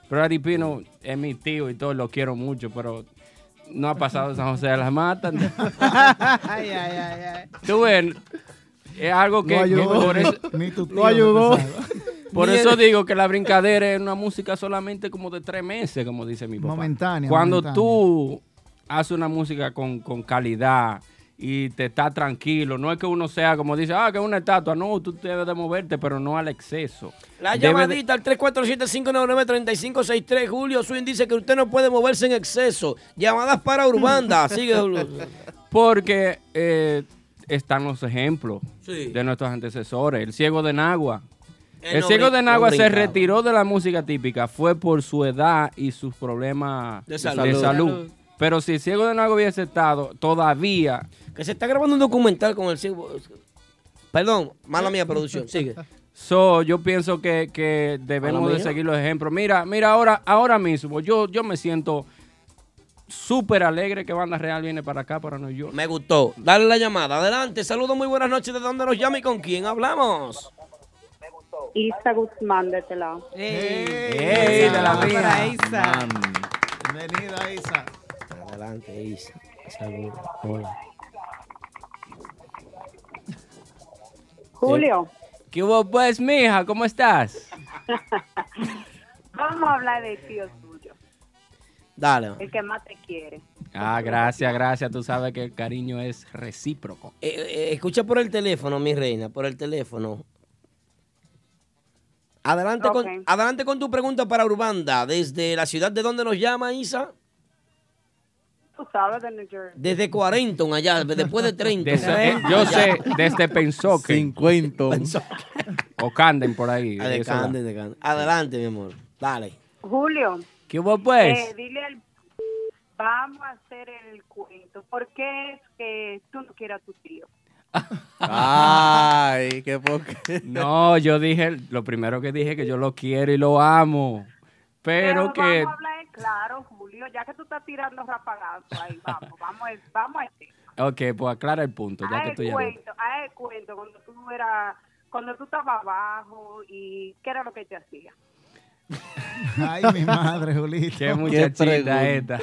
Pero Ari Pino es mi tío y todo, lo quiero mucho, pero no ha pasado de San José de las Matas.
ay, ay, ay, ay.
Tú ves, es algo que,
No ayudó,
que por
ni-
eso,
ni tu tío No ayudó. te
Por
Ni
eso
él.
digo que la brincadera es una música solamente como de tres meses, como dice mi papá.
Momentánea,
Cuando
momentánea.
tú haces una música con, con calidad y te está tranquilo. No es que uno sea como dice, ah, que es una estatua. No, tú debes de moverte, pero no al exceso.
La
Debe de-
llamadita al 347-599-3563. Julio Swin dice que usted no puede moverse en exceso. Llamadas para Urbanda. Sigue, Julio.
Porque eh, están los ejemplos
Sí.
de nuestros antecesores. El ciego de Nagua.
Él
el
no
ciego
brin-
de Nagua
no
se
brincaba.
retiró de la música típica. Fue por su edad y sus problemas
De salud. Salud.
Pero si el ciego de Nagua hubiese estado todavía...
Que se está grabando un documental con el ciego... Perdón, mala mía producción. Sigue.
So, yo pienso que, que debemos
Mala
de
mía.
seguir los ejemplos. Mira, mira, ahora, ahora mismo, yo, yo me siento súper alegre que Banda Real viene para acá, para New York.
Me gustó. Dale la llamada. Adelante. Saludos, muy buenas noches. ¿De dónde nos llama y con quién hablamos?
Isa Guzmán de este lado.
Ey, de la
Vamos para
mía.
Isa.
Man.
Bienvenida, Isa.
Adelante, Isa. Saludos. Hola.
Julio,
¿Qué hubo, pues, mija? ¿Cómo estás?
vamos a hablar de tío tuyo,
Dale.
el que más te quiere.
Ah, gracias, gracias. Tú sabes que el cariño es recíproco.
Eh, eh, escucha por el teléfono, mi reina, por el teléfono. Adelante, con, adelante con tu pregunta para Urbanda. ¿Desde la ciudad de dónde nos llama, Isa?
Tú sabes de New Jersey.
Desde 40, allá, después de 30.
Desde- eh, yo sé, desde Pensoque.
50.
O Canden por ahí.
Ah, de
eso va.
Camden, de Camden. Adelante, mi amor. Dale.
Julio,
¿Qué hubo, pues?
eh, dile al... Vamos a hacer el cuento. ¿Por qué es que tú no quieres a tu tío?
Ay, qué poco. No, yo dije, lo primero que dije que yo lo quiero y lo amo. Pero, que.
vamos a hablar claro, Julio, ya que tú estás tirando rapagazos ahí, vamos, vamos, a- vamos pues. a este.
Ok, pues aclara el punto, ya
Haz
que
el
tú ya.
cuento, haz el cuento cuando tú era, cuando tú estabas abajo y qué era lo que te hacía.
Ay, mi madre, Julito.
Qué muchachita
pregunta.
esta.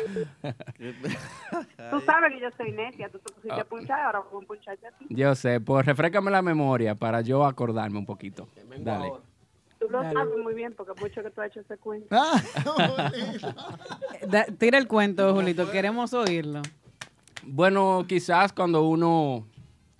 Tú sabes que yo soy necia, tú te pusiste
Ah.
punchada, ahora voy a puncharte a ti.
Yo sé, pues refrescame la memoria para yo acordarme un poquito. Dale. Ah.
Tú lo sabes muy bien porque mucho que tú has hecho ese cuento.
Da- tira el cuento, Julito, queremos oírlo.
Bueno, quizás cuando uno,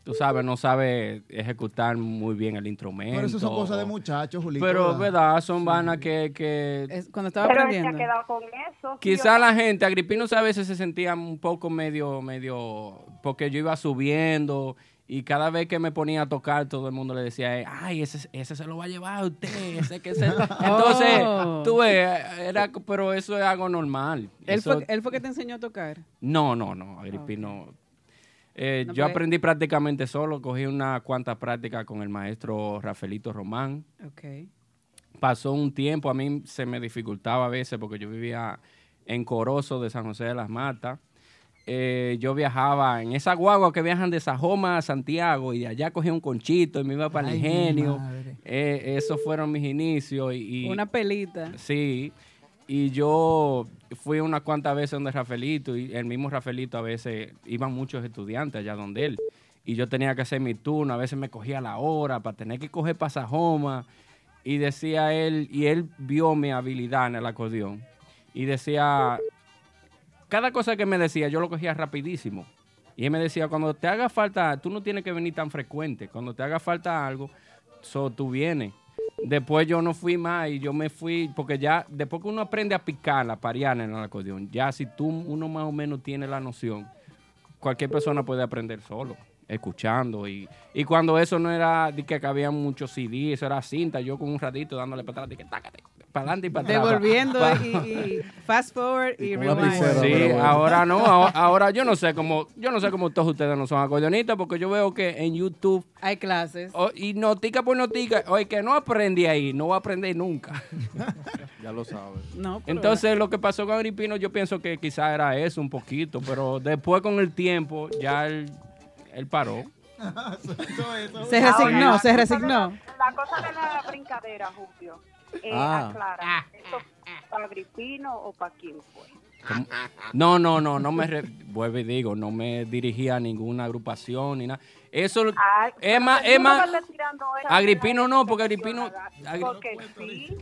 tú sabes, no sabe ejecutar muy bien el instrumento.
Pero eso son cosas de muchachos, Julito.
Pero, ¿verdad? Son vanas que... que
cuando
Pero él se ha quedado con eso. sí
Quizá
o no.
la gente, Agripinos a veces se sentía un poco medio, medio, porque yo iba subiendo y cada vez que me ponía a tocar, todo el mundo le decía, eh, ay, ese, ese se lo va a llevar a usted, ese que se... Entonces,
Oh.
tú ves, era, pero eso es algo normal.
Él
Eso-
fue, él fue que te enseñó a tocar.
no, no, no, Agripino. Eh,
No pues.
yo
puede-
aprendí prácticamente solo, cogí unas cuantas prácticas con el maestro Rafaelito Román.
Ok.
Pasó un tiempo, a mí se me dificultaba a veces porque yo vivía en Corozo de San José de las Matas. Eh, yo viajaba en esa guagua que viajan de Sajoma a Santiago y de allá cogía un conchito y me iba para el
Ay, mi
ingenio.
madre.
Eh, esos fueron mis inicios. Y, y-
Una pelita.
Sí, y yo fui unas cuantas veces donde Rafaelito, y el mismo Rafaelito a veces iban muchos estudiantes allá donde él. Y yo tenía que hacer mi turno, a veces me cogía la hora para tener que coger pasajoma. Y decía él, y él vio mi habilidad en el acordeón. Y decía, cada cosa que me decía, yo lo cogía rapidísimo. Y él me decía, cuando te haga falta, tú no tienes que venir tan frecuente. Cuando te haga falta algo, so, tú vienes. Después yo no fui más y yo me fui, porque ya, después que uno aprende a picarla, pariana en el acordeón, ya si tú, uno más o menos tiene la noción, cualquier persona puede aprender solo, escuchando. Y, y cuando eso no era de que había muchos CD, eso era cinta, yo con un ratito dándole para atrás, de que tácate, para adelante y para atrás.
Devolviendo
Pa-
y, y fast forward y
Sí,
rewind.
ahora no, ahora, ahora yo no sé cómo, yo no sé cómo todos ustedes no son acordeonistas, porque yo veo que en YouTube
hay clases
y notica por notica, oye que no aprendí ahí, no va a aprender nunca.
Ya lo sabes.
No, pero-
Entonces lo que pasó con Agripino, yo pienso que quizás era eso un poquito, pero después con el tiempo ya él, él paró.
Se resignó, se resignó.
La cosa de la brincadera, Julio, eh,
Ah.
aclara, ¿eso para Agripino o para quién fue?
¿Cómo? No, no, no, no me re- vuelvo y digo, no me dirigía a ninguna agrupación ni nada. Eso
Ah,
es más, es más- Agripino no, porque Agripino, Agri-
Porque sí,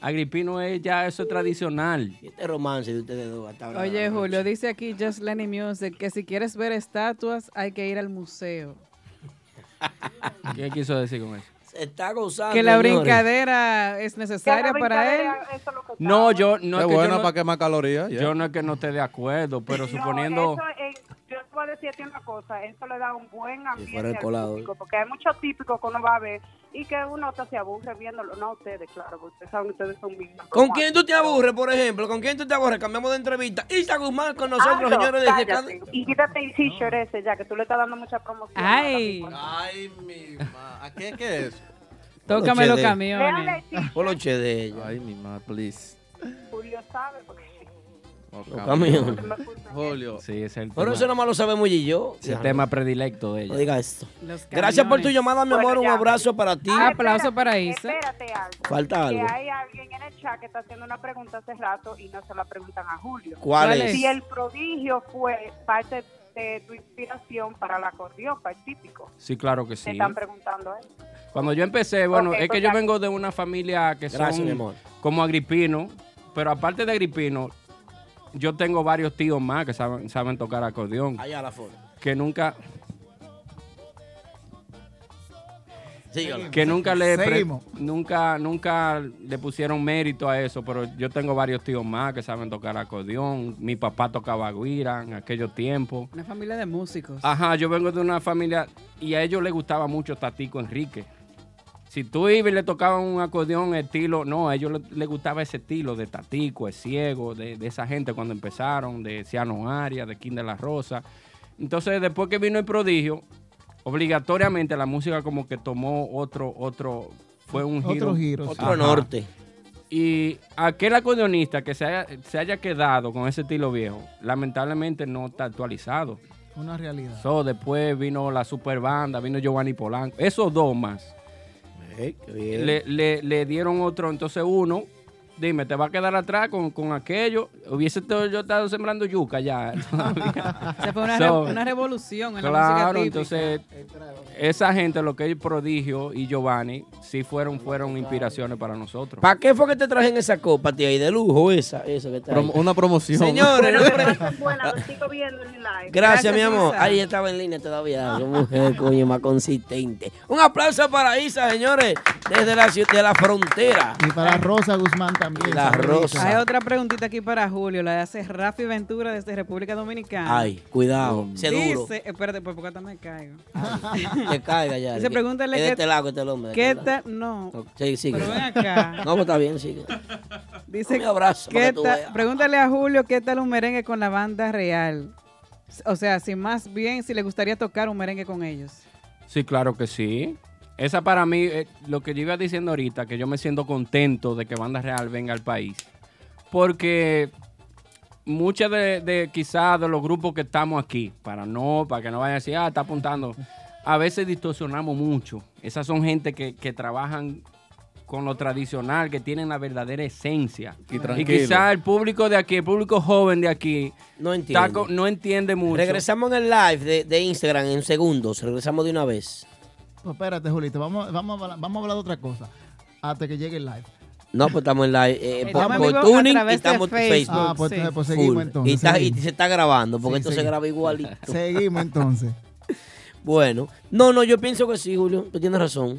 Agripino es ya eso es tradicional.
Este romance de ustedes dos hasta ahora.
Ah,
Oye, Julio, dice aquí Just Lenny Music que si quieres ver estatuas hay que ir al museo.
¿Qué quiso decir con eso?
Se está gozando.
que la
señores.
brincadera es necesaria para él.
No, yo no
Es
que yo
buena
no-
para quemar calorías. ya.
Yo no es que no esté de acuerdo, pero suponiendo.
Eso, eh, yo te voy a decirte una cosa, eso le da un buen
fuera
ambiente
el
al
colado,
público,
¿eh?
porque hay muchos típicos que uno va a ver y que uno hasta se aburre viéndolo, no ustedes, claro, porque ustedes saben, ustedes son mismos.
¿Con quién tú te aburres, por ejemplo? ¿Con quién tú te aburres? Cambiamos de entrevista. Isa Guzmán con nosotros,
Hazlo,
señores. Desde
Ah, cállate,
cada-
Y quítate el t-shirt ese ya, que tú le estás dando mucha promoción.
Ay.
Ay, mi ma. ¿A qué, qué es eso?
Tócame los
Poloche de-
camiones.
Poloche de ella.
Ay, mi ma, please.
Julio sabe, porque
Los
camiones.
Julio.
Sí, es el
Pero
tema.
eso nomás lo sabemos y yo.
Es el tema predilecto de ella.
Oiga esto.
Los
Gracias por
camiones.
tu llamada, mi amor. Un abrazo para ti.
Ah, aplauso para Isa.
Falta algo.
que hay alguien en el chat que está haciendo una pregunta hace rato y no se la preguntan a Julio.
¿Cuál ¿Cuál es? es?
Si el prodigio fue parte de tu inspiración para el acordeón, para el típico.
Sí, claro que
Te
sí.
están preguntando eso.
Cuando yo empecé, bueno,
Ok,
es que
pues
yo
ya.
vengo de una familia que
Gracias,
son
mi amor.
como agripino, pero aparte de agripino, yo tengo varios tíos más que saben, saben tocar acordeón,
Allá la forma.
que nunca,
Sígala.
que nunca le pre-
Seguimos.
nunca, nunca le pusieron mérito a eso, pero yo tengo varios tíos más que saben tocar acordeón. Mi papá tocaba guira en aquellos tiempos.
Una familia de músicos.
Ajá, yo vengo de una familia y a ellos les gustaba mucho Tatico Enrique. Si tú ibas y le tocaban un acordeón estilo, no, a ellos le- les gustaba ese estilo de Tatico, el ciego, de, de esa gente cuando empezaron, de Ciano Arias, de King de la Rosa. Entonces, después que vino el prodigio, obligatoriamente la música como que tomó otro, otro, fue un
Otro
giro.
giro, sí.
Otro norte.
Y aquel acordeonista que se haya, se haya quedado con ese estilo viejo, lamentablemente no está actualizado.
Una realidad.
So, después vino la super banda, vino Giovanni Polanco. Esos dos más. Le, le- le dieron otro. Entonces uno, dime, ¿te va a quedar atrás con, con aquello? Hubiese to- yo estado sembrando yuca ya. todavía.
Se fue una,
So,
re- una revolución en la música
Claro,
típica.
entonces esa gente, lo que es Prodigio y Giovanni, sí fueron, fueron inspiraciones para nosotros.
¿Para qué fue que te traje en esa copa, tía? Y de lujo esa, esa que está ahí.
Promo- una promoción.
Señores, no pre-
Buenas, lo sigo viendo en live.
Gracias, mi amor. Ahí estaba en línea todavía. Qué mujer, coño, más consistente. Un aplauso para Isa, señores, desde la, ciu- de la frontera.
Y para Rosa Guzmán también.
La
saluditos.
Rosa.
Hay otra preguntita aquí para Julio, la hace Rafi Ventura desde República Dominicana.
Ay, cuidado, ese
Dice-
duro.
Espérate, por poco hasta me caigo.
Te caiga ya.
Dice, pregúntale
Es de
qué-
este lado, este hombre. de
¿Qué
este lado.
tal? No.
Sí, sigue.
Pero ven acá.
No, pues está bien, sigue.
Dice,
Un abrazo para
¿qué
que tú
tal-
veas.
pregúntale a Julio qué tal un merengue con la banda real. O sea, si más bien, si le gustaría tocar un merengue con ellos.
Sí, claro que sí. Esa para mí, eh, lo que yo iba diciendo ahorita, que yo me siento contento de que Banda Real venga al país. Porque muchas de, de quizás de los grupos que estamos aquí, para no, para que no vayan a decir, ah, está apuntando. A veces distorsionamos mucho. Esas son gente que, que trabajan con lo tradicional, que tienen la verdadera esencia. Y,
tranquilo.
quizás el público de aquí, el público joven de aquí,
no
entiende, no entiende mucho.
Regresamos en el live de, de Instagram en segundos. Regresamos de una vez.
Pues espérate, Julito, vamos, vamos, a hablar, vamos a hablar de otra cosa. Hasta que llegue el live.
No, pues estamos en live eh, por,
Estamos en
por
vivo a
tuning y
través de
estamos en Facebook.
Facebook. Ah, pues entonces, pues, seguimos
Full.
entonces,
Y, está- y
seguimos.
se está grabando, porque
Sí,
esto se
seguimos.
graba igualito.
Seguimos entonces.
Bueno, no, no, yo pienso que sí, Julio. Tú tienes razón.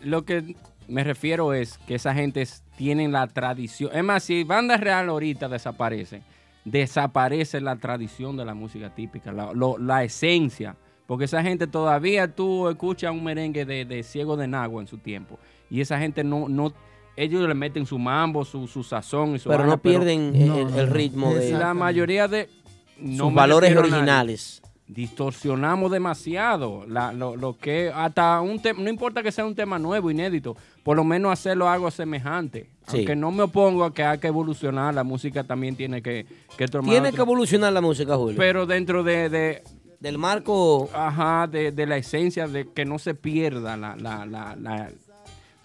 lo que me refiero es que esa gente es- tienen la tradición. Es más, si Banda Real ahorita desaparece, desaparece la tradición de la música típica, la, lo- la esencia. Porque esa gente todavía tú escuchas un merengue de, de Ciego de Nagua en su tiempo. Y esa gente no, no ellos le meten su mambo, su, su sazón y su
Pero
vaina,
no pierden el- No, el no, no. ritmo de-
La mayoría de
Sus
me
valores
refiero a nadie.
originales.
Distorsionamos demasiado la- lo, lo que hasta un tema, no importa que sea un tema nuevo, inédito, por lo menos hacerlo algo semejante.
Sí.
Aunque no me opongo a que hay que evolucionar, la música también tiene que, que tomar.
Tiene
otro-
que evolucionar la música, Julio.
Pero dentro de,
del marco.
Ajá, de, de la esencia, de que no se pierda la, la, la, la-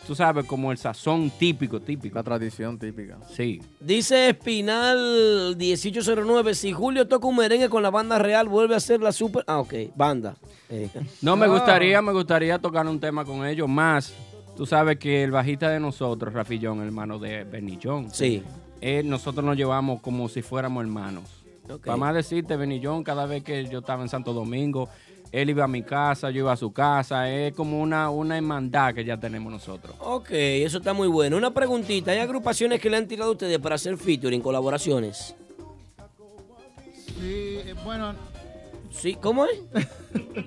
tú sabes, como el sazón típico, típico. La
tradición típica.
Sí.
Dice Espinal 1809, si Julio toca un merengue con la banda real, vuelve a ser la super... Ah, ok, banda. Eh.
No, me gustaría, me gustaría tocar un tema con ellos más. Tú sabes que el bajista de nosotros, Rafillón, hermano de Benillón.
Sí.
Él, nosotros nos llevamos como si fuéramos hermanos.
Ok.
Para más decirte, Benillón, cada vez que yo estaba en Santo Domingo, él iba a mi casa, yo iba a su casa. Es como una, una hermandad que ya tenemos nosotros.
Ok, eso está muy bueno. Una preguntita, ¿hay agrupaciones que le han tirado a ustedes para hacer featuring, colaboraciones?
Sí, eh, bueno.
Sí, ¿cómo es?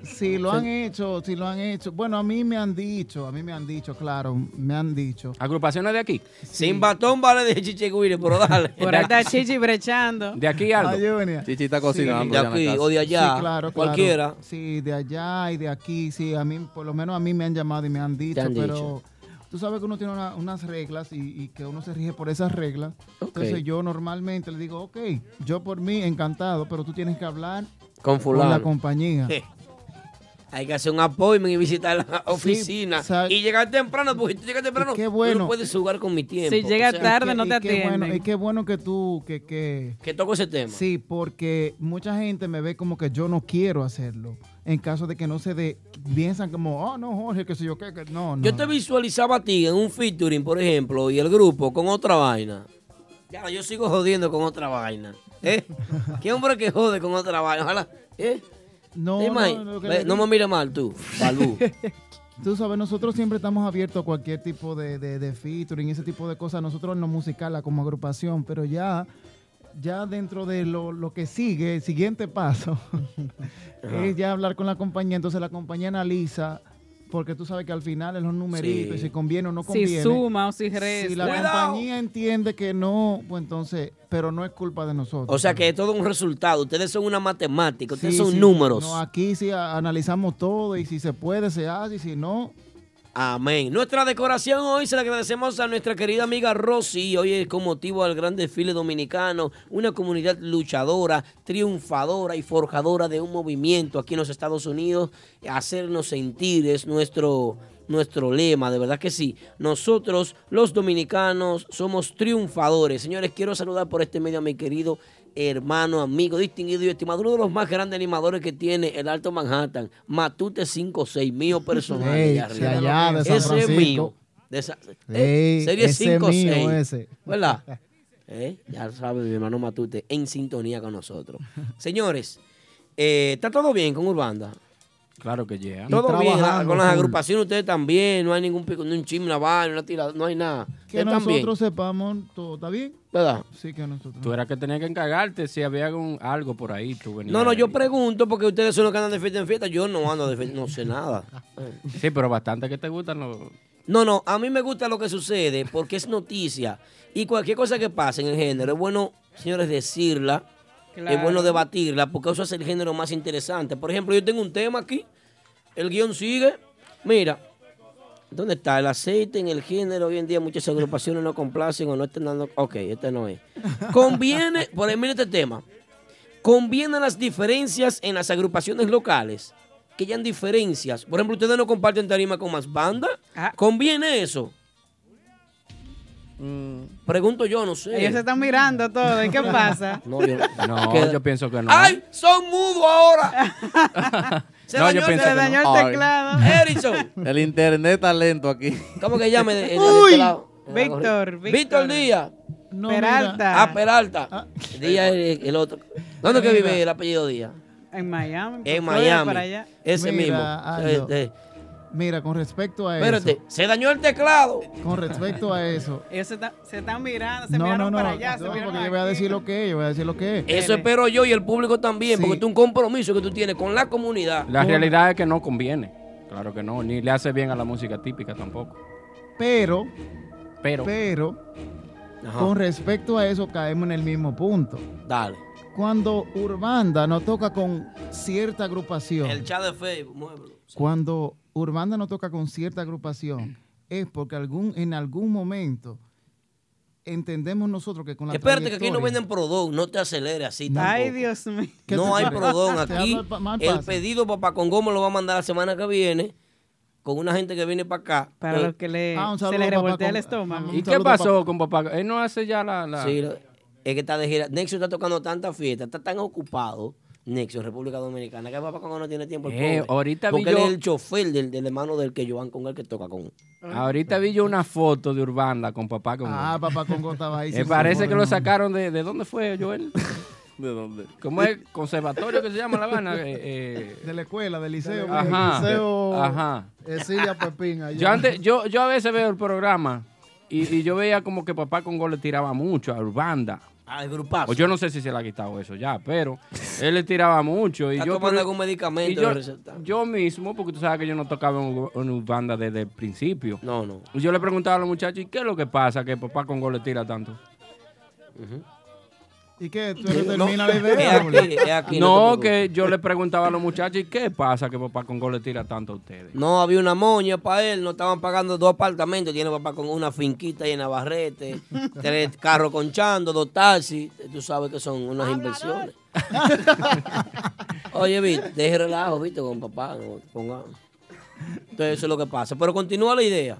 si lo han hecho, si lo han hecho. Bueno, a mí me han dicho, a mí me han dicho, claro, me han dicho.
¿Agrupaciones de aquí?
Sin batón vale de chichiguire, pero dale.
Por ahí está Chichi brechando.
De aquí
Ah, yo venía.
Chichi está
Sí.
cocinando. ya en la casa.
Sí, claro, claro. Sí, de allá y de aquí, sí, a mí, por lo menos a mí me han llamado y me han dicho,
han
pero
dicho.
tú sabes que uno tiene una- unas reglas y, y que uno se rige por esas reglas. Entonces yo normalmente le digo, ok, yo por mí encantado, pero tú tienes que hablar
Con fulano.
la compañía.
Hay que hacer un appointment y visitar la oficina. y llegar temprano, porque si tú llegas temprano,
qué bueno.
tú no puedes jugar con mi tiempo. O sea,
Y qué- y qué bueno, y qué bueno que tú, que, que...
Que toco ese tema.
Sí, porque mucha gente me ve como que yo no quiero hacerlo. En caso de que no se dé, piensan como, oh, no, Jorge, qué sé yo qué, que no, no.
Yo te visualizaba a ti en un featuring, por ejemplo, y el grupo con otra vaina. Ya, yo sigo jodiendo con otra vaina. ¿Eh? ¿Qué hombre que jode con otra vaina? Ojalá. ¿Eh?
No,
Eh,
no,
Mike,
no, lo que
ve,
le-
no me mires mal tú, Balú.
Tú sabes, nosotros siempre estamos abiertos a cualquier tipo de, de, de featuring, ese tipo de cosas. Nosotros en lo musical, como agrupación, pero ya, ya dentro de lo, lo que sigue, el siguiente paso,
Ajá.
es ya hablar con la compañía. Entonces la compañía analiza, porque tú sabes que al final es los numeritos,
Sí.
y si conviene o no
Si
conviene.
suma o si resta.
Si la
Cuidado.
compañía entiende que no, pues entonces, pero no es culpa de nosotros.
O sea que es todo un resultado. Ustedes son una matemática, ustedes
Sí,
son
sí.
números.
No, aquí sí a- analizamos todo y si se puede, se hace, y si no,
Amén. Nuestra decoración hoy se la agradecemos a nuestra querida amiga Rosy. Hoy es con motivo al gran desfile dominicano, una comunidad luchadora, triunfadora y forjadora de un movimiento aquí en los Estados Unidos. Hacernos sentir es nuestro, nuestro lema, de verdad que sí. Nosotros, los dominicanos, somos triunfadores. Señores, quiero saludar por este medio a mi querido hermano, amigo, distinguido y estimado, uno de los más grandes animadores que tiene el Alto Manhattan, Matute 56, mío personal.
Ey,
allá arriba.
de allá, de San
ese es
Francisco.
mío. De esa- eh,
Ey,
serie
ese es
56.
mío, ese.
¿Verdad? Eh, ya sabe mi hermano Matute, en sintonía con nosotros. Señores, eh, ¿está todo bien con Urbanda?
Claro que llega.
Todo bien, la- con las
full.
agrupaciones ustedes también, no hay ningún pico, ni un chisme, una vaina, una tirada, no hay nada.
que
Ustedes también,
nosotros sepamos todo, ¿está bien?
¿verdad?
Sí, que nosotros.
Tú eras que tenías que encargarte si había algún- algo por ahí. Tú venías.
No, no, yo pregunto porque ustedes son los que andan de fiesta en fiesta, yo no ando de fiesta, no sé nada.
Sí, pero bastante que te gustan los...
No, no, a mí me gusta lo que sucede porque es noticia. Y cualquier cosa que pase en el género, es bueno, señores, decirla, es
Claro.
bueno debatirla, porque eso hace el género más interesante. Por ejemplo, yo tengo un tema aquí, el guión sigue. Mira, ¿dónde está el aceite en el género? Hoy en día muchas agrupaciones no complacen o no están dando. Ok, este no es. Conviene, por ejemplo, este tema. Convienen las diferencias en las agrupaciones locales. Que hayan diferencias. Por ejemplo, ustedes no comparten tarima con más banda.
Ah.
¿Conviene eso?
Mm.
Pregunto yo, no sé.
Ellos se están mirando todo. ¿Y qué pasa?
No, yo,
No,
Queda-
yo pienso que no.
Ah.
¡Ay! ¡Son mudos ahora! se
No,
dañó,
yo
el-
pienso
se
que
dañó
no.
el
Ay.
teclado. Erickson.
El internet está lento aquí.
¿Cómo que llame? de- de- de
Uy.
este lado?
Víctor,
Víctor Díaz.
Peralta. mira.
Ah, Peralta. Díaz es el, el otro. ¿Dónde es que
Mira.
vive el apellido Díaz?
En Miami.
En
Florida,
Miami.
para allá.
Ese
Mira,
mismo.
Aldo,
Eh, eh,
Mira, con respecto a
Espérate,
eso.
se dañó el teclado.
Con respecto a eso.
Ellos se, están- se están mirando, se
No, no,
miraron
no.
para allá, se
no,
miraron
porque yo voy a decir lo que es, yo voy a decir lo que es.
Eso espero yo y el público también, porque es un compromiso que tú tienes con la comunidad.
La realidad es que no conviene. Claro que no. Ni le hace bien a la música típica tampoco.
Pero,
Pero.
pero,
Ajá.
con respecto a eso caemos en el mismo punto.
Dale.
Cuando Urbanda no toca con cierta agrupación.
El chat de Facebook, muévelo.
Cuando Urbanda no toca con cierta agrupación, es porque algún, en algún momento entendemos nosotros que con la
Espérate que aquí no
trayectoria-
venden prodón, no te acelere así
No.
tampoco.
Ay,
Dios mío.
¿Qué
No
te
hay
pasa?
prodón
Te
aquí.
hablo pa- mal
El
pasa.
pedido papá con Gómez lo va a mandar la semana que viene con una gente que viene para acá.
Para
Eh,
los que le,
Ah,
se les revoltea el estómago.
¿Y qué pasó con ah, papá? Él no hace ya la... la-
Sí, lo- es que está de gira. Nexo está tocando tanta fiesta, está tan ocupado Nixon, República Dominicana. ¿Qué pasa cuando no tiene tiempo el
Eh,
pobre?
ahorita vi
Porque él
yo-
es el chofer del, del hermano del que Joan con el que toca con.
Ahorita vi yo una foto de Urbanda con papá Congo.
Ah, papá Congo estaba ahí.
Me
sí,
parece
pobre
que lo
hombre.
sacaron de... ¿De dónde fue, Joel?
¿De dónde?
¿Cómo es? ¿Conservatorio que se llama La Habana? Eh, eh,
De la escuela, del liceo.
Ajá.
del
Liceo
Ajá.
Cecilia Pepín. allá.
Yo, antes, yo, yo a veces veo el programa y, y yo veía como que papá Congo le tiraba mucho a Urbanda.
Al grupazo.
O Pues yo no sé si se le ha quitado eso ya, pero él le tiraba mucho. Y
Está
yo,
tomando
pero-
algún medicamento,
y
lo
Yo,
receta.
yo mismo, porque tú sabes que yo no tocaba en, Ur- en Urbanda desde el principio.
No, no.
Y yo le preguntaba a los muchachos, ¿y qué es lo que pasa que papá Congo le tira tanto?
¿Y qué? ¿Tú no
No,
terminas la idea?
no.
Raúl?
No, que yo le preguntaba a los muchachos, ¿y qué pasa que papá Congo le tira tanto a ustedes?
No había una moña para él, no estaban pagando dos apartamentos. Tiene papá con una finquita y en Navarrete, tres carros conchando, dos taxis. Tú sabes que son unas inversiones. Oye, viste, deje relajo, viste, con papá. no, ponga- Entonces, eso es lo que pasa. Pero continúa la idea.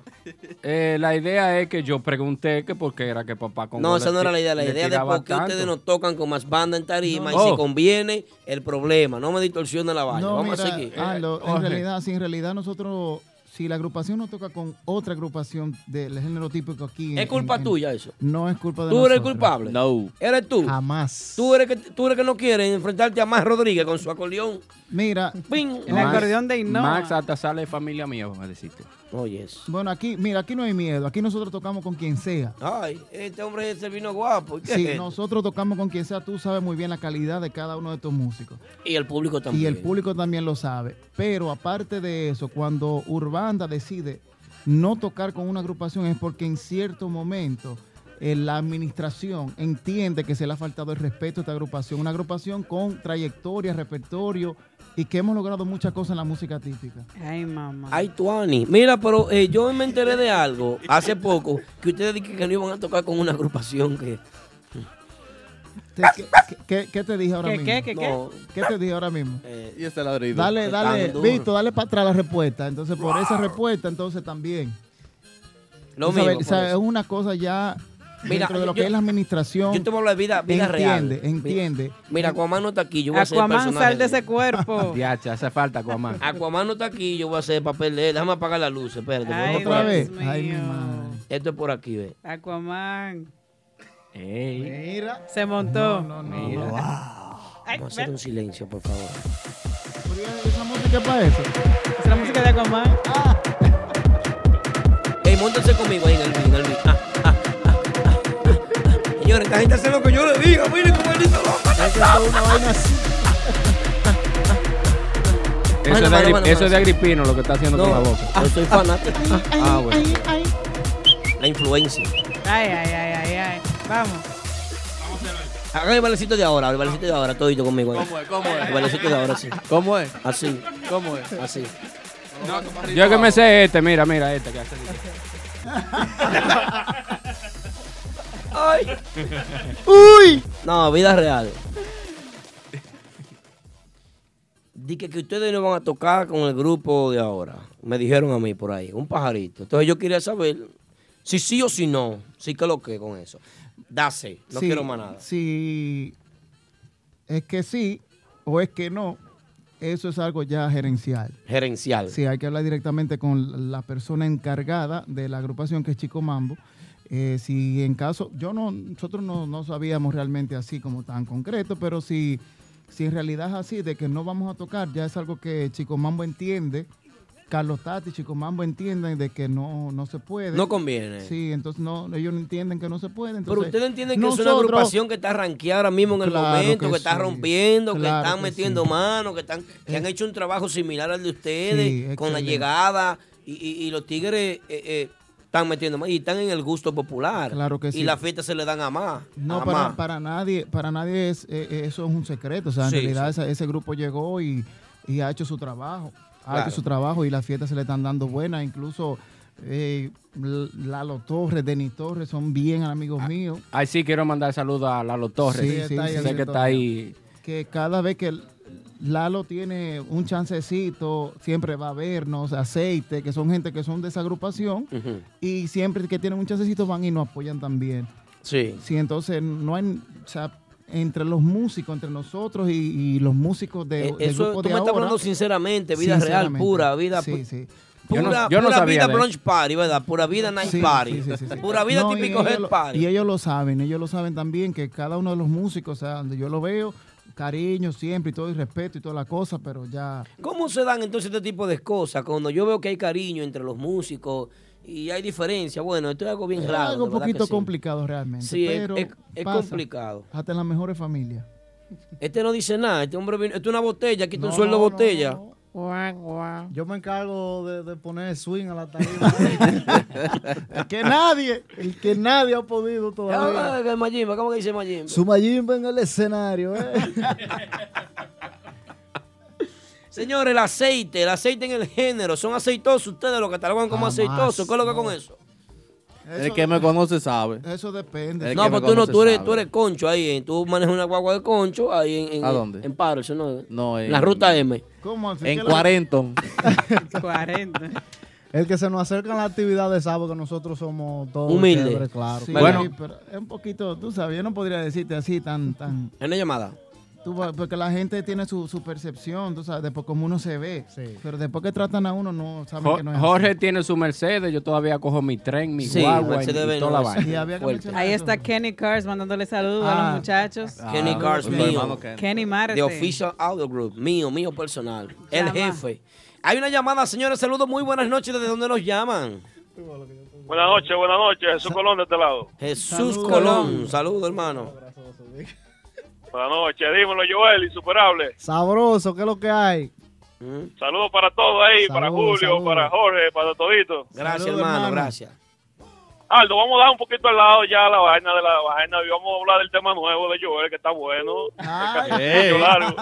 Eh, la idea es que yo pregunté que por qué era que papá Congo
No,
le
esa no
ti-
era la idea. La
le
idea de
tiraba
por qué ustedes
tanto.
no tocan con más banda en tarima
No,
y si
no.
conviene el problema. No me distorsione la vaina.
No,
Vamos a
mira,
seguir. Eh,
Aldo, en
Jorge.
realidad, sí, en realidad nosotros, si la agrupación no toca con otra agrupación del género típico aquí.
Es
en-
culpa
en- en-
tuya eso.
No es culpa de
¿Tú eres el
nosotros.
culpable? No. ¿Eres tú?
Jamás.
¿Tú eres, que, tú eres que no quieres enfrentarte a Más Rodríguez con su acordeón?
Mira,
El
Max-
acordeón de Innova.
Max hasta sale de familia mía, vamos a decirte.
Oye, eso.
Bueno, aquí, mira, aquí no hay miedo. Aquí nosotros tocamos con quien sea.
Ay, este hombre se vino guapo. ¿y qué es
Si
esto?
nosotros tocamos con quien sea, tú sabes muy bien la calidad de cada uno de estos músicos.
Y el público también.
Y el público también lo sabe. Pero aparte de eso, cuando Urbanda decide no tocar con una agrupación es porque en cierto momento eh, la administración entiende que se le ha faltado el respeto a esta agrupación. Una agrupación con trayectoria, repertorio y que hemos logrado muchas cosas en la música típica.
Eh,
Ay, mamá.
Ay, Tuani. Mira, pero eh, yo me enteré de algo hace poco que ustedes dijeron que no iban a tocar con una agrupación que.
¿Qué, qué- qué te dije ahora
¿Qué,
mismo?
qué, qué, qué? No.
¿Qué te dije ahora mismo?
Eh, y ese ladrido.
Dale,
Está
dale,
duro.
Vito, dale para atrás la respuesta. Entonces, por esa respuesta, entonces también.
Lo
Tú sabes,
mismo, por
o sea,
eso.
es una cosa ya
Mira,
dentro de lo
yo-
que es la administración.
Yo te voy a hablar de vida, vida
entiende,
real.
Entiende,
Mira, Aquaman no está aquí, yo voy a hacer el
Aquaman,
personaje
sal de
de él.
ese cuerpo.
Diacha, hace falta Aquaman.
Aquaman no está aquí, yo voy a hacer el papel de él. Déjame apagar la luz, espérate. porque
Ay,
no está
Dios
aquí.
mío.
Esto es por aquí, ve.
Aquaman.
Mira.
Se montó.
Mira. Vamos a hacer un silencio, por favor.
¿Esa música es para eso?
Es la música de Aquaman.
Ah. Ey, montense conmigo ahí en el beat, en el beat. Ah, ah, ah, ah, ah, ah. Señores, esta gente hace lo que yo le diga. Miren cómo él hizo loco.
Eso,
Bueno,
es de
bueno,
Agri-
bueno,
eso
bueno.
es de Agripino lo que está haciendo
No,
con la boca.
yo soy fanático.
Ah, bueno.
La influencia.
Ay, ay, ay, ay, ay. Vamos.
Hagan el bailecito de ahora, el bailecito de ahora, todito conmigo. ahí.
¿Cómo es? ¿Cómo es?
El bailecito de ahora, sí.
¿Cómo es?
Así.
¿Cómo es?
Así.
Yo que me sé este, mira, mira este que hace.
Ay.
Uy.
No, vida real. Dije que ustedes no van a tocar con el grupo de ahora. Me dijeron a mí por ahí, un pajarito. Entonces yo quería saber si sí o si no. Sí que lo que con eso. Dase, no
Sí,
quiero más nada.
Si es que sí o es que no, eso es algo ya gerencial.
Gerencial.
Sí, hay que hablar directamente con la persona encargada de la agrupación que es Chico Mambo. Eh, si en caso, yo no, nosotros no, no sabíamos realmente así como tan concreto, pero si, si en realidad es así, de que no vamos a tocar, ya es algo que Chico Mambo entiende, Carlos Tati, Chico Mambo entienden de que no, no se puede.
No conviene.
Sí, entonces no, ellos no entienden que no se puede.
Pero
entonces
ustedes entienden que es una
nosotros-
agrupación que está ranqueada ahora mismo en el
Claro
momento, que,
que
está
sí,
rompiendo,
claro
que están
que
metiendo
sí. Eh,
mano, que están, que han hecho un trabajo similar al de ustedes,
Sí,
con la
excelente.
llegada, y, y- y los tigres eh, eh, están metiendo mano y están en el gusto popular.
Claro que
Y
sí.
las fiestas se le dan a más.
No,
a
para,
más.
para nadie, para nadie es, eh, eh, eso es un secreto. O sea, en
Sí,
realidad esa- ese grupo llegó y, y ha hecho su trabajo. Ha
Claro.
hecho su trabajo y las fiestas se le están dando buenas. Incluso eh, L- Lalo Torres, Denis Torres son bien amigos
Ah.
míos.
Ahí sí quiero mandar saludos a Lalo Torres.
Sí, sí, sí,
sé
sí,
que está ahí.
Que cada vez que Lalo tiene un chancecito, siempre va a vernos, aceite, que son gente que son de esa agrupación. Y siempre que tienen un chancecito van y nos apoyan también.
Sí.
Sí, entonces no hay, o sea, entre los músicos, entre nosotros y, y los músicos de,
Eh,
del
Eso
grupo
tú
de
me estás
ahora.
hablando sinceramente, vida real,
Sinceramente.
pura, vida
Sí,
pu-
sí.
Pura,
Yo no- yo no
pura
sabía
vida
de
brunch party, ¿verdad? Pura vida night
Sí,
party.
sí, sí, sí, sí.
Pura vida
No, y
típico
ellos
head
lo-
party.
Y ellos lo saben, ellos lo saben también que cada uno de los músicos, o sea, donde yo lo veo, cariño siempre y todo, y respeto y toda la cosa, pero ya.
¿Cómo se dan entonces este tipo de cosas? Cuando yo veo que hay cariño entre los músicos y hay diferencia, bueno, esto es algo bien
Es
raro.
algo
de
un
verdad que
poquito
sí.
complicado realmente.
Sí, es-
pero
es- es
pasa.
complicado.
Hasta en las mejores familias.
Este no dice nada, este hombre vino, esto es una botella, aquí está un
No,
sueldo
no,
botella.
Yo me encargo de, de poner swing a la tarima. el que nadie, el que nadie ha podido
Ah,
todavía.
que Mayimba, ¿Cómo que dice Mayimba?
Su Mayimba en el escenario, ¿eh?
Señores, el aceite, el aceite en el género, son aceitosos ustedes lo catalogan como
Jamás,
aceitosos. ¿Qué es lo que
no.
con eso?
El que me conoce sabe.
Eso depende.
No, pero tú no, tú eres,
sabe.
tú eres concho ahí, eh, tú manejas una guagua de concho ahí en, en
¿A dónde?
En Patterson, ¿no?
No, eh,
en la ruta M.
¿Cómo así
En
que la-
Cuarenton.
40.
El que se nos acerca a la actividad de sábado, que nosotros somos todos
Humilde.
chéveres, claro.
Sí,
Bueno,
sí, pero es un poquito, tú sabes, yo no podría decirte así tan, tan.
En una llamada.
Tú, va- porque la gente tiene su, su percepción, tú sabes, de por cómo uno se ve. Pero después que tratan a uno, no saben
Jo-
que no es así.
Jorge tiene su Mercedes, yo todavía cojo mi tren, mi
Sí,
guagua y,
Mercedes
y
Benz,
toda la
sí. Y
vaina.
había que
Fuerte.
Ahí está Kenny Cars mandándole saludos a
Ah.
los muchachos.
Kenny Cars,
mi
Pues mío.
hermano Kenny.
Kenny Márate.
The Official Audio Group, mío, mío personal. El
Llama.
jefe. Hay una llamada, señores. Saludos, muy buenas noches. ¿Desde dónde nos llaman?
Buenas noches, buenas noches. Jesús
Ah.
Colón de este lado.
Jesús Colón. Saludos, hermano.
Buenas noches. Dímelo, Joel, insuperable.
sabroso, ¿qué es lo que hay?
Mm.
Saludos para todos ahí, para
Saludos,
Julio,
saludos.
para Jorge, para todito.
Gracias, hermano, gracias.
Aldo, vamos a dar un poquito al lado ya la vaina de la vaina. y Vamos a hablar del tema nuevo de Joel, que está bueno. Es casi
Ey.
mucho largo.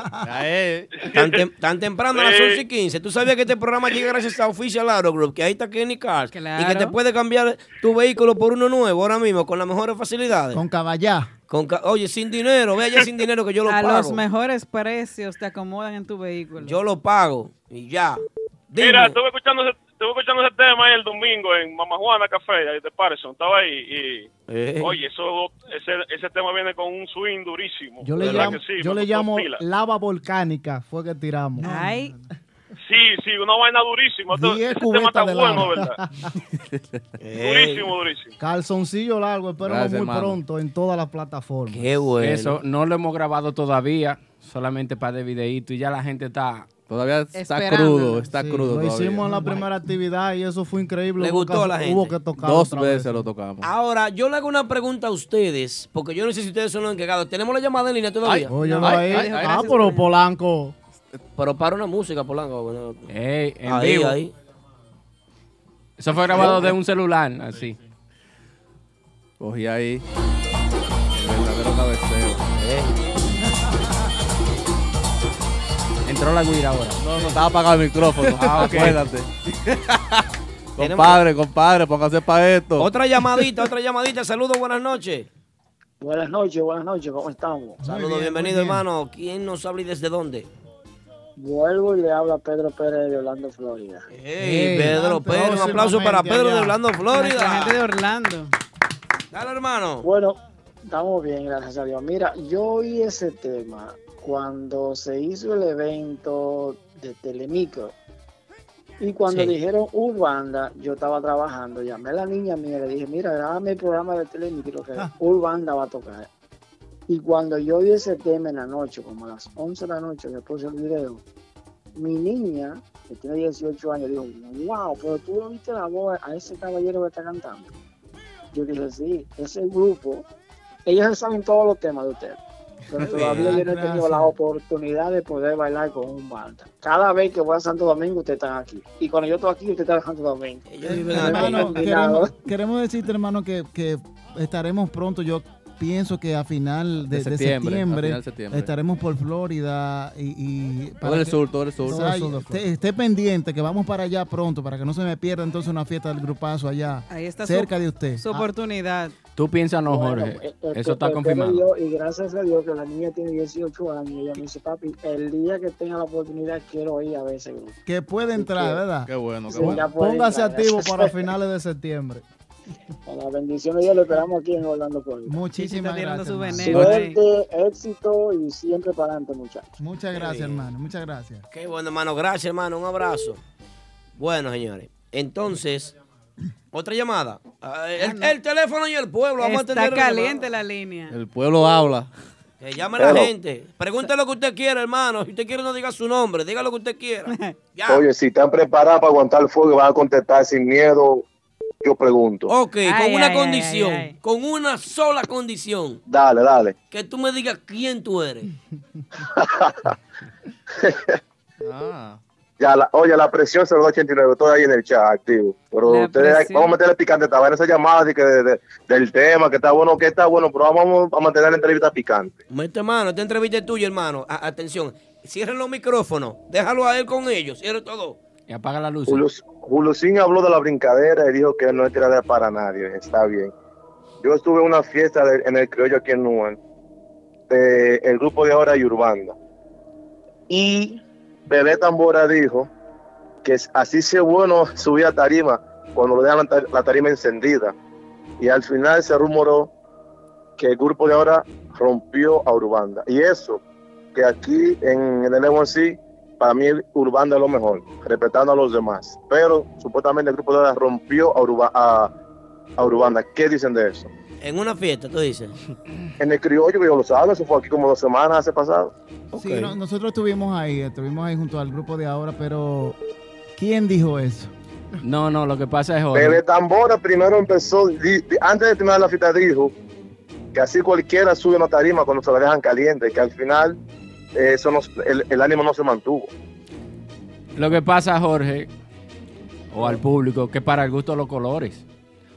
Tan, tem- tan temprano, a las
Sí.
11 y 15. Tú sabías que este programa llega gracias a Official Auto Group, que ahí está Kenny Cars. Y que te puede cambiar tu vehículo por uno nuevo ahora mismo, con las mejores facilidades.
Con caballá.
Con ca- Oye, sin dinero, ve allá sin dinero que yo lo
a
pago.
los mejores precios te acomodan en tu vehículo.
Yo lo pago y ya.
Mira,
Dime.
estuve escuchando, ese, estuve escuchando ese tema ahí el domingo en Mama Juana Café, ahí de Patterson. Estaba ahí y.
Eh.
Oye, eso, ese, ese tema viene con un swing durísimo.
Yo le
¿Verdad
llamo,
que sí?
yo le
Me gustó
llamo
pila.
lava volcánica, fue que tiramos.
Ay.
Sí, sí, una vaina durísima. Este,
Diez
ese tema está
cubetas de
bueno,
lava.
¿verdad?
Eh.
Durísimo, durísimo.
Calzoncillo largo, espero
Gracias,
muy
hermano.
pronto en todas las plataformas.
Eso no lo hemos grabado todavía, solamente para de videíto y ya la gente está.
Todavía
está
crudo, está crudo
Lo
todavía.
hicimos en la primera actividad y eso fue increíble.
Le
Hubo
gustó
que-
a la gente.
Hubo que tocar
Dos
otra
veces
vez.
lo tocamos.
Ahora, yo le hago una pregunta a ustedes, porque yo no sé si ustedes son los encargados. ¿Tenemos la llamada en línea todavía?
Oye,
Ay,
ahí.
ay, ay.
ah, pero Polanco.
Pero para una música, Polanco. bueno.
en
ahí,
vivo.
ahí.
Eso fue grabado de un celular, así.
Cogí ahí. El verdadero cabeceo.
Eh. Entró la guira ahora.
No, no, estaba apagado el micrófono.
Ah, ok.
Acuérdate. compadre, compadre, póngase para esto.
Otra llamadita, otra llamadita. Saludos, buenas noches.
Buenas noches, buenas noches, ¿cómo estamos?
Saludos, bienvenido, hermano. ¿Quién nos habla y desde dónde?
Vuelvo y le hablo a Pedro Pérez de Orlando, Florida.
Hey, Pedro, Pedro, un aplauso para Pedro de Orlando, Florida.
Nuestra gente
de Orlando.
Dale, hermano.
Bueno, estamos bien, gracias a Dios. Mira, yo oí ese tema cuando se hizo el evento de Telemicro. Y cuando
Sí.
dijeron Urbanda, yo estaba trabajando, llamé a la niña mía, le dije, mira, grábame el programa de Telemicro que
Ah.
Urbanda va a tocar. Y cuando yo vi ese tema en la noche, como a las 11 de la noche, que puse el video, mi niña, que tiene 18 años, dijo, wow, pero tú no viste la voz a ese caballero que está cantando. Yo dije, sí, ese grupo, ellos se saben todos los temas de ustedes. Pero
Qué
todavía
bien,
yo no he
Ah,
tenido
gracias.
la oportunidad de poder bailar con un banda. Cada vez que voy a Santo Domingo, ustedes están aquí. Y cuando yo estoy aquí, ustedes están en Santo Domingo.
Hermano, queremos, queremos decirte, hermano, que, que estaremos pronto. Yo pienso que a final de,
De
de septiembre,
septiembre, a final de septiembre.
estaremos por Florida y. y para
el
que-
sur, todo el sur. Todo el sur de
esté- esté pendiente que vamos para allá pronto para que no se me pierda entonces una fiesta del grupazo allá cerca
su,
de usted.
Ah,
Su oportunidad.
Tú piensas no,
Bueno,
Jorge.
eh,
Este,
Eso está
espero
confirmado.
yo, y gracias a Dios que la niña tiene 18 años. Ella me dice, papi, el día que tenga la oportunidad, quiero ir a ver ese grupo.
Que puede entrar, ¿verdad?
Qué bueno,
Sí, ya puede
Póngase
entrar,
activo
gracias.
para finales de septiembre.
Con la bendición de Dios lo esperamos aquí en Orlando por
Muchísimas gracias. hermano.
Suerte, éxito y siempre para adelante, muchachos.
Muchas gracias,
bien.
hermano. Muchas gracias.
Qué bueno, hermano. Gracias, hermano. Un abrazo. Bueno, señores. Entonces, otra llamada. Ah, El, el teléfono y el pueblo. Vamos a
Está
atender la
caliente la línea.
El pueblo habla.
llamada. Que Eh, llame la
Pero-
gente. Pregunte lo que usted quiera, hermano. Si usted quiere, no diga su nombre. Diga lo que usted quiera.
Oye, si están preparados para aguantar el fuego y van a contestar sin miedo, yo pregunto.
Ok, con una
ay,
condición. Con una sola condición.
Dale, dale.
Que tú me digas quién tú eres. Ah.
Ya la, oye, la presión 089, estoy ahí en el chat activo. Pero
La
ustedes,
presión.
vamos a meterle picante, estaba en esa llamada de que de- de- del tema, que está bueno, que está bueno, pero vamos a mantener la entrevista picante.
Mete hermano, esta entrevista es tuya, hermano. A- atención. Cierren los micrófonos. Déjalo a él con ellos. Cierre todo.
Y apaga la luz.
Julio, Julio Sin habló de la brincadera y dijo que no es tiradera para nadie, está bien. Yo estuve en una fiesta de- en el criollo aquí en Nuan, de el grupo de ahora Yurbanda. Y Bebé Tambora dijo que es- así sí es bueno subir a tarima cuando lo dejan la, ta- la tarima encendida. Y al final se rumoró que el grupo de ahora rompió a Urbanda. Y eso, que aquí en el LMC, para mí Urbanda es lo mejor, respetando a los demás. Pero supuestamente el grupo de ahora rompió a, Urba- a, a Urbanda. ¿Qué dicen de eso?
En una fiesta, tú dices.
En el criollo, que yo lo sabe, eso fue aquí como dos semanas hace pasado.
Sí, no- nosotros estuvimos ahí, estuvimos ahí junto al grupo de ahora, pero ¿quién dijo eso?
No, no, lo que pasa es
Bebé Tambora primero empezó, di- di- antes de terminar la fiesta dijo que así cualquiera sube una tarima cuando se la dejan caliente, que al final eh, eso no- el, el ánimo no se mantuvo.
Lo que pasa, Jorge, o al público, que para el gusto de los colores.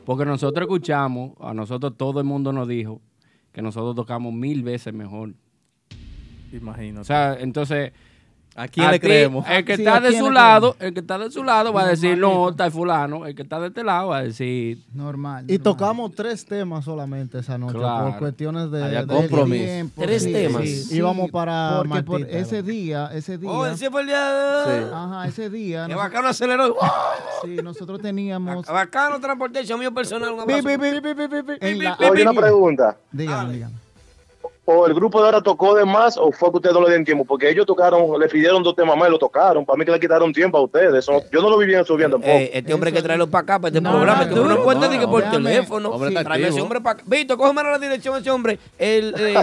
Porque nosotros escuchamos, a nosotros todo el mundo nos dijo que nosotros tocamos mil veces mejor.
Imagino.
O sea, entonces. ¿A
quién le
ti,
creemos?
El que
Sí, ¿a
está de
quién
su
le
lado, el que está de su lado va a decir, no,
Normalito.
está el fulano. El que está de este lado va a decir.
Normal.
Y tocamos tres temas solamente esa noche
Claro.
por cuestiones de,
Había
de
compromiso.
tiempo,
Tres
sí,
temas.
sí.
Sí,
Íbamos para
Porque por
Martita,
ese día, ese día.
Oh, ese fue el día de- Sí.
Ajá, ese día.
Qué
nosotros-
bacano aceleró.
Sí, nosotros teníamos.
Bacano transportation mío personal. Un
Pi,
abrazo.
pi,
En
pi,
la-
pi,
Oye,
pi.
una pregunta. ¿O el grupo de ahora tocó de más o fue que ustedes no le dieron tiempo? Porque ellos tocaron, le pidieron dos temas más y lo tocaron. Para mí que le quitaron tiempo a ustedes. Eso no- yo no lo viví subiendo tampoco.
Ey, Eh, este hombre hay que traerlo para acá, para este programa. Tú no cuenta ni que por teléfono.
Hombre,
Sí.
está
Tráeme a ese
activo.
hombre para acá. Víctor, cógeme ahora la dirección a ese hombre. El, eh,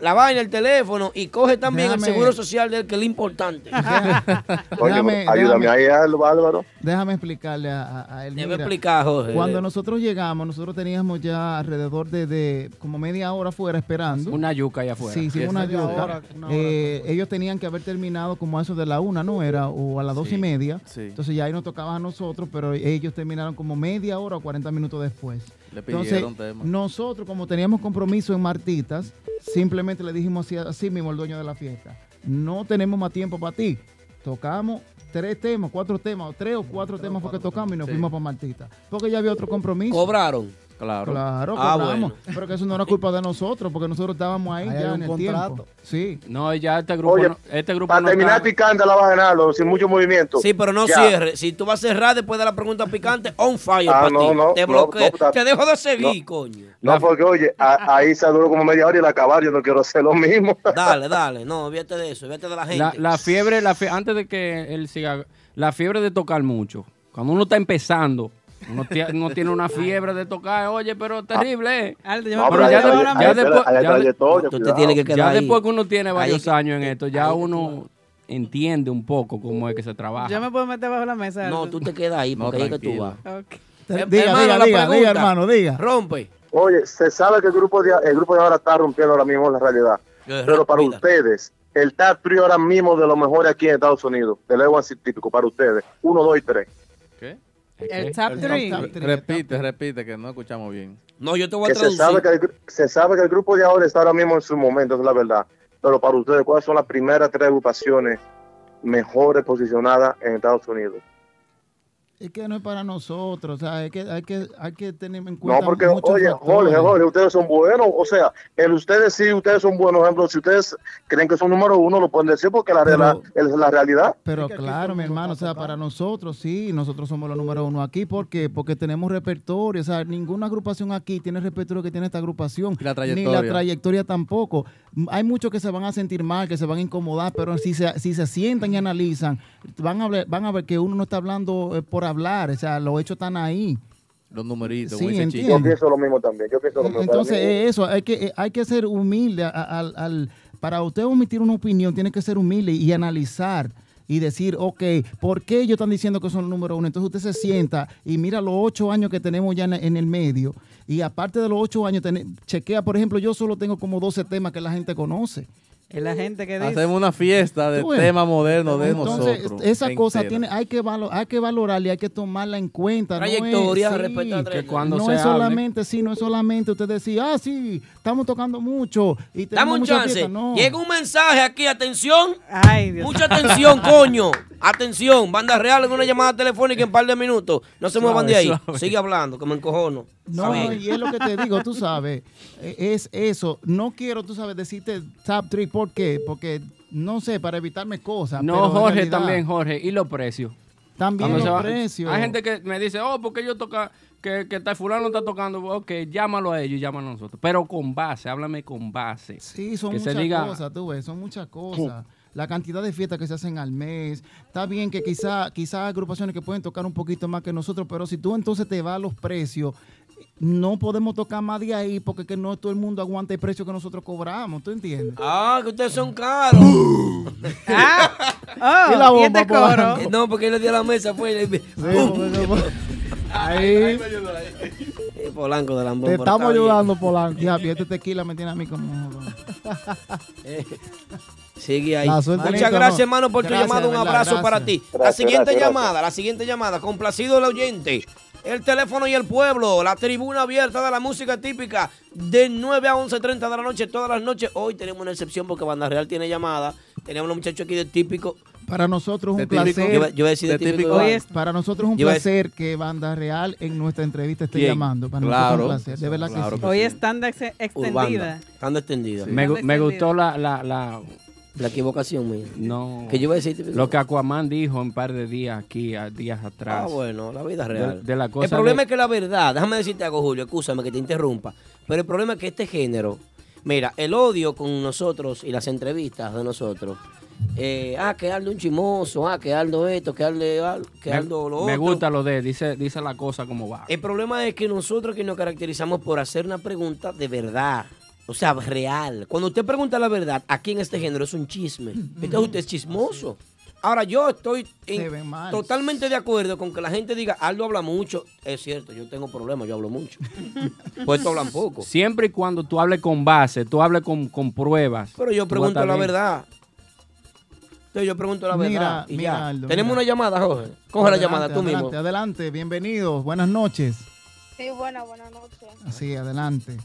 la vaina, el teléfono. Y coge también el
Déjame.
seguro social de él, que es lo importante.
Coño,
déjame-
ayúdame
déjame.
ahí, Álvaro. Álvaro.
Déjame explicarle a, a, a él.
Debe
mira,
explicar, Jorge.
Cuando nosotros llegamos, nosotros teníamos ya alrededor de, de como media hora afuera esperando.
Una yuca allá afuera.
Sí, sí,
Sí,
una
media
yuca.
hora, una hora
Eh, ellos tenían que haber terminado como a eso de la una, ¿no? Era, o a las dos y media. Entonces ya ahí nos tocaba a nosotros, pero ellos terminaron como media hora o 40 minutos después.
Le
Entonces,
pidieron tema.
nosotros, como teníamos compromiso en Martitas, simplemente le dijimos así, así mismo al dueño de la fiesta: no tenemos más tiempo para ti. Tocamos tres temas, cuatro temas, o tres o cuatro temas porque tocamos y nos
Sí.
fuimos para Martitas. Porque ya había otro compromiso.
¿Cobraron?
Claro.
Claro,
Ah,
cobramos.
bueno.
Pero que eso no era culpa de nosotros, porque nosotros estábamos ahí
Ahí
ya
hay
en
un
el
contrato.
tiempo. Sí.
No, ya este grupo,
Oye,
no- este grupo
Para
no
terminar
cabe.
picante la va a ganarlo, sin mucho movimiento.
Sí, pero no
Ya.
cierre. Si tú vas a cerrar después de la pregunta picante, on fire
Ah,
para
no,
ti.
no,
te
no,
bloqueo.
no, está-
te dejo de seguir,
no.
coño.
No, porque oye, a- ahí se duró como media hora y la acabaron. Yo no quiero hacer lo mismo.
Dale, dale. No, olvídate de eso. Olvídate de la gente.
La, la fiebre, la fie- antes de que él siga, la fiebre de tocar mucho. Cuando uno está empezando, uno, tie- uno tiene una fiebre de tocar, oye, pero terrible.
No, pero hay- hay- hay- hay- hay trayectoria, Tú te cuidado. tienes que
ya
quedar ahí.
después que uno tiene varios
Ahí-
años en esto, ya uno entiende un poco cómo es que se trabaja.
Yo me puedo meter bajo la mesa.
No, tú te quedas ahí
No,
porque ahí es que tú vas.
tranquilo.
Ok.
Her-
Diga, diga,
la
diga,
pregunta.
diga, hermano, diga.
Rompe.
Oye, se sabe que el grupo de, el grupo de ahora está rompiendo ahora mismo la realidad. Pero para ustedes, el top 3 ahora mismo de lo mejor aquí en Estados Unidos, del Ewan típico, para ustedes. Uno, dos y tres.
El top
three.
3.
Repite, repite, que no escuchamos bien.
No, yo te
Que se, sabe que el, gru- se sabe que el grupo de ahora está ahora mismo en su momento, es la verdad. Pero para ustedes, ¿cuáles son las primeras tres agrupaciones mejores posicionadas en Estados Unidos?
es que no es para nosotros, o sea, es que hay que, hay que tener en cuenta
No, porque,
muchos
oye, Jorge,
factores.
Jorge, ustedes son buenos. O sea, el ustedes sí, ustedes son buenos. Por ejemplo, si ustedes creen que son número uno, lo pueden decir porque la, la- es la realidad.
Pero claro, mi hermano, o sea, para nosotros sí, nosotros somos los número uno aquí. ¿Por qué? Porque tenemos repertorio. O sea, ninguna agrupación aquí tiene el repertorio que tiene esta agrupación. Ni la
trayectoria.
trayectoria tampoco. M- Hay muchos que se van a sentir mal, que se van a incomodar, pero si se, si se sientan y analizan, van a, ver, van a ver que uno no está hablando eh, por hablar. O sea, los hechos están ahí.
Los numeritos,
Sí,
como dice Chicho.
entiendo. Yo pienso
Lo mismo también. Yo pienso lo mismo. Para
Entonces,
mí-
es eso, hay que, eh, hay que ser humilde. a- a- al- al- para usted omitir una opinión, tiene que ser humilde y analizar y decir, ok, ¿por qué ellos están diciendo que son el número uno? Entonces usted se sienta y mira los ocho años que tenemos ya en, en el medio. Y aparte de los ocho años, tene- chequea, por ejemplo, yo solo tengo como 12 temas que la gente conoce.
Es la gente que dice.
Hacemos una fiesta de
Tú ves.
tema moderno de
Entonces,
nosotros.
esa cosa
entera.
tiene, hay que valo- hay que valorarla y hay que tomarla en cuenta. No es-
Trayectoria,
sí,
respeto a la trayectoria.
no es solamente, sí, no es solamente usted decir, ah, sí, estamos tocando mucho y
Dame
tenemos
un
mucha
chance.
fiesta". No.
Llega un mensaje aquí, atención. Mucha
mío.
atención, coño. Atención, banda real con una llamada telefónica en un par de minutos. No se muevan de ahí.
Suave, suave.
Sigue hablando, que me encojono.
No,
Está bien.
y es lo que te digo, tú sabes, eh, es eso. No quiero, tú sabes, decirte top 3, ¿por qué? Porque, no sé, para evitarme cosas. pero
No,
en
Jorge,
realidad-
también, Jorge. Y los precios.
También
Cuando
los
se va-
precios.
Hay gente que me dice, oh, porque yo toca, que, que está, fulano está tocando, ok, llámalo a ellos y llámalo a nosotros. Pero con base, háblame con base.
Sí, son
que se
muchas
diga,
cosas, tú ves, son muchas cosas. La cantidad de fiestas que se hacen al mes. Está bien que quizá, quizá hay agrupaciones que pueden tocar un poquito más que nosotros, pero si tú entonces te vas a los precios, no podemos tocar más de ahí porque que no todo el mundo aguanta el precio que nosotros cobramos, ¿tú entiendes?
Ah, que ustedes son caros.
oh, Y la bomba ¿y este por coro? abajo.
Eh, No, porque él le dio a la mesa, fue. y le-
Ahí.
Eh, Polanco de Lambón.
Te
pero
estamos
está bien.
ayudando, Polanco.
Ya, y este tequila me tiene a mí como...
Eh, Sigue ahí.
La
Muchas
suerte
gracias,
bonito, ¿no?
hermano, por
Gracias,
tu llamada. Un
de verdad,
abrazo
gracias.
para ti. la
Gracias,
siguiente
gracias,
llamada, la siguiente llamada. Complacido el oyente. El teléfono y el pueblo. La tribuna abierta de la música típica. De 9 a 11.30 de la noche, todas las noches. Hoy tenemos una excepción porque Banda Real tiene llamada. Tenemos un muchacho aquí de típico.
Para nosotros es un
De típico.
placer.
Yo iba- yo iba a decir de De típico típico. Iván.
Oye, para nosotros es un
Yo iba a
placer que Banda Real en nuestra entrevista esté
Bien.
llamando. Para
Claro.
nosotros es un placer, de verdad
Claro
que sí.
que
Hoy es tanda ex- extendida.
Urbanda. Estando extendida.
Me, gu- me gustó la, la, la,
la equivocación mía. Ah,
No.
Que yo iba a decir
Lo que Aquaman dijo un par de días aquí, a- días atrás.
Ah, bueno, la vida
De-
real.
De, la cosa
el problema
de-
es que la verdad, déjame decirte algo, Julio, escúchame que te interrumpa, pero el problema es que este género, mira, el odio con nosotros y las entrevistas de nosotros, eh, ah, que Aldo un chimoso, ah, que Aldo esto, que Aldo, al- que
me,
Aldo lo
me
otro.
gusta lo de, dice, dice la cosa como va.
El problema es que nosotros que nos caracterizamos por hacer una pregunta de verdad, o sea, real. Cuando usted pregunta la verdad, aquí en este género es un chisme. Entonces usted es chismoso. Ahora yo estoy en-
Se ve mal.
totalmente de acuerdo con que la gente diga, Aldo habla mucho. Es cierto, yo tengo problemas, yo hablo mucho. pues estos hablan poco.
Siempre y cuando tú hables con base, tú hables con, con pruebas.
Pero yo
tú vas a
pregunto
estar
la
bien.
verdad. Entonces yo pregunto la
Mira,
verdad. y
mira,
ya.
Aldo,
Tenemos
mira.
una llamada, Jorge. Coge la
Adelante,
llamada tú
adelante,
mismo.
Adelante, bienvenidos, buenas noches.
Sí, buena, buena noche.
Así, adelante.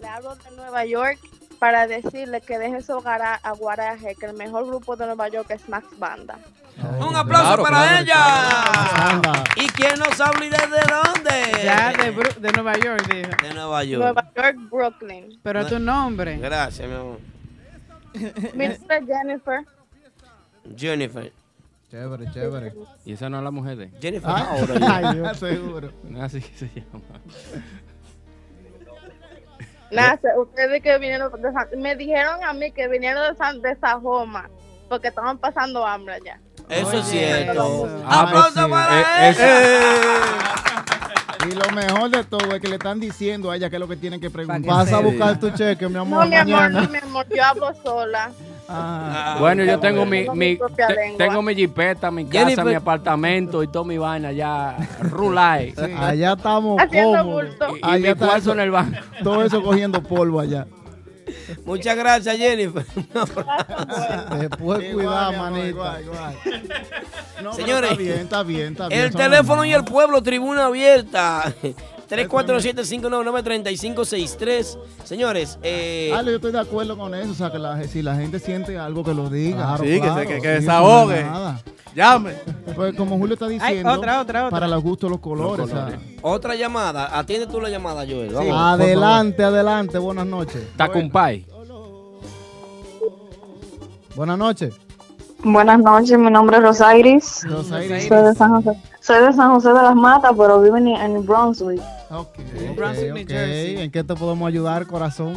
Le hablo de Nueva York para decirle que deje su gara- aguaraje, que el mejor grupo de Nueva York es Max Banda.
Un aplauso
Claro,
para
claro,
ella. Eh. ¿Y quién nos habla y desde dónde?
Ya de, Bru- de Nueva York, dijo.
De Nueva York.
Nueva York, Brooklyn.
Pero tu nombre.
Gracias, mi amor.
Mi nombre es Jennifer.
Jennifer.
Chévere, chévere. Y esa no es la mujer de.
Jennifer.
Ah, ahora yo. Seguro.
Así que se llama.
Nada, se- ustedes que vinieron de San- me dijeron a mí que vinieron de, San, de Sajoma, porque estaban pasando hambre allá.
Eso es cierto.
Ah, pues
Aplauso
sí.
para
Eh,
ella.
Y lo mejor de todo es que le están diciendo a ella que es lo que tienen que preguntar.
Vas a buscar tu cheque, mi amor,
No, mi amor,
mañana.
no, mi amor, yo hablo sola.
Ah,
Ah.
Ah, Bueno, yo tengo mi, mi-
propia
te-
lengua.
tengo mi jipeta, mi casa,
Jennifer-
mi apartamento y toda mi vaina ya rulay.
Allá estamos
Haciendo
cómodos.
Y- y mi cuarzo en el banco.
Todo eso cogiendo polvo allá.
Muchas gracias, Jennifer.
Después
cuidado,
manito.
Señores,
está bien, está bien, está bien.
El teléfono y el pueblo, tribuna abierta. 347-599-3563. Señores, eh,
Ale, yo estoy de
Ah,
acuerdo con eso, o sea, que la- si la gente siente algo que lo diga.
Sí, que se- que- que desahogue.
nada.
Llame.
Pues como Julio está diciendo,
otra, otra, otra.
para los gustos los colores. o sea.
Otra llamada. Atiende tú la llamada, Joel. Vamos.
adelante, adelante, buenas noches.
Tacumpay.
Buenas noches.
Buenas noches, mi nombre es Rosairis.
Rosairis.
Soy de San José, soy de, San José de las Matas, pero vivo en, en Brunswick.
Ok, ok. ¿En qué te podemos ayudar, corazón?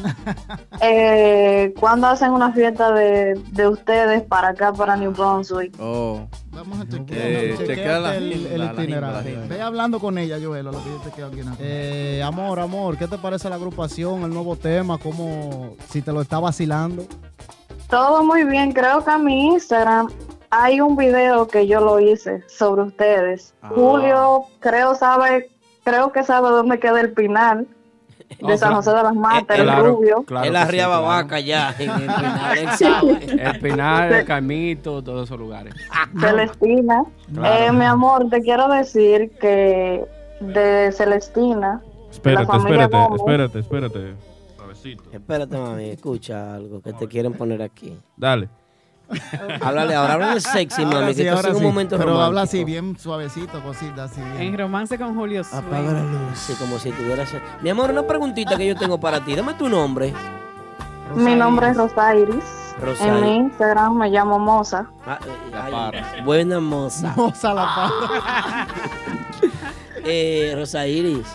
Eh, ¿Cuándo hacen una fiesta de, de ustedes para acá, para New Brunswick?
Oh.
Vamos a
chequear.
Chequeate
la
el-
agenda,
el
la agenda,
itinerario.
la agenda.
Ve hablando con ella, Joel, a lo que yo te quedo aquí en la-
Eh, amor, amor, ¿qué te parece la agrupación, el nuevo tema? ¿Cómo, si te lo está vacilando?
Todo muy bien, creo que a mi Instagram hay un video que yo lo hice sobre ustedes. Julio, creo sabe, creo que sabe dónde queda el Pinal de
Oh,
San
claro.
José de las Matas, el
Eh, Claro,
Ah, rubio.
claro
Él
que
arriaba
sí, claro.
vaca ya en el final, él sabe.
El Pinar, el Camito, todos esos lugares.
Celestina.
Claro.
Eh, mi amor, te quiero decir que de Celestina, la
Espérate,
familia
espérate,
Gómez-
espérate, espérate.
Espérate, mami, escucha algo que te quieren poner aquí.
Dale.
Háblale ahora, háblale sexy,
Ahora
mami,
sí,
que esto
ahora
es un
sí.
momento
Pero
romántico.
habla así, bien suavecito, cositas así. bien.
En romance con Julio Swing.
Apaga la luz, sí, como si tuvieras... Mi amor, una preguntita que yo tengo para ti. Dame tu nombre.
Mi nombre es Rosairis.
Rosairis.
En mi Instagram me llamo Moza.
Ah, eh, ay, buena moza.
Moza la
Eh, Rosa Iris,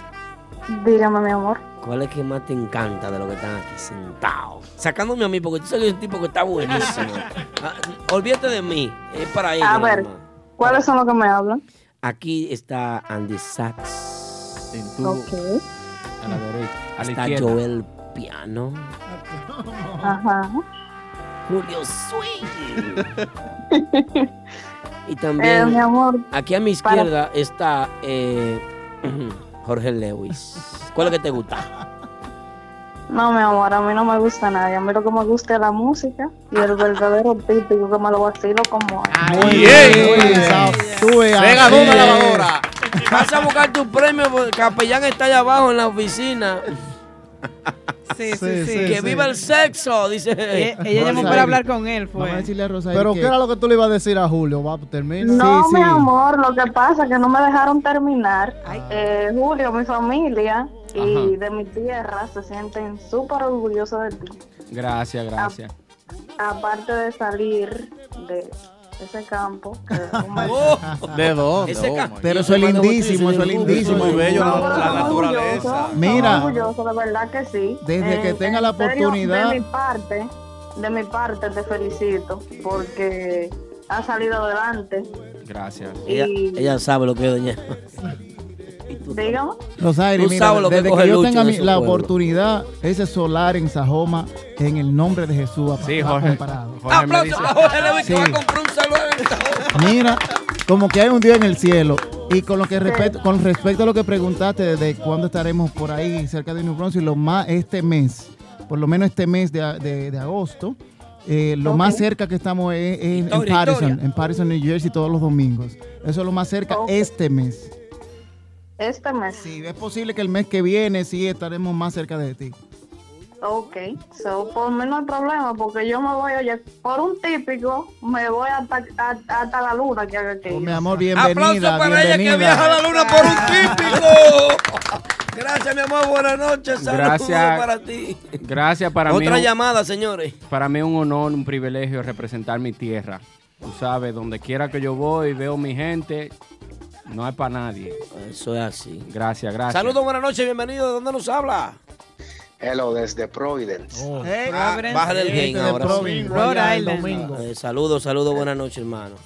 Dígame, mi amor.
¿cuál es que más te encanta de lo que están aquí sentados? Sacándome a mí, porque tú sabes que es un tipo que está buenísimo. Ah, olvídate de mí, es para ella.
A ver,
nada más.
¿cuáles son los que me hablan?
Aquí está Andy Sachs. En tu,
Ok.
A la derecha.
a la
Está
izquierda.
Joel Piano.
Ajá.
Julio Swing. y
Eh,
también,
mi amor,
aquí a mi
para-
izquierda está eh, Jorge Lewis. ¿Cuál es lo que te gusta?
No, mi amor, a mí no me gusta nadie. A mí lo que me gusta es la música y el verdadero típico que me lo vacilo como es.
Muy
bien, muy bien.
Se
así
ganó una
es.
lavadora. Vas a buscar tu premio porque el capellán está allá abajo en la oficina.
Sí, sí,
Sí,
sí.
sí,
que
sí.
viva el sexo, dice.
Ella, ella llamó para hablar con él, fue.
Vamos a decirle a Rosario
Pero, ¿qué era lo que tú le ibas a decir a Julio? Va, termina.
No, mi amor, lo que pasa es que no me dejaron terminar. Eh, Julio, mi familia y
Ajá.
de mi tierra se sienten súper orgullosos de ti.
Gracias, gracias.
Aparte de salir de ese campo. que-
Ah.
¿De dónde?
Ese
Oh,
ca-
my
Pero
God.
eso es lindísimo, eso es
Eso
lindísimo.
muy bello,
No,
la,
pero
la
son
naturaleza.
Son
Mira.
orgullosos, de verdad que sí. Eh,
Desde que tenga la
en serio,
oportunidad.
De mi parte, de mi parte te felicito porque has salido adelante.
Gracias.
Ella, ella sabe lo que es doña.
Dígame.
Rosario,
Tú
mira,
sabes lo que
desde
coge
que yo
Lucho
tenga
en
mi-
su
la
pueblo.
oportunidad, ese solar en Sajoma, en el nombre de Jesús, va
Sí,
va
Jorge.
comparado.
Jorge me dice.
Sí.
un celular en esta
Mira, como que hay un Dios en el cielo. Y con lo que respecto, con respecto a lo que preguntaste de cuándo estaremos por ahí cerca de New Brunswick, lo más este mes, por lo menos este mes de, a- de- de agosto, eh, lo más cerca que estamos es, es en
Victoria,
Patterson,
Victoria.
en Patterson, New Jersey, todos los domingos. Eso es lo más cerca este mes.
Este mes.
Sí, es posible que el mes que viene sí estaremos más cerca de ti.
Ok, so, por mí no hay problema porque yo me voy, oye, por un típico, me voy hasta, a- hasta la luna que haga aquí.
Oh, Mi amor, bienvenida,
para ella que
bienvenida.
viaja a la luna por un típico. Gracias, mi amor. Buenas noches. Saludos
Gracias.
para ti.
Gracias para mí.
Otra
un-
llamada, señores.
Para mí es un honor, un privilegio representar mi tierra. Tú sabes, donde quiera que yo voy, veo mi gente, no es para nadie.
Eso es así.
Gracias, gracias.
Saludos, buenas noches. Bienvenido. ¿De dónde nos habla?
Hello, desde Providence.
Oh,
Eh, ah, Bájale el gen ahora. sí. Eh, Saludos, saludos. Buenas noches, hermano.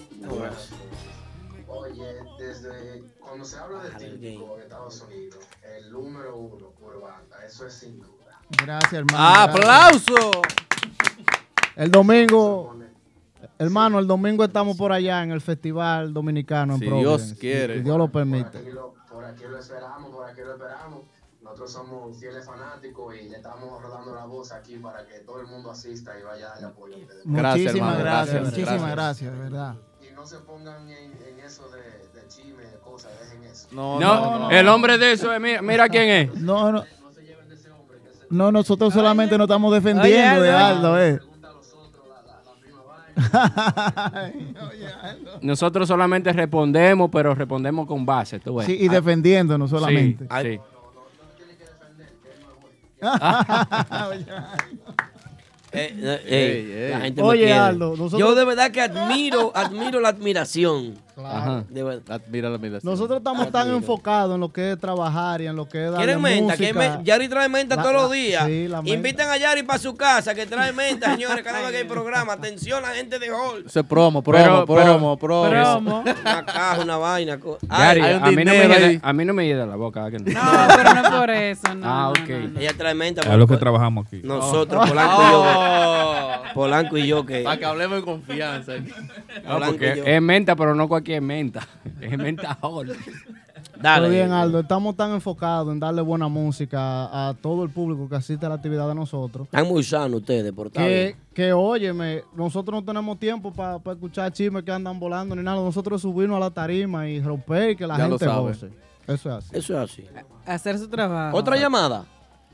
Oye, desde cuando se habla de típico en Estados Unidos, el número uno por banda, eso es sin duda.
Gracias, hermano.
¡Aplauso!
El domingo, hermano, el domingo estamos por allá en el Festival Dominicano en
Si
Providence.
Dios quiere.
Si Dios lo permite.
Aquí lo- por aquí lo esperamos, por aquí lo esperamos. Nosotros somos fieles fanáticos y le estamos rodando la voz aquí para que todo el mundo asista y vaya al apoyo. a ustedes.
Gracias,
muchísimas
hermano,
gracias,
gracias,
muchísimas
gracias.
gracias, de verdad.
Y no se pongan en, en eso de, de chisme, de cosas, dejen eso.
No, el hombre de eso, es- mira, mira quién es.
No, no. No, nosotros solamente nos estamos defendiendo de
Oye, Aldo.
Aldo, eh.
Nosotros solamente respondemos, pero respondemos con base. Tú ves. Ah.
Sí, y defendiéndonos solamente.
Sí, sí.
Eh, eh, eh,
Ey, ey.
la gente me
Oye,
quiere.
Aldo, nosotros-
Yo de verdad que admiro, admiro la admiración.
Ajá.
De verdad.
Admira la admiración.
Nosotros estamos tan enfocados en lo que es trabajar y en lo que es darle
¿Quieren menta?
música.
¿Quieren men- Yari trae menta
La-
todos los
la-
días.
sí, la menta.
Invitan a Yari para su casa que trae menta, señores, cada vez que hay programa. Atención, la gente de Hall.
Eso Oh, es promo,
Pero-
promo, promo,
pero-
promo.
Promo.
Una caja, una vaina. co-
Yari,
Ay,
a, mí no me llena, a mí no me llena la boca. ¿verdad que No,
pero no es por eso, no.
Ah, ok.
Ella trae menta.
A lo que trabajamos aquí.
Nosotros,
Oh.
Polanco y
Oh.
yo. Polanco y yo que.
Para que hablemos en confianza. aquí.
No, porque es menta, pero no cualquier menta. Es menta Hall.
Muy bien, Aldo. Estamos tan enfocados en darle buena música a, a todo el público que asiste a la actividad de nosotros.
Están muy sanos ustedes, por tal.
Que, que óyeme, nosotros no tenemos tiempo para escuchar chismes que andan volando ni nada. Nosotros subirnos a la tarima y romper y que la
Ya lo
gente
sabe.
goce. Eso es así.
Eso es así.
Hacer su trabajo.
Otra llamada.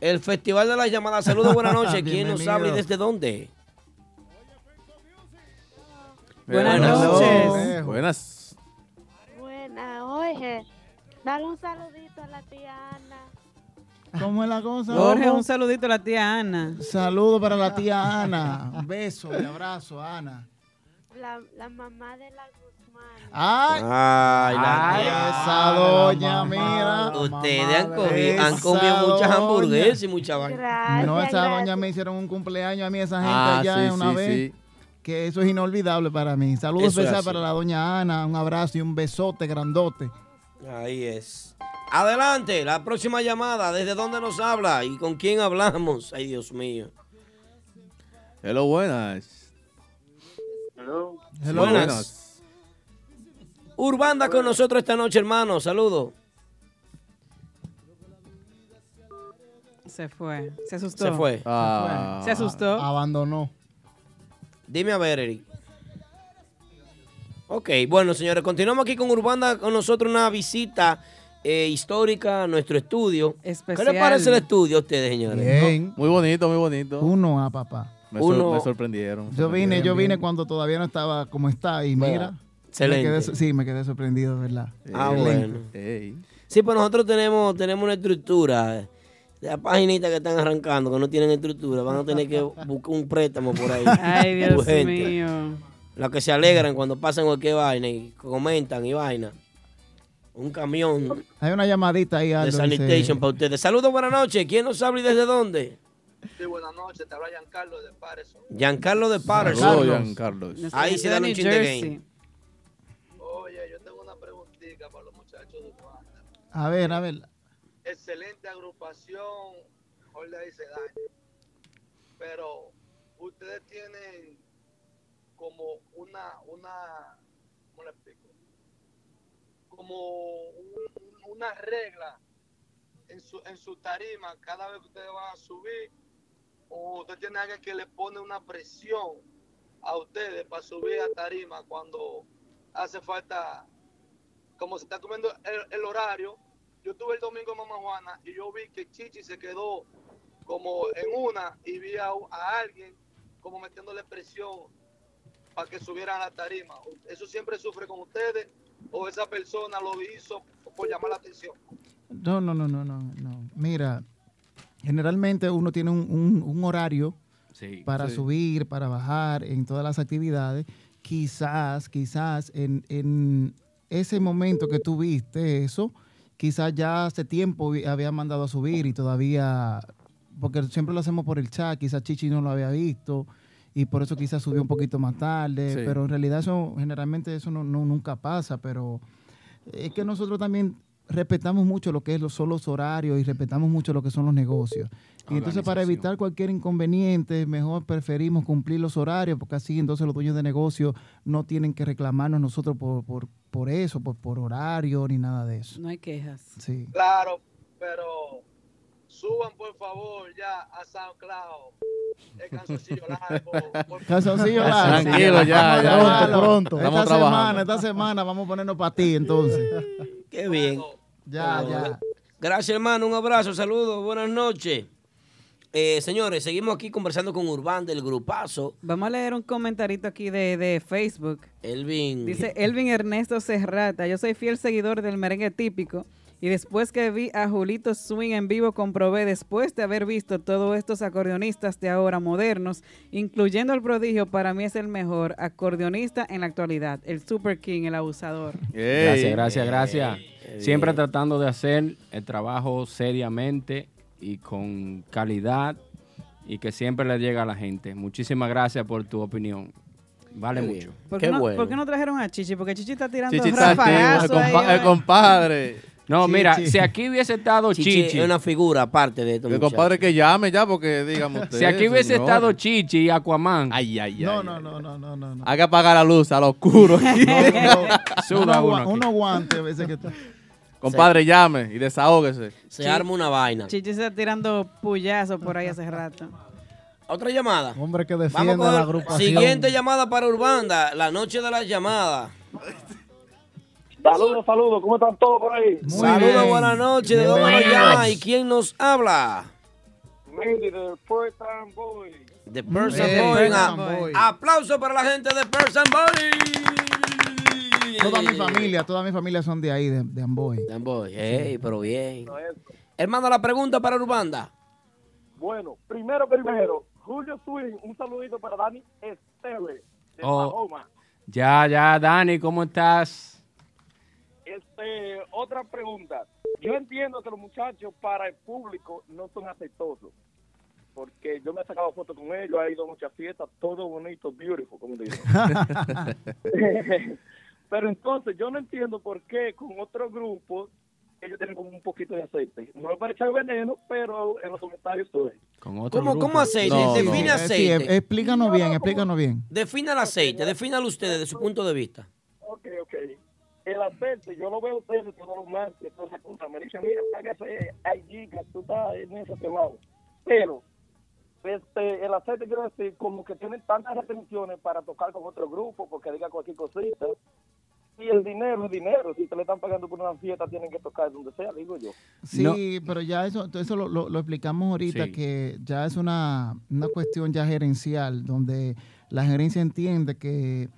El Festival de las Llamadas. Saludos, buenas noches. ¿Quién nos
Bienvenido.
habla y desde dónde?
Buenas
noches.
Buenas.
Buena, oye, dale un saludito a la tía Ana.
¿Cómo es la cosa?
Jorge, un saludito a la tía Ana.
Saludo para la tía Ana. Un beso, un abrazo, Ana.
La, la mamá de la Guzmán.
Ay,
Ay, la
Ay,
tía.
esa doña, mira.
Ustedes han
Mamá
comido,
de
han
Ah, esa
comido muchas
doña.
hamburguesas y muchas vainas.
No, esa doña me hicieron un cumpleaños a mí, esa gente
Ah,
allá
sí,
una
sí,
vez.
sí.
Que eso es inolvidable para mí. Saludos
Eso es
especial
así.
para la doña Ana. Un abrazo y un besote grandote.
Ahí es. Adelante, la próxima llamada. ¿Desde dónde nos habla y con quién hablamos? Ay, Dios mío.
Hello, buenas.
Hello.
Buenas. Urbanda con nosotros esta noche, hermano. Saludos.
Se fue. Se asustó.
Se fue.
Ah. Se asustó.
Abandonó.
Dime a ver, Eric. Ok, bueno, señores, continuamos aquí con Urbanda con nosotros una visita eh, histórica a nuestro estudio.
Especial.
¿Qué les parece el estudio a ustedes, señores?
Bien.
Muy bonito, muy bonito.
Uno a papá.
Me, sor-
Uno-
me sorprendieron.
Yo vine, yo vine cuando todavía no estaba como está y
Vea,
mira.
excelente.
Me quedé so- sí, me quedé sorprendido, ¿verdad? Eh,
Ah,
Excelente.
bueno. Sí, pues nosotros tenemos, tenemos una estructura. eh, Las paginitas que están arrancando, que no tienen estructura, van a tener que buscar un préstamo por ahí.
Ay, Dios
Urgente.
mío.
Los que se alegran cuando pasan cualquier vaina y comentan y vaina. Un camión
Hay una llamadita ahí,
de
Aldo. dice-
sanitation para ustedes. Saludos, buenas noches. ¿Quién nos habla y desde dónde?
Sí, buenas noches, te habla Giancarlo de Patterson.
Giancarlo de
Saludos,
Patterson.
Giancarlo.
Ahí se da un chin de game.
Oye, yo tengo una preguntita para los muchachos de Urbana.
A ver, a ver.
Excelente agrupación, hoy le hice daño. Pero ustedes tienen como una, una, ¿cómo le explico? Como un- una regla en su, en su tarima cada vez que ustedes van a subir. O usted tiene alguien que le pone una presión a ustedes para subir a tarima cuando hace falta, como se está comiendo el, el horario. Yo estuve el domingo en Mamá Juana y yo vi que Chichi se quedó como en una y vi a, u- a alguien como metiéndole presión para que subieran a la tarima. ¿Eso siempre sufre con ustedes o esa persona lo hizo por llamar la atención?
No, no, no, no, no, no. Mira, generalmente uno tiene un, un- un horario
Sí,
para
sí.
subir, para bajar en todas las actividades. Quizás, quizás en, en ese momento que tú viste eso, quizás ya hace tiempo vi- había mandado a subir y todavía, porque siempre lo hacemos por el chat, quizás Chichi no lo había visto y por eso quizás subió un poquito más tarde,
Sí.
pero en realidad eso generalmente eso no- no, nunca pasa, pero es que nosotros también respetamos mucho lo que es los, son los horarios y respetamos mucho lo que son los negocios. Y entonces para evitar cualquier inconveniente, mejor preferimos cumplir los horarios, porque así entonces los dueños de negocio no tienen que reclamarnos nosotros por, por, por eso, por, por horario ni nada de eso.
No hay quejas.
Sí.
Claro, pero suban por favor ya a SoundCloud. El canzoncillo largo. por-
Calzoncillo largo.
Tranquilo, ya, ya.
Pronto, pronto.
Estamos
esta
trabajando.
semana, esta semana vamos a ponernos para ti entonces.
Qué bien. Oh,
Ya,
Bueno,
ya.
Gracias, hermano. Un abrazo, saludos, buenas noches. Eh, señores, seguimos aquí conversando con Urbán del grupazo.
Vamos a leer un comentarito aquí de, de Facebook.
Elvin.
Dice Elvin Ernesto Serrata, yo soy fiel seguidor del merengue típico y después que vi a Julito Swing en vivo comprobé después de haber visto todos estos acordeonistas de ahora modernos, incluyendo el prodigio, para mí es el mejor acordeonista en la actualidad, el Super King, el abusador.
Gracias, gracias, gracias. Siempre tratando de hacer el trabajo seriamente y con calidad y que siempre le llega a la gente. Muchísimas gracias por tu opinión. Vale
Qué bien.
mucho.
¿Por qué, no, por qué no trajeron a Chichi? Porque Chichi está tirando
Chichi está
rafagazos
activo, el
ahí,
compa- el
¿eh?
compadre.
No, mira, si aquí hubiese estado Chichi,
es una figura aparte de esto.
El compadre que llame ya, porque digamos ustedes.
si aquí hubiese
señores.
estado Chichi y Aquaman.
Ay, ay, ay.
No, no, no, no, no, no. no.
Haga apagar la luz a lo oscuro. aquí.
Uno, gua- uno guante a veces que está.
Compadre, llame y desahógese.
Se arma una vaina.
Chichi está tirando puyazo por ahí hace rato.
Otra llamada.
Hombre que
Vamos
defiende
con
la agrupación.
siguiente llamada para Urbanda, la noche de las llamadas.
Saludos, saludos. ¿Cómo están todos por ahí?
Saludos, buenas noches. ¿De dónde nos
Bienvenidos.
llama y quién nos habla?
Mire, de First Time Boy.
The Person
Hey,
Boy.
Person
Ah,
Boy.
Aplauso para la gente de Person Boy.
Toda mi familia, toda mi familia son de ahí, de, de Amboy.
De Amboy, Ey, pero bien. Hermano, la pregunta para Urbanda.
Bueno, primero, primero, Julio Swing, un saludito para Dani Esteve, de
Oh.
Mahoma.
Ya, ya, Dani, ¿cómo estás?
Este, otra pregunta. Yo entiendo que los muchachos para el público no son aceitosos. Porque yo me he sacado fotos con ellos, he ido a muchas fiestas, todo bonito, beautiful, como digo. Pero entonces yo no entiendo por qué con otros grupos ellos tienen como un poquito de aceite. No es para echar veneno, pero en los comentarios estoy.
Con
¿Cómo- grupo. cómo aceite? Define
eh, sí,
aceite.
eh, explícanos bien, explícanos bien.
Defina el aceite, defínalo usted desde su punto de vista.
Ok, ok. El aceite, yo lo veo a ustedes todos los martes, todas esas cosas. Me dicen, mira, págase allí, que tú estás en ese pelado. Pero, este, el aceite, quiero decir, como que tienen tantas restricciones para tocar con otro grupo, porque diga cualquier cosita. Y el dinero es dinero. Si te le están pagando por una fiesta, tienen que tocar donde sea, digo yo.
Sí, pero ya eso, eso lo, lo- lo explicamos ahorita,
Sí.
que ya es una, una cuestión ya gerencial, donde la gerencia entiende que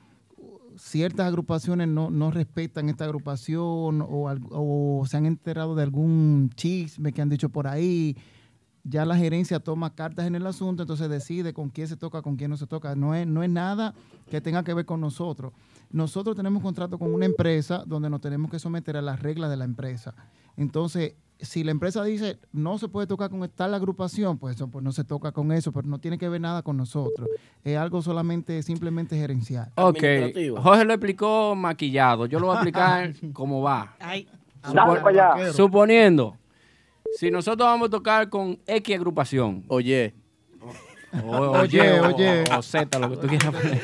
ciertas agrupaciones no, no respetan esta agrupación o, al- o se han enterado de algún chisme que han dicho por ahí. Ya la gerencia toma cartas en el asunto, entonces decide con quién se toca, con quién no se toca. No es, no es nada que tenga que ver con nosotros. Nosotros tenemos contrato con una empresa donde nos tenemos que someter a las reglas de la empresa. Entonces, si la empresa dice no se puede tocar con tal agrupación, pues, eso, pues no se toca con eso, pero no tiene que ver nada con nosotros. Es algo solamente, simplemente gerencial.
Ok, Jorge lo explicó maquillado. Yo lo voy a explicar cómo va.
Dale para allá.
Suponiendo, si nosotros vamos a tocar con X agrupación.
Oye.
oye, oye.
Oye, oye.
O, o Z, lo que tú quieras poner.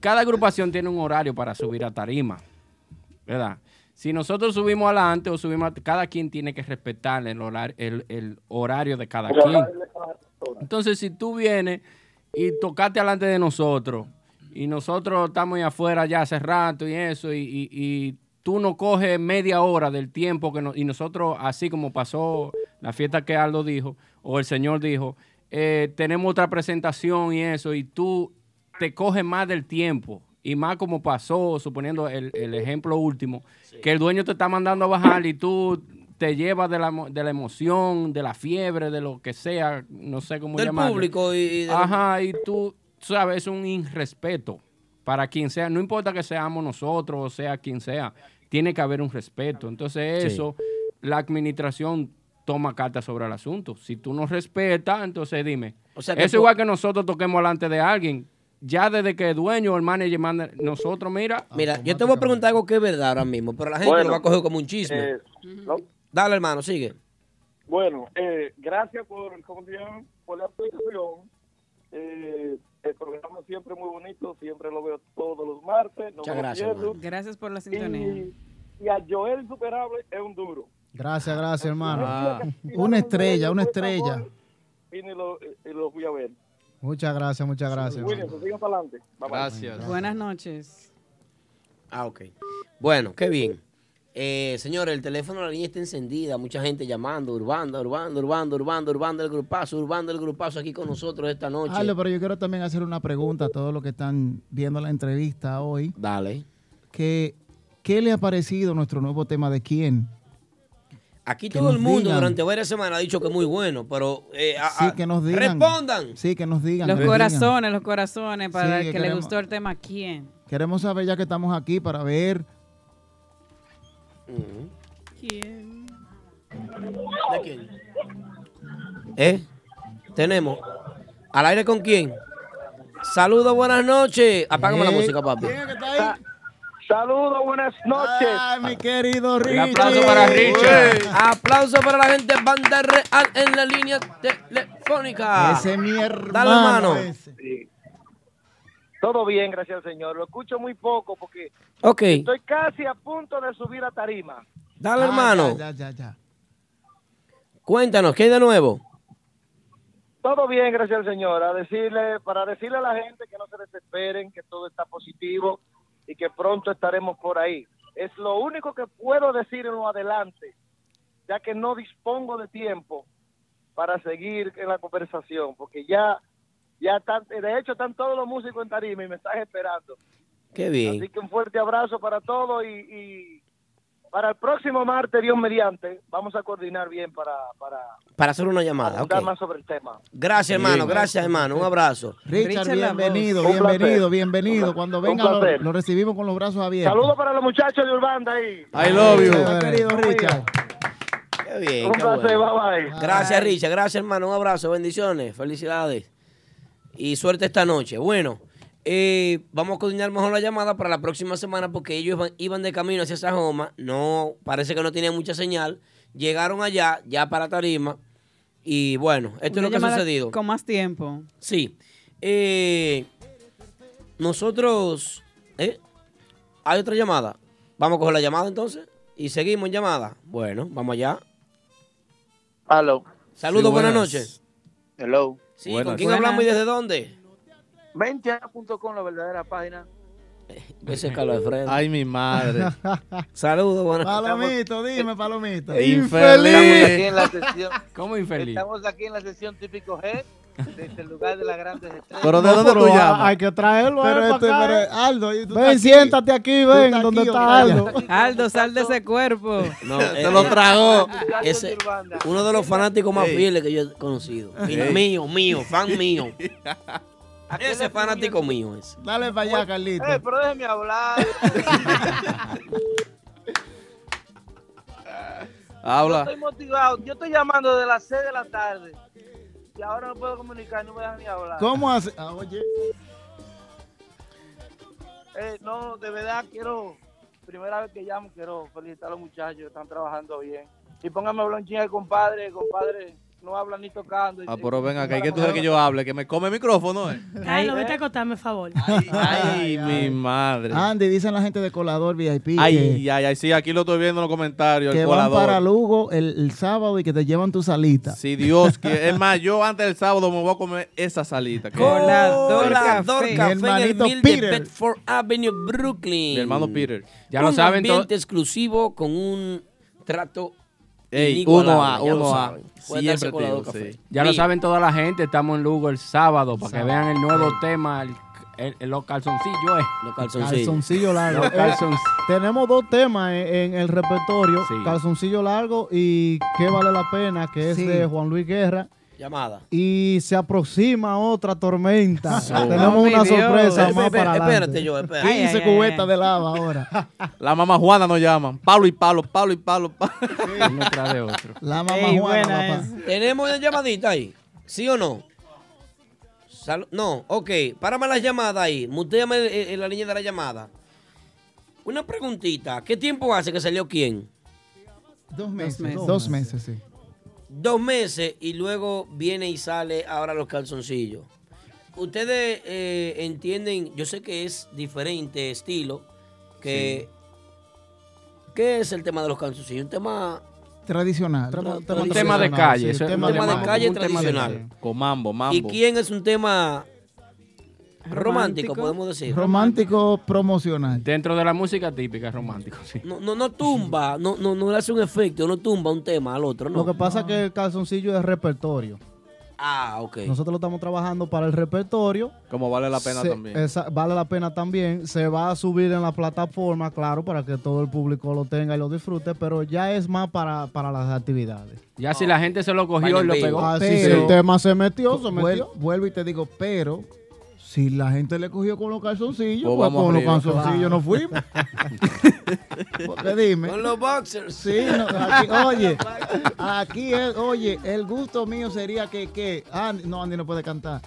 Cada agrupación tiene un horario para subir a tarima. ¿Verdad? Si nosotros subimos adelante o subimos, at- cada quien tiene que respetar el horario, el, el horario de cada quien. Entonces, si tú vienes y tocaste delante de nosotros, y nosotros estamos ahí afuera ya hace rato y eso, y, y- y tú nos coges media hora del tiempo que nos, y nosotros, así como pasó la fiesta que Aldo dijo, o el señor dijo, eh, tenemos otra presentación y eso, y tú te coges más del tiempo. Y más como pasó, suponiendo el, el ejemplo último, que el dueño te está mandando a bajar y tú te llevas de la, emo- de la emoción, de la fiebre, de lo que sea, no sé cómo
Del
llamarlo.
público y- y del-
Ajá, y tú sabes, es un irrespeto para quien sea, no importa que seamos nosotros o sea quien sea, tiene que haber un respeto. Entonces
Sí.
eso, la administración toma cartas sobre el asunto. Si tú no respetas, entonces dime.
O sea que
eso
tú-
igual que nosotros toquemos delante de alguien. Ya desde que el dueño o el manager manda, nosotros, mira,
Mira, yo te voy a preguntar algo que es verdad ahora mismo, pero la gente
Bueno,
lo va a coger como un chisme.
eh,
Dale, hermano, sigue.
Bueno, eh, gracias por, ¿cómo se llama? por la explicación. Eh, el programa siempre muy bonito, siempre lo veo todos los martes. no
Muchas
me lo
gracias,
pierdo.
hermano. Gracias por la sintonía.
Y, y a Joel Superable es un duro.
Gracias, gracias,
hermano. Ah.
Una estrella, una estrella.
Y ni lo, y lo voy a ver.
Muchas gracias, muchas gracias.
William, pues sigan para adelante. Bye, bye.
Gracias.
Buenas noches.
Ah, ok. Bueno, qué bien. Eh, señores, el teléfono de la línea está encendida, mucha gente llamando, urbando, urbando, urbando, urbando, urbando el grupazo, urbando el grupazo aquí con nosotros esta noche.
Aldo, pero yo quiero también hacer una pregunta a todos los que están viendo la entrevista hoy.
Dale.
Que, ¿Qué le ha parecido nuestro nuevo tema de quién?
Aquí
que
todo
nos
el mundo
digan.
durante varias semanas ha dicho que es muy bueno, pero eh, a-
Sí,
a-
que nos digan.
respondan.
Sí, que nos digan.
Los
que nos digan.
corazones, los corazones, para
Sí,
el que le
queremos-
gustó el tema, ¿quién?
Queremos saber ya que estamos aquí para ver.
¿Quién?
¿De quién? ¿Eh? Tenemos. ¿Al aire con quién? Saludos, buenas noches. Apágame la
Eh,
música, papi.
Saludos, buenas noches.
Ay, mi querido Richie.
aplauso para Richie. Aplauso para la gente de Banda Real en la línea telefónica.
Ese es mi hermano.
Dale, hermano.
Sí. Todo bien, gracias al Señor. Lo escucho muy poco porque
Ok.
estoy casi a punto de subir a tarima.
Dale, hermano.
Ya, ya, ya.
Cuéntanos, ¿qué hay de nuevo?
Todo bien, gracias al Señor. A decirle, para decirle a la gente que no se desesperen, que todo está positivo y que pronto estaremos por ahí. Es lo único que puedo decir en lo adelante, ya que no dispongo de tiempo para seguir en la conversación, porque ya, ya están, de hecho están todos los músicos en tarima y me están esperando.
Qué bien.
Así que un fuerte abrazo para todos y, y para el próximo martes, Dios mediante, vamos a coordinar bien para, para
Para hacer una llamada.
hablar
ok.
más sobre el tema.
Gracias, hermano.
Bien.
Gracias, hermano. Un abrazo.
Richard, bienvenido,
Un placer.
bienvenido, bienvenido. Cuando
Un
venga lo,
placer.
lo recibimos con los brazos abiertos.
Saludos para los muchachos de Urbanda ahí.
I love you.
Gracias, querido Richard.
Qué bien,
Un
qué
placer,
bueno.
bye, bye.
Gracias,
Bye.
Richard. Gracias, hermano. Un abrazo, bendiciones, felicidades. Y suerte esta noche. Bueno, eh, vamos a coordinar mejor la llamada para la próxima semana porque ellos iban, iban de camino hacia Sajoma. No, parece que no tenían mucha señal. Llegaron allá, ya para Tarima. Y bueno, esto es
Una
lo que ha
llamada
sucedido.
Con más tiempo.
Sí. Eh, nosotros. ¿eh? Hay otra llamada. Vamos a coger la llamada entonces. Y seguimos en llamada. Bueno, vamos allá.
Aló.
Saludos, buenas. noches.
Hello.
Sí, ¿con quién hablamos y desde dónde?
Ventiana.com, la verdadera página.
Ese es Carlos Alfredo.
Ay, mi madre.
Saludos, buenas
Palomito, dime, Palomito.
Estamos aquí en la sesión.
¿Cómo infeliz?
Estamos aquí en la sesión típico G, desde el lugar de las grandes estrellas.
Pero, ¿de dónde tú
a-
llamas?
Hay que traerlo
Pero
a él
este,
para
eh.
acá.
pero, Aldo, ¿y tú
Ven,
estás aquí?
siéntate aquí,
¿Tú
ven,
estás
¿dónde
aquí o
está
qué?
Aldo?
Aldo, sal de ese cuerpo.
No, eh, lo tragó. Ese, uno de los fanáticos más
Ey.
fieles que yo he conocido.
Ey.
Mío, mío, fan mío. Ese es fanático mío es.
Dale para allá, Carlito.
Eh, pero déjeme hablar. Yo
Habla.
estoy motivado. Yo estoy llamando de las 6 de la tarde. Y ahora no puedo comunicar, no me dejan ni hablar.
¿Cómo hace? Ah, oye.
Eh, no, de verdad quiero, primera vez que llamo, quiero felicitar a los muchachos, están trabajando bien. Y póngame a hablar un chingo de compadre, compadre, no habla ni tocando.
Ah, pero ven acá. ¿Y qué tú sabes que yo hable? Que me come el micrófono, eh.
Carlos, vete a acostarme, por favor.
Ah, Ay, mi madre.
Andy, dicen la gente de Colador VIP
Ay, ay, ay. Sí, aquí lo estoy viendo en los
que,
comentarios.
que
El
van
colador.
para Lugo el, el sábado y que te llevan tu salita.
Si Dios quiere. Es más, yo antes del sábado me voy a comer esa salita. que-
Colador
Café. Mi
Café en el
hermanito
Mill de
Peter.
Bedford Avenue, Brooklyn.
Mi hermano Peter.
Ya lo
un
saben, to-
ambiente exclusivo con un trato
Ey,
inigualable,
uno a,
ya lo
uno a.
saben. Puede darse
Siempre
Colador
te digo,
Café.
sí. Ya lo
Mira,
saben toda la gente, estamos en Lugo el sábado para que vean el nuevo tema, el- el- el- los calzoncillos. eh.
Los
Calzoncillo largo.
Los
Eh,
calzon-
tenemos dos temas en, en el repertorio: Calzoncillo largo y ¿Qué vale la pena? que es
Sí.
de Juan Luis Guerra.
Llamada.
Y se aproxima otra tormenta. Tenemos
Oh, mi
una
Dios.
sorpresa
Espe-
más
espe-
para
espérate,
adelante.
yo, espérate. Ay,
15
ay, ay,
cubetas
ay.
de lava ahora.
La mamá Juana nos llaman. Pablo y Pablo, Pablo y Pablo. Uno
tras de otro.
La
mamá Ey, Juana, buena papá. Tenemos una llamadita ahí. ¿Sí o no? Sal- no, ok. Párame la llamada ahí. Muteame el- el- la línea de la llamada. Una preguntita. ¿Qué tiempo hace que salió quién?
Dos meses. Dos meses, sí.
Dos meses y luego viene y sale ahora los calzoncillos. Ustedes eh, entienden, yo sé que es diferente estilo, que... ¿Qué es el tema de los calzoncillos? Un tema
Tradicional.
un
tema de calle,
sí,
eso
un
es
tema
un
de
tema-
calle
un tema de
tradicional.
calle. Con mambo,
¿Y
mambo.
quién es un tema Romántico, podemos decir.
Romántico promocional.
Dentro de la música típica, romántico, sí.
No, no, no tumba, no, no, no le hace un efecto, no tumba un tema al otro,
Lo
no.
que pasa es que el calzoncillo es repertorio.
Ah, ok.
Nosotros lo estamos trabajando para el repertorio.
Como vale la pena
Se-
también.
esa- vale la pena también. Se va a subir en la plataforma, claro, para que todo el público lo tenga y lo disfrute, pero ya es más para, para las actividades.
Ya si la gente se lo cogió y lo pegó.
Ah, sí, sí, el tema se metió, se
Vuel-
metió.
Vuelvo, y te digo, pero si la gente le cogió con los calzoncillos,
Pues
pues
vamos
con los
arriba. Claro.
calzoncillos no fuimos. Porque dime.
Con los boxers.
Sí, no, aquí- oye, aquí es, oye, el gusto mío sería que, que Andy, no, Andy no puede cantar.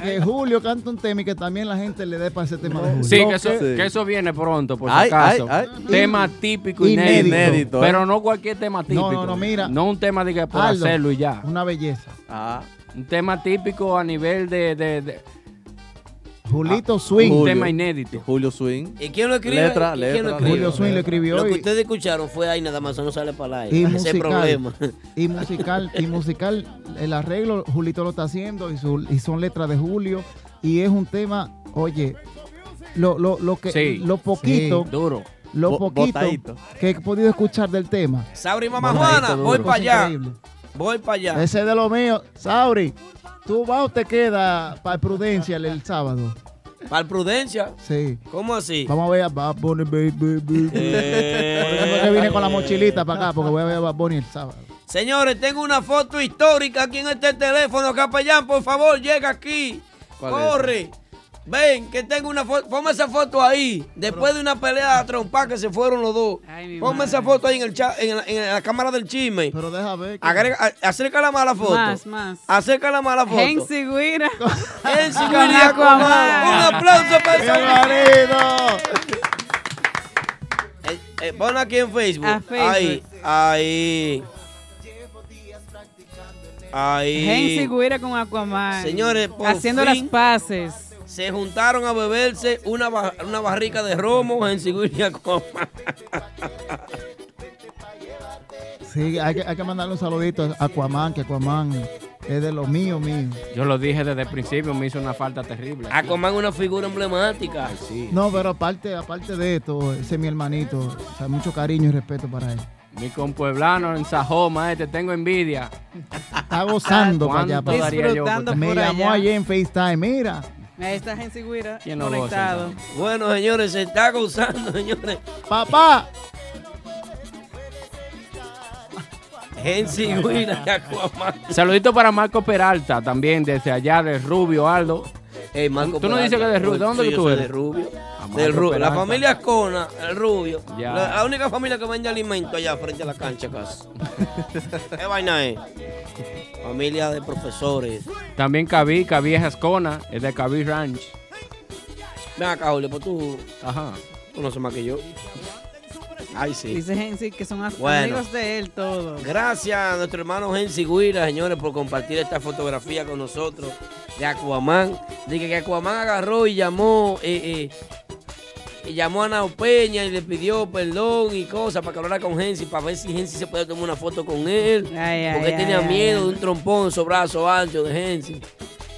Que Julio cante un tema y que también la gente le dé para ese tema de Julio.
Sí, que eso, que eso viene pronto, por si
Ay,
acaso.
ay, ay.
Tema típico inédito.
Inédito. Inédito, ¿eh?
Pero no cualquier tema típico.
no, no, mira.
No un tema de que por
Aldo,
hacerlo y ya.
Una belleza.
Un tema típico a nivel de. de- de-
Julito Swing.
Un tema inédito.
Ah, Julio Swing.
¿Y quién lo escribe?
Letra,
¿Y quién lo
letra,
escribe?
Julio Swing
lo escribió
Lo que
y-
ustedes escucharon fue ahí nada más, eso no sale
Y
para aire. Ese
musical,
problema.
y musical, y musical, el arreglo Julito lo está haciendo y, su- y son letras de Julio y es un tema, oye, lo, lo, lo que,
Sí.
lo poquito,
Sí, duro.
lo
Bo-
poquito
botadito.
que he podido escuchar del tema.
Sauri Mamá
Botadito
Juana,
duro.
voy para
Cosa
allá.
increíble.
Voy para allá.
Ese es de lo mío, Sauri. ¿Tú vas o te queda para Prudencia el, el sábado?
Para el Prudencia.
Sí.
¿Cómo así?
Vamos a ver a Bad Bunny, baby. baby.
Eh.
Por eso es que vine con la mochilita para acá, porque voy a ver a Bad Bunny el sábado.
Señores, tengo una foto histórica aquí en este teléfono. Capellán, por favor, llega aquí.
¿Cuál
Corre. Ven, que tengo una foto. Ponme esa foto ahí. Después de una pelea a trompa que se fueron los dos. Ponme esa foto ahí en, el chat, en, la, en la cámara del chisme.
Pero deja ver.
Agrega, a- acerca la mala foto.
Más, más.
Acerca la mala foto.
En Sigüira.
En
Con
Sigüira,
Aquaman.
Un aplauso para el
Bien,
Eh, eh, pon aquí en Ah, Facebook.
A Facebook,
Ahí, ahí. Ahí.
Gen Sigüira con Aquaman.
Señores, por
Haciendo
fin-
las paces.
Se juntaron a beberse una, ba- una barrica de romo en Siguria Coma.
Sí, hay que, hay que mandarle un saludito a Aquaman, que Aquaman es de lo mío, mío.
Yo lo dije desde el principio, me hizo una falta terrible.
A Coman una figura emblemática.
No, pero aparte, aparte de esto, ese es mi hermanito. O sea, mucho cariño y respeto para él.
Mi compueblano en Sajoma, eh, te tengo envidia.
Está gozando para allá.
Ah, ¿Cuánto
para
daría yo por
Me
estar-
llamó ayer en FaceTime, mira.
Ahí está Gen Sigüira
¿Quién
lo goza,
conectado.
Bueno, señores, se está gozando, señores.
Papá.
En Siguria y Aquaman.
Saludito para Marco Peralta también, desde allá de Rubio Aldo.
Ey, Marco
tú no dices que de
Peralta.
Rubio, ¿de dónde
Sí,
que
yo
tú
soy
eres?
de Rubio.
Ah, Marco
Del Rubio. La
Peralta.
familia Escona, el Rubio.
Ya.
La, la única familia que vende alimento allá frente a la cancha casi. ¿Qué vaina es? Familia de profesores.
También Cabí, Cabí es Ascona, es de Cabí Ranch.
Ven acá, Julio, pues tú.
Ajá.
Tú no sé más que yo. Ay, sí.
Dice Gen Sig que son as-
Bueno.
amigos de él todos.
Gracias a nuestro hermano Gensi Guira, señores, por compartir esta fotografía con nosotros de Aquaman. Dije que Aquaman agarró y llamó, eh, eh, y llamó a Nao Peña y le pidió perdón y cosas para que hablara con Gensi, para ver si Gensi se puede tomar una foto con él.
ay,
porque
ay,
tenía
ay,
miedo
ay.
de un trompón en su brazo ancho de Gensi.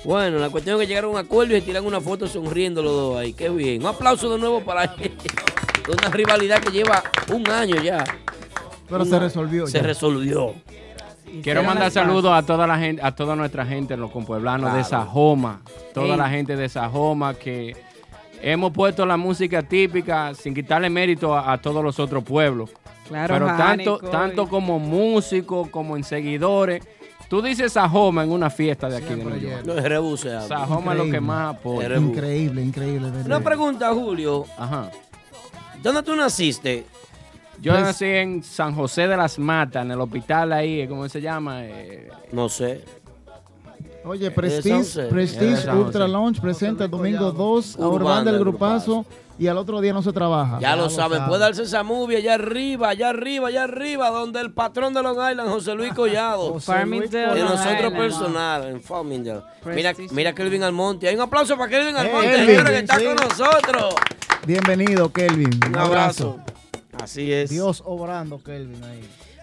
Bueno, la cuestión es que llegaron a un acuerdo y se tiran una foto sonriendo los dos ahí. Qué bien. Un aplauso de nuevo para él. Una rivalidad que lleva un año ya.
Pero se
Una-
resolvió
Se
ya.
resolvió.
Quiero
Hicieron
mandar
las paces.
saludos a toda la gente, a toda nuestra gente, los compueblanos de
Claro.
Sajoma, toda
Ey.
la gente de Sajoma que hemos puesto la música típica sin quitarle mérito a, a todos los otros pueblos.
Claro,
Pero tanto,
Jánico
tanto
y-
como músicos, como en seguidores. Tú dices Sajoma en una fiesta de aquí de Nueva York.
No es rebuceado.
Sajoma es lo que más apoya.
Increíble, increíble. de
Una
verdad.
pregunta, Julio.
Ajá.
¿Dónde tú naciste?
Yo
Pues-
nací en San José de las Matas, en el hospital ahí, ¿cómo se llama? Eh,
No sé.
Oye,
San
Eh, Prestige,
José. Es de
Prestige
San
Ultra
José.
Lounge presenta el domingo 2 a Urbán del Grupazo y al otro día no se trabaja.
Ya lo pues. saben, puede darse esa movie allá arriba, allá arriba, allá arriba, donde el patrón de Long Island, José Luis Collado,
José Luis Farmingdale,
de
Long
nosotros
Island.
personal, en Farmingdale. Mira,
Prestige.
mira Kelvin Almonte, hay un aplauso para Kelvin Almonte,
Kelvin,
señores, que está
sí.
con nosotros.
Bienvenido, Kelvin.
Un abrazo. Así es.
Dios obrando, Kelvin, ahí.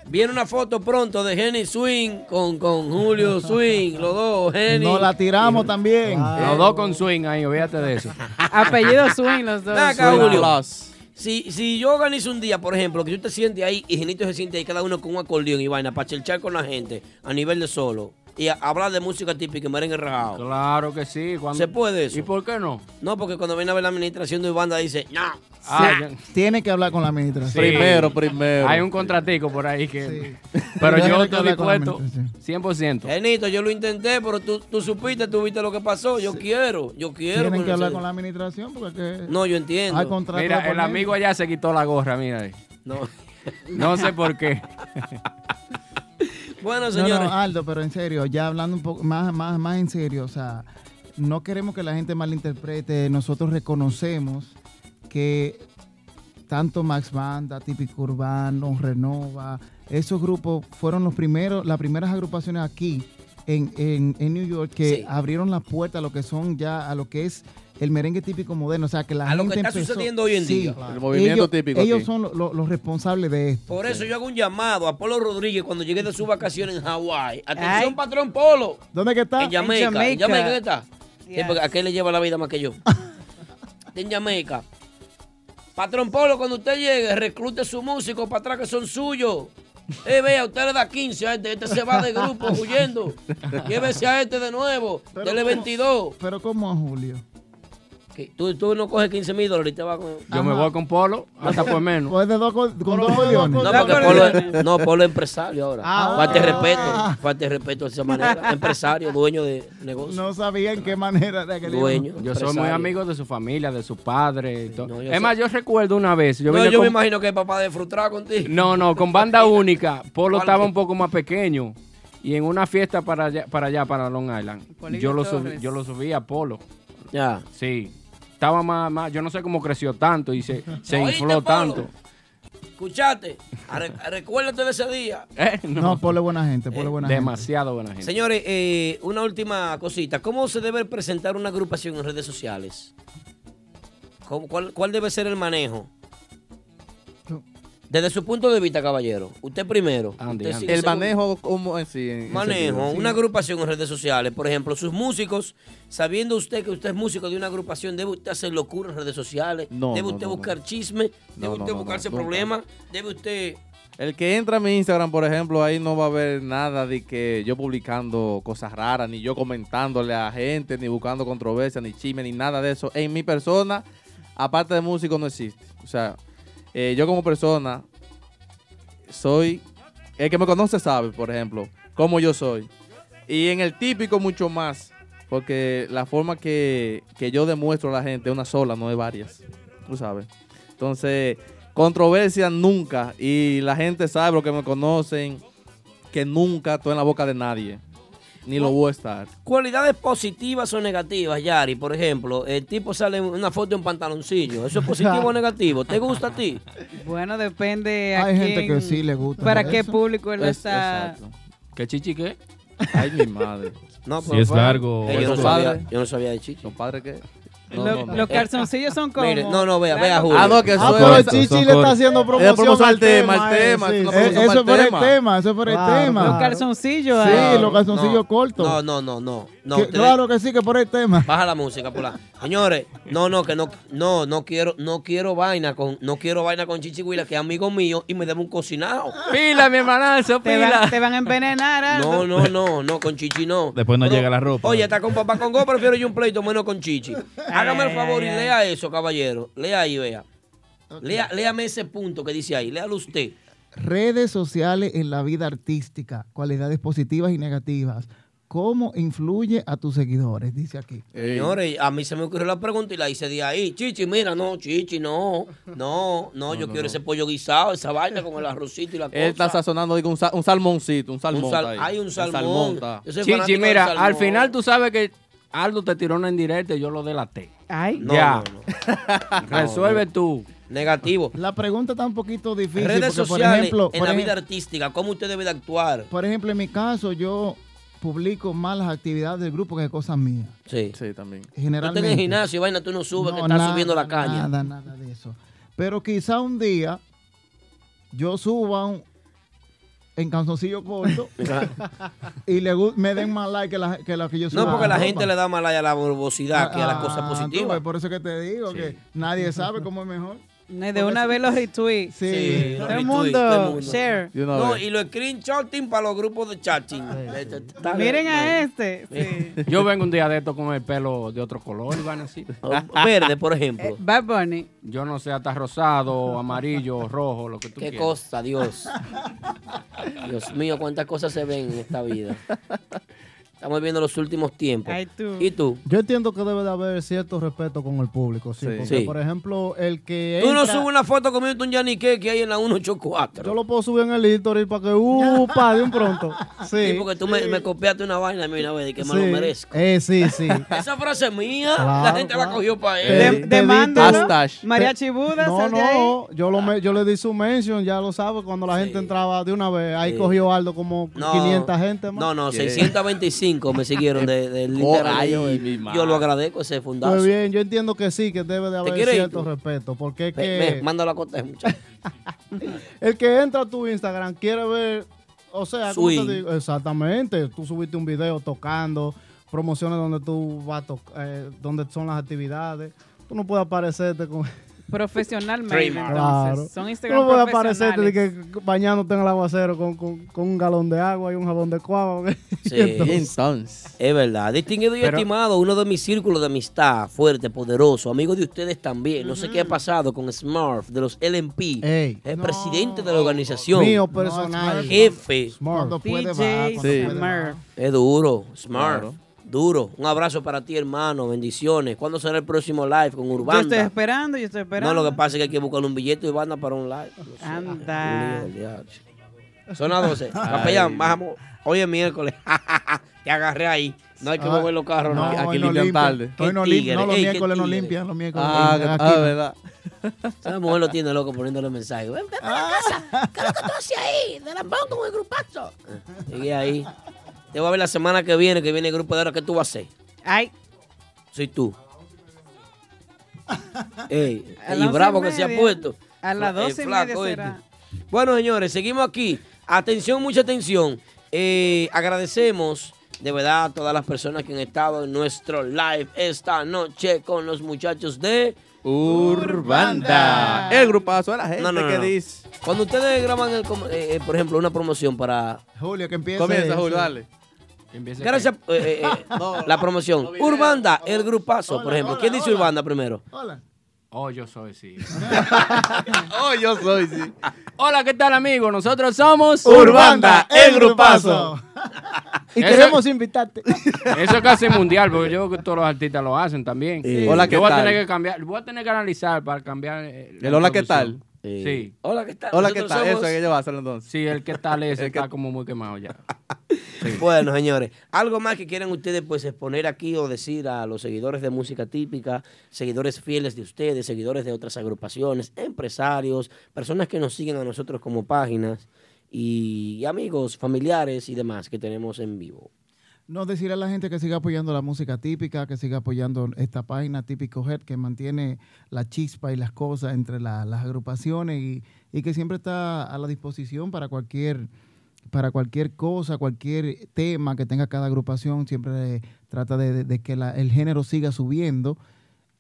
Viene una foto pronto de Jenny Swing con, con Julio Swing, los dos, Jenny.
Nos la tiramos también.
Los dos con swing ahí, olvídate de eso.
Apellido Swing, los dos.
Ven acá,
Swing
Julio.
Plus.
Si, si yo organizo un día, por ejemplo, que tú te sientes ahí y Genito se siente ahí, cada uno con un acordeón y vaina, para chelchar con la gente a nivel de solo y a- hablar de música típica y merengue rajado.
Claro que sí. Cuando...
¿Se puede eso? ¿Y
por qué no?
No, porque cuando viene a ver la administración de Uganda dice, no.
Tiene que hablar con la administración.
Primero,
primero.
Ah, Hay un contratico por ahí que... Pero yo
Tiene que
estoy
hablar con la
dispuesto 100%.
Genito, yo lo intenté, pero tú, tú supiste, tú viste lo que pasó. Yo quiero, yo quiero.
Tienen que
conocer.
hablar con la administración porque es que
No, yo entiendo.
hay contrato
Mira, el
con
amigo allá se quitó la gorra, mira ahí.
No.
No sé por qué.
Bueno,
No,
señores.
no, Aldo, pero en serio, ya hablando un poco más, más, más en serio, o sea, no queremos que la gente malinterprete. Nosotros reconocemos que tanto Max Banda, Típico Urbano, Renova, esos grupos fueron los primeros, las primeras agrupaciones aquí en, en- en New York que abrieron la puerta a lo que son ya, a lo que es el merengue típico moderno. O sea, que la
A lo
gente
que está
empezó-
sucediendo hoy en
Sí,
día.
El movimiento
ellos,
típico
Ellos
aquí.
son lo- lo- los responsables de esto.
Por eso yo hago un llamado a Polo Rodríguez cuando llegue de su vacaciones en Hawái. Atención, patrón Polo.
¿Dónde que está?
En Jamaica. En Jamaica, ¿qué está? Sí,
Yes.
porque ¿A qué le lleva la vida más que yo? en Jamaica. Patrón Polo, cuando usted llegue, reclute su músico para atrás que son suyos. Eh, vea, usted le da 15 a este, este se va de grupo huyendo. Llévese a este de nuevo,
Pero
dele
¿cómo?
22.
Pero ¿cómo a Julio?
Que Tú, tú no coges 15 mil dólares y te vas con...
Yo me voy con Polo, hasta por menos.
Pues de dos, con con dos acordeones.
No, porque Polo es, no, Polo es empresario ahora.
Ah.
falta de respeto, falta de respeto de esa manera. Empresario, dueño de negocio.
No sabía en qué manera de que le
Dueño.
iba.
Yo soy muy amigo de su familia, de su padre. y todo.
no, yo
es
sé.
más, yo recuerdo una vez. Yo
No,
vine
yo me
con-
imagino que el papá de frustrado contigo.
No, no, con banda única. Polo estaba un poco más pequeño. Y en una fiesta para allá, para, allá, para Long Island,
Polito
yo lo, subí,
Torres.
yo lo subí a Polo.
Ya.
Sí. Estaba más, más, yo no sé cómo creció tanto y se, se
¿Oíste,
infló
Polo?
tanto.
Escuchate, arre- recuérdate de ese día.
Eh,
No, Polo es buena gente, Polo es buena
Demasiado buena gente.
Señores, eh, una última cosita. ¿Cómo se debe presentar una agrupación en redes sociales? ¿Cómo- cuál, cuál debe ser el manejo? Desde su punto de vista, caballero. Usted primero. Usted sigue
El
según-
manejo como en sí. en- en
Manejo,
sentido.
una agrupación en redes sociales, por ejemplo, sus músicos, sabiendo usted que usted es músico de una agrupación, debe usted hacer locura en redes sociales,
No,
debe
no,
usted
no, no.
buscar chisme, debe
No, no,
usted
no, no,
buscarse
nunca.
problemas, debe usted...
El que entra a mi Instagram, por ejemplo, ahí no va a ver nada de que yo publicando cosas raras, ni yo comentándole a gente, ni buscando controversia, ni chisme, ni nada de eso. En mi persona, aparte de músico, no existe. O sea, eh, yo como persona, soy. El que me conoce sabe, por ejemplo, cómo yo soy. Y en el típico, mucho más. Porque la forma que, que yo demuestro a la gente es una sola, no es varias. Tú sabes. Entonces, controversia nunca. Y la gente sabe, los que me conocen, que nunca estoy en la boca de nadie. Ni lo voy a estar.
Cualidades positivas o negativas, Yari, por ejemplo, el tipo sale en una foto en pantaloncillo, ¿eso es positivo o negativo? ¿Te gusta a ti?
Bueno, depende a
Hay gente
quién-
que sí le gusta
Para
eso.
qué público él lo
Es-
está...
¿Qué chichi qué?
Ay, mi madre.
No,
Si es largo.
Eh, yo, no
¿Los
sabía,
padres?
yo no sabía de chichi.
padre qué?
Lo- Los calzoncillos son como...
Mire, no, no, vea, vea, Julio.
Ah, no, que
Ah,
eso
pero
es-
Chichi
son
le está
cor-
haciendo
es
promoción
al
al
tema,
tema,
al
eh,
tema.
sí,
es una
sí.
promoción
Eso
para
es por el
tema, eso es por el tema.
Los calzoncillos.
Sí,
eh.
ah.
los calzoncillos
no,
cortos.
No, no, no, no. no
Que-
te-
claro que sí, que por el tema.
Baja la música, Pola. Señores, no, no, que no, no, no quiero, no quiero vaina con, no quiero vaina con Chichi Huila, que es amigo mío y me debe un cocinado.
Pila, mi hermanazo,
Te
pila.
van, te van a envenenar,
No,
Aldo.
no, no, no, con Chichi no.
Después no llega la ropa.
Oye, está con papá con go, prefiero yo un pleito menos con Chichi. Hágame el favor y lea eso, caballero. Lea ahí, vea. Lea, léame ese punto que dice ahí, léalo usted.
Redes sociales en la vida artística, cualidades positivas y negativas. ¿Cómo influye a tus seguidores? Dice aquí.
Señores, a mí se me ocurrió la pregunta y la hice de ahí. Chichi, mira, no, Chichi, no, no, Eh, no, yo quiero ese pollo guisado, esa vaina con el arrocito y la cosa.
Él está sazonando digo, un, sa- un salmoncito, un salmón.
Un sal-
está
ah.
ahí.
hay un
El
salmón.
está.
Yo soy
Chichi,
fanático
mira, al
del salmón.
final tú sabes que Aldo te tiró una indirecta y yo lo delaté.
Ay.
No,
ya.
no,
Resuelve tú.
Negativo.
La pregunta está un poquito difícil.
Redes
porque, por
sociales
ejemplo,
en
por
la
ejem-
vida artística, ¿cómo usted debe de actuar?
Por ejemplo, en mi caso, yo publico más las actividades del grupo que cosas mías.
Sí.
Sí, también.
Tú estás en el
Generalmente.
gimnasio y vaina, tú no subes,
No,
que estás
nada,
subiendo la caña.
Nada, nada de eso. Pero quizá un día yo suba un- en calzoncillo corto y le gu- me den más like que la que, la que yo soy.
No, porque la gente le da más like a la morbosidad que a las cosas
Tú
positivas.
ves, Por eso que te digo que nadie sabe cómo es mejor.
No, y de una vez los retweets.
Sí.
Sí,
Todo
retweet,
el mundo,
todo el mundo.
share.
De una
No,
vez.
y los screenshotting para los grupos de chatting. Eh, t- t- dale.
Miren a este. Sí.
Yo vengo un día de esto con el pelo de otro color, van así.
Verde, por ejemplo.
Eh, Bad Bunny.
Yo no sé, hasta rosado, amarillo, rojo, lo que tú
Qué
quieras.
cosa, Dios. Dios mío, cuántas cosas se ven en esta vida. Estamos viendo los últimos tiempos.
Ay, tú.
¿Y tú?
Yo entiendo que debe de haber cierto respeto con el público, sí.
Sí.
porque,
Sí.
por ejemplo, el que
Tú no
entra-
subes una foto comiendo un yanique que hay en la 184.
Yo lo puedo subir en el history para que, uh, pa, de un pronto. Sí.
Ah, Sí, porque tú me, me copiaste una vaina a mí una vez y que me lo
Sí.
merezco.
Eh, sí, sí.
Esa frase es mía, la
Claro,
gente la
claro.
cogió para
Eh,
él.
te di- te-
Mariachi Buda,
No,
sal de
no, yo, lo me- yo le di su mention, ya lo sabes, cuando la gente entraba de una vez, ahí
Sí.
cogió Aldo como
No.
500 gente más.
No, no,
Sí.
625 me siguieron de, del
Oh,
Instagram.
ay,
Yo-
mi
Yo
madre.
lo agradezco ese fundazo.
Pues bien, yo entiendo que sí, que debe de haber
quieres ir
cierto
tú?
respeto, porque es que...
Ve- ve, mándalo a cortar, muchacho.
El que entra a tu Instagram quiere ver, o sea, ¿cómo te
Swing.
digo? exactamente, tú subiste un video tocando, promociones donde tú vas a toc- eh, donde son las actividades. Tú no puedes aparecerte con
Profesionalmente,
Trademark.
entonces. Son Instagram
Tú no puedes aparecerte de
profesionales.
que bañándote en el aguacero con, con, con un galón de agua y un jabón de cuava. porque-
Sí.
y entonces-
Es verdad. Distinguido y
Pero-
estimado, uno de mis círculos de amistad, fuerte, poderoso, amigo de ustedes también. No sé qué ha pasado con Smurf de los LMP.
Ey.
el presidente de la organización.
Mío personal.
jefe.
Cuando
puede, va, cuando Sí. puede, va.
Es duro. Smurf.
Claro.
Duro. Un abrazo para ti, hermano. Bendiciones. ¿Cuándo será el próximo live con
Yo estoy
Urbanda?
esperando, yo estoy
No,
esperando.
lo que pasa es que hay que buscar un billete de Urbanda para un live. No sé.
Anda.
Lío, diache. Son las 12. Capellán, bajamos. Hoy es miércoles. Te agarré ahí. No hay que
Ah,
mover los carros.
no,
nada.
hoy no limpian. Hoy no lim- no, los miércoles no limpian, los miércoles
Ah,
no limpian. Aquí no.
Esa mujer lo tiene loco poniéndole mensajes. Ven, ven para la casa. ¿Qué es lo que tú haces ahí? De lambón con el grupazo.
Ah.
Sigue ahí. Te voy a ver la semana que viene, que viene el grupo de ahora. ¿Qué tú vas a hacer?
Ay.
Soy tú. Ey,
A
y
las
bravo
once
que
y
se ha
media.
puesto.
A las
Fla- eh,
doce y media
flaco,
será.
este. Bueno, señores, seguimos aquí. Atención, mucha atención. Eh, agradecemos de verdad a todas las personas que han estado en nuestro live esta noche con los muchachos de Urbanda.
El grupazo de la gente que dice.
Cuando ustedes graban, el com- eh, eh, por ejemplo, una promoción para
Julio, que empiece.
Comienza, Julio, dale. Gracias. eh, eh, eh, la promoción. Urbanda, el grupazo, por ejemplo. ¿Quién dice Urbanda primero?
Hola.
Oh, yo soy, sí.
oh, yo soy, sí.
Hola, ¿qué tal, amigos? Nosotros somos
Urbanda, el
Grupazo.
Y
Eso-
queremos invitarte.
Eso es casi mundial, porque yo creo que todos los artistas lo hacen también.
Sí. Hola, ¿qué
yo voy a
tal?
tener que cambiar, voy a tener que analizar para cambiar. eh, la
El hola, ¿qué tal?
introducción. Sí.
Hola, ¿qué tal?
Hola, ¿qué
Nosotros
tal?
somos-
Eso que ellos hacen entonces.
Sí, el qué tal ese está como muy quemado ya.
Bueno, señores, algo más que quieran ustedes pues exponer aquí o decir a los seguidores de música típica, seguidores fieles de ustedes, seguidores de otras agrupaciones, empresarios, personas que nos siguen a nosotros como páginas y amigos, familiares y demás que tenemos en vivo.
No decirle a la gente que siga apoyando la música típica, que siga apoyando esta página Típico Head, que mantiene la chispa y las cosas entre la- las agrupaciones y, y que siempre está a la disposición para cualquier, para cualquier cosa, cualquier tema que tenga cada agrupación. Siempre eh, trata de, de- de que la- el género siga subiendo.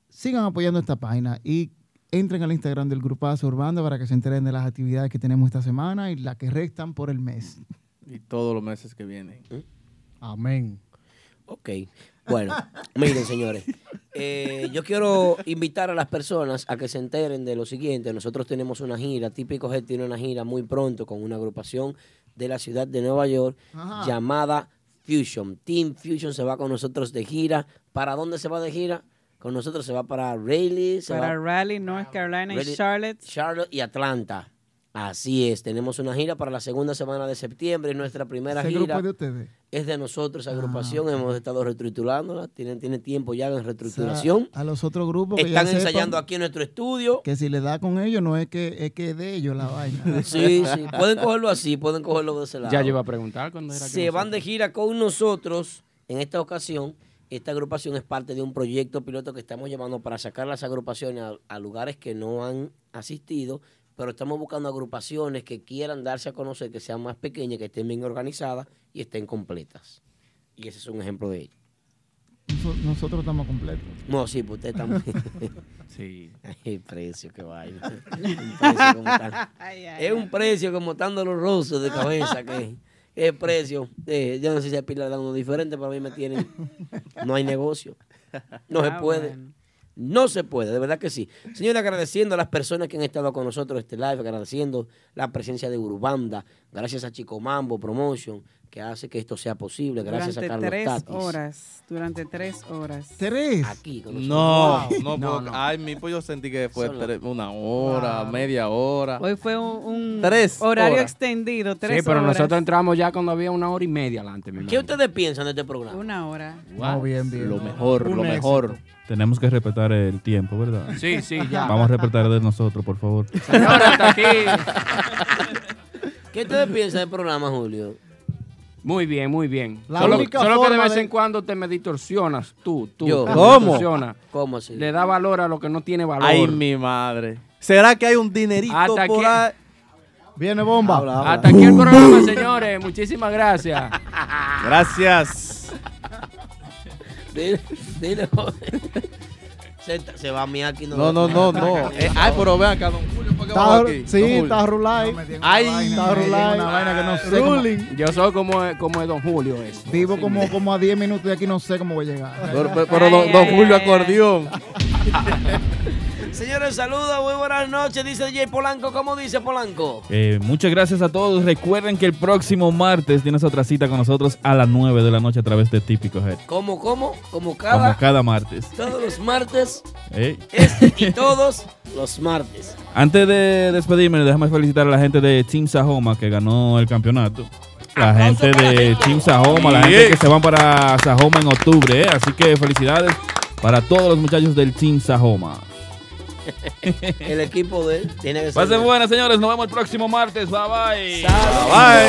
Sigan apoyando esta página y entren al Instagram del Grupazo Urbano para que se enteren de las actividades que tenemos esta semana y las que restan por el mes.
Y todos los meses que vienen.
Amén.
Ok, bueno, miren señores, eh, yo quiero invitar a las personas a que se enteren de lo siguiente. Nosotros tenemos una gira, Típico Head tiene una gira muy pronto con una agrupación de la ciudad de Nueva York
Ajá.
llamada Fusion. Team Fusion se va con nosotros de gira. ¿Para dónde se va de gira? Con nosotros se va para Raleigh, se
Para
va
Raleigh, North Carolina y
Ready-
Charlotte.
Charlotte y Atlanta. Así es, tenemos una gira para la segunda semana de septiembre, es nuestra primera
Ese
gira
grupo es de ustedes.
es de nosotros,
Ah,
esa agrupación, hemos estado reestructurándola, tiene, tiene tiempo ya en
O sea,
reestructuración.
a los otros grupos que ya
Están
sepan
ensayando aquí en nuestro estudio.
que si le da con ellos no es que es que es de ellos la vaina.
Sí, sí, pueden cogerlo así, pueden cogerlo de ese lado.
Ya yo iba a preguntar cuando era que
Se van de gira con nosotros en esta ocasión. Esta agrupación es parte de un proyecto piloto que estamos llevando para sacar las agrupaciones a, a lugares que no han asistido, pero estamos buscando agrupaciones que quieran darse a conocer, que sean más pequeñas, que estén bien organizadas y estén completas. Y ese es un ejemplo de ello.
Noso- Nosotros estamos completos.
No, sí, pues usted también. sí. El precio que vaina. Un precio como tan-
Ay, ay,
es un precio como están doloroso de cabeza que es precio. Eh, yo no sé si a Pilar da uno diferente, pero a mí me tienen. No hay negocio. No se
Ah,
puede.
bueno.
No se puede, de verdad que sí. Señor, agradeciendo a las personas que han estado con nosotros este live, agradeciendo la presencia de Urbanda, gracias a Chico Mambo Promotion, que hace que esto sea posible, gracias
durante
a Carlos
tres
Tatis.
horas. Durante tres horas.
¿Tres?
Aquí, con
No,
nosotros.
no, porque- Ay, mi pues yo sentí que fue
Son las-
tres- una hora,
Wow.
media hora.
Hoy fue un, un
Tres
horario
horas.
extendido, tres
Sí, pero
horas.
nosotros entramos ya cuando había una hora y media adelante, mi
¿Qué ustedes piensan de este programa?
Una hora.
Wow.
bien, bien.
Lo mejor,
Un
lo
éxito.
mejor.
Tenemos que respetar el tiempo, ¿verdad?
Sí, sí, ya.
Vamos a respetar de nosotros, por favor.
Señora, hasta aquí.
¿Qué ustedes piensan del programa, Julio?
Muy bien, muy bien.
La
solo
única
solo que de
forma
vez
de-
en cuando te me distorsionas, tú, tú.
Yo.
te
¿Cómo?
distorsionas.
¿Cómo así?
Le da valor a lo que no tiene valor.
Ay, mi madre. ¿Será que hay un dinerito
Hasta aquí-
por ahí?
Viene bomba.
Hasta aquí el programa, señores. Muchísimas gracias.
Gracias.
Dile, dile, joven. se, se va a mirar aquí.
No, no, no, no. Eh, ay, pero vean acá, don Julio, ¿por qué bajó aquí?
Sí,
Don Julio.
está rulay.
Ay,
está rulay. Ruling.
Yo soy como, como es Don Julio. Es.
Vivo como, como a 10 minutos de aquí, no sé cómo voy a llegar.
Pero, pero- pero don, don Julio acordeón.
Señores, saludos, muy buenas noches, dice DJ Polanco. ¿Cómo dice Polanco?
Eh, muchas gracias a todos. Recuerden que el próximo martes tienes otra cita con nosotros a las 9 de la noche a través de Típico Head.
¿Cómo, cómo? Como
Como
cada,
cada martes.
todos los martes,
Ey.
este y todos los martes.
Antes de despedirme, déjame felicitar a la gente de Team Sahoma que ganó el campeonato. La gente de Team Sahoma, la gente
Bien.
que se van para Sahoma en octubre. ¿eh? Así que felicidades para todos los muchachos del Team Sahoma.
El equipo de él tiene que ser.
Pasen buenas, señores. Nos vemos el próximo martes. Bye bye.
Para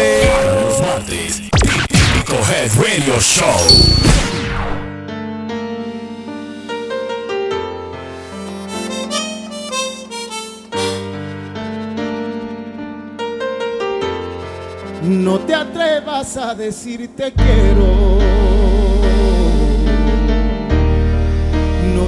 los martes, Típico Head Radio Show.
No te atrevas a decir te quiero. No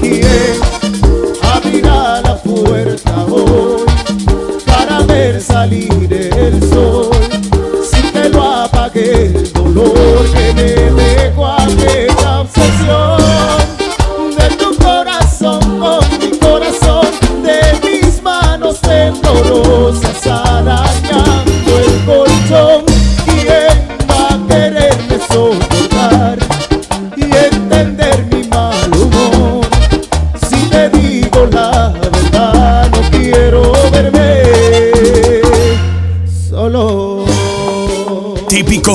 ¿Quién abrirá la puerta hoy para ver salir el sol? Sin que lo apague el dolor que me dejó aquella obsesión de tu corazón con mi corazón, de mis manos temblorosas arañando el colchón. ¿Quién va a quererme soportar? y entender mi mal humor. Si te digo la verdad, no quiero verme solo.
Típico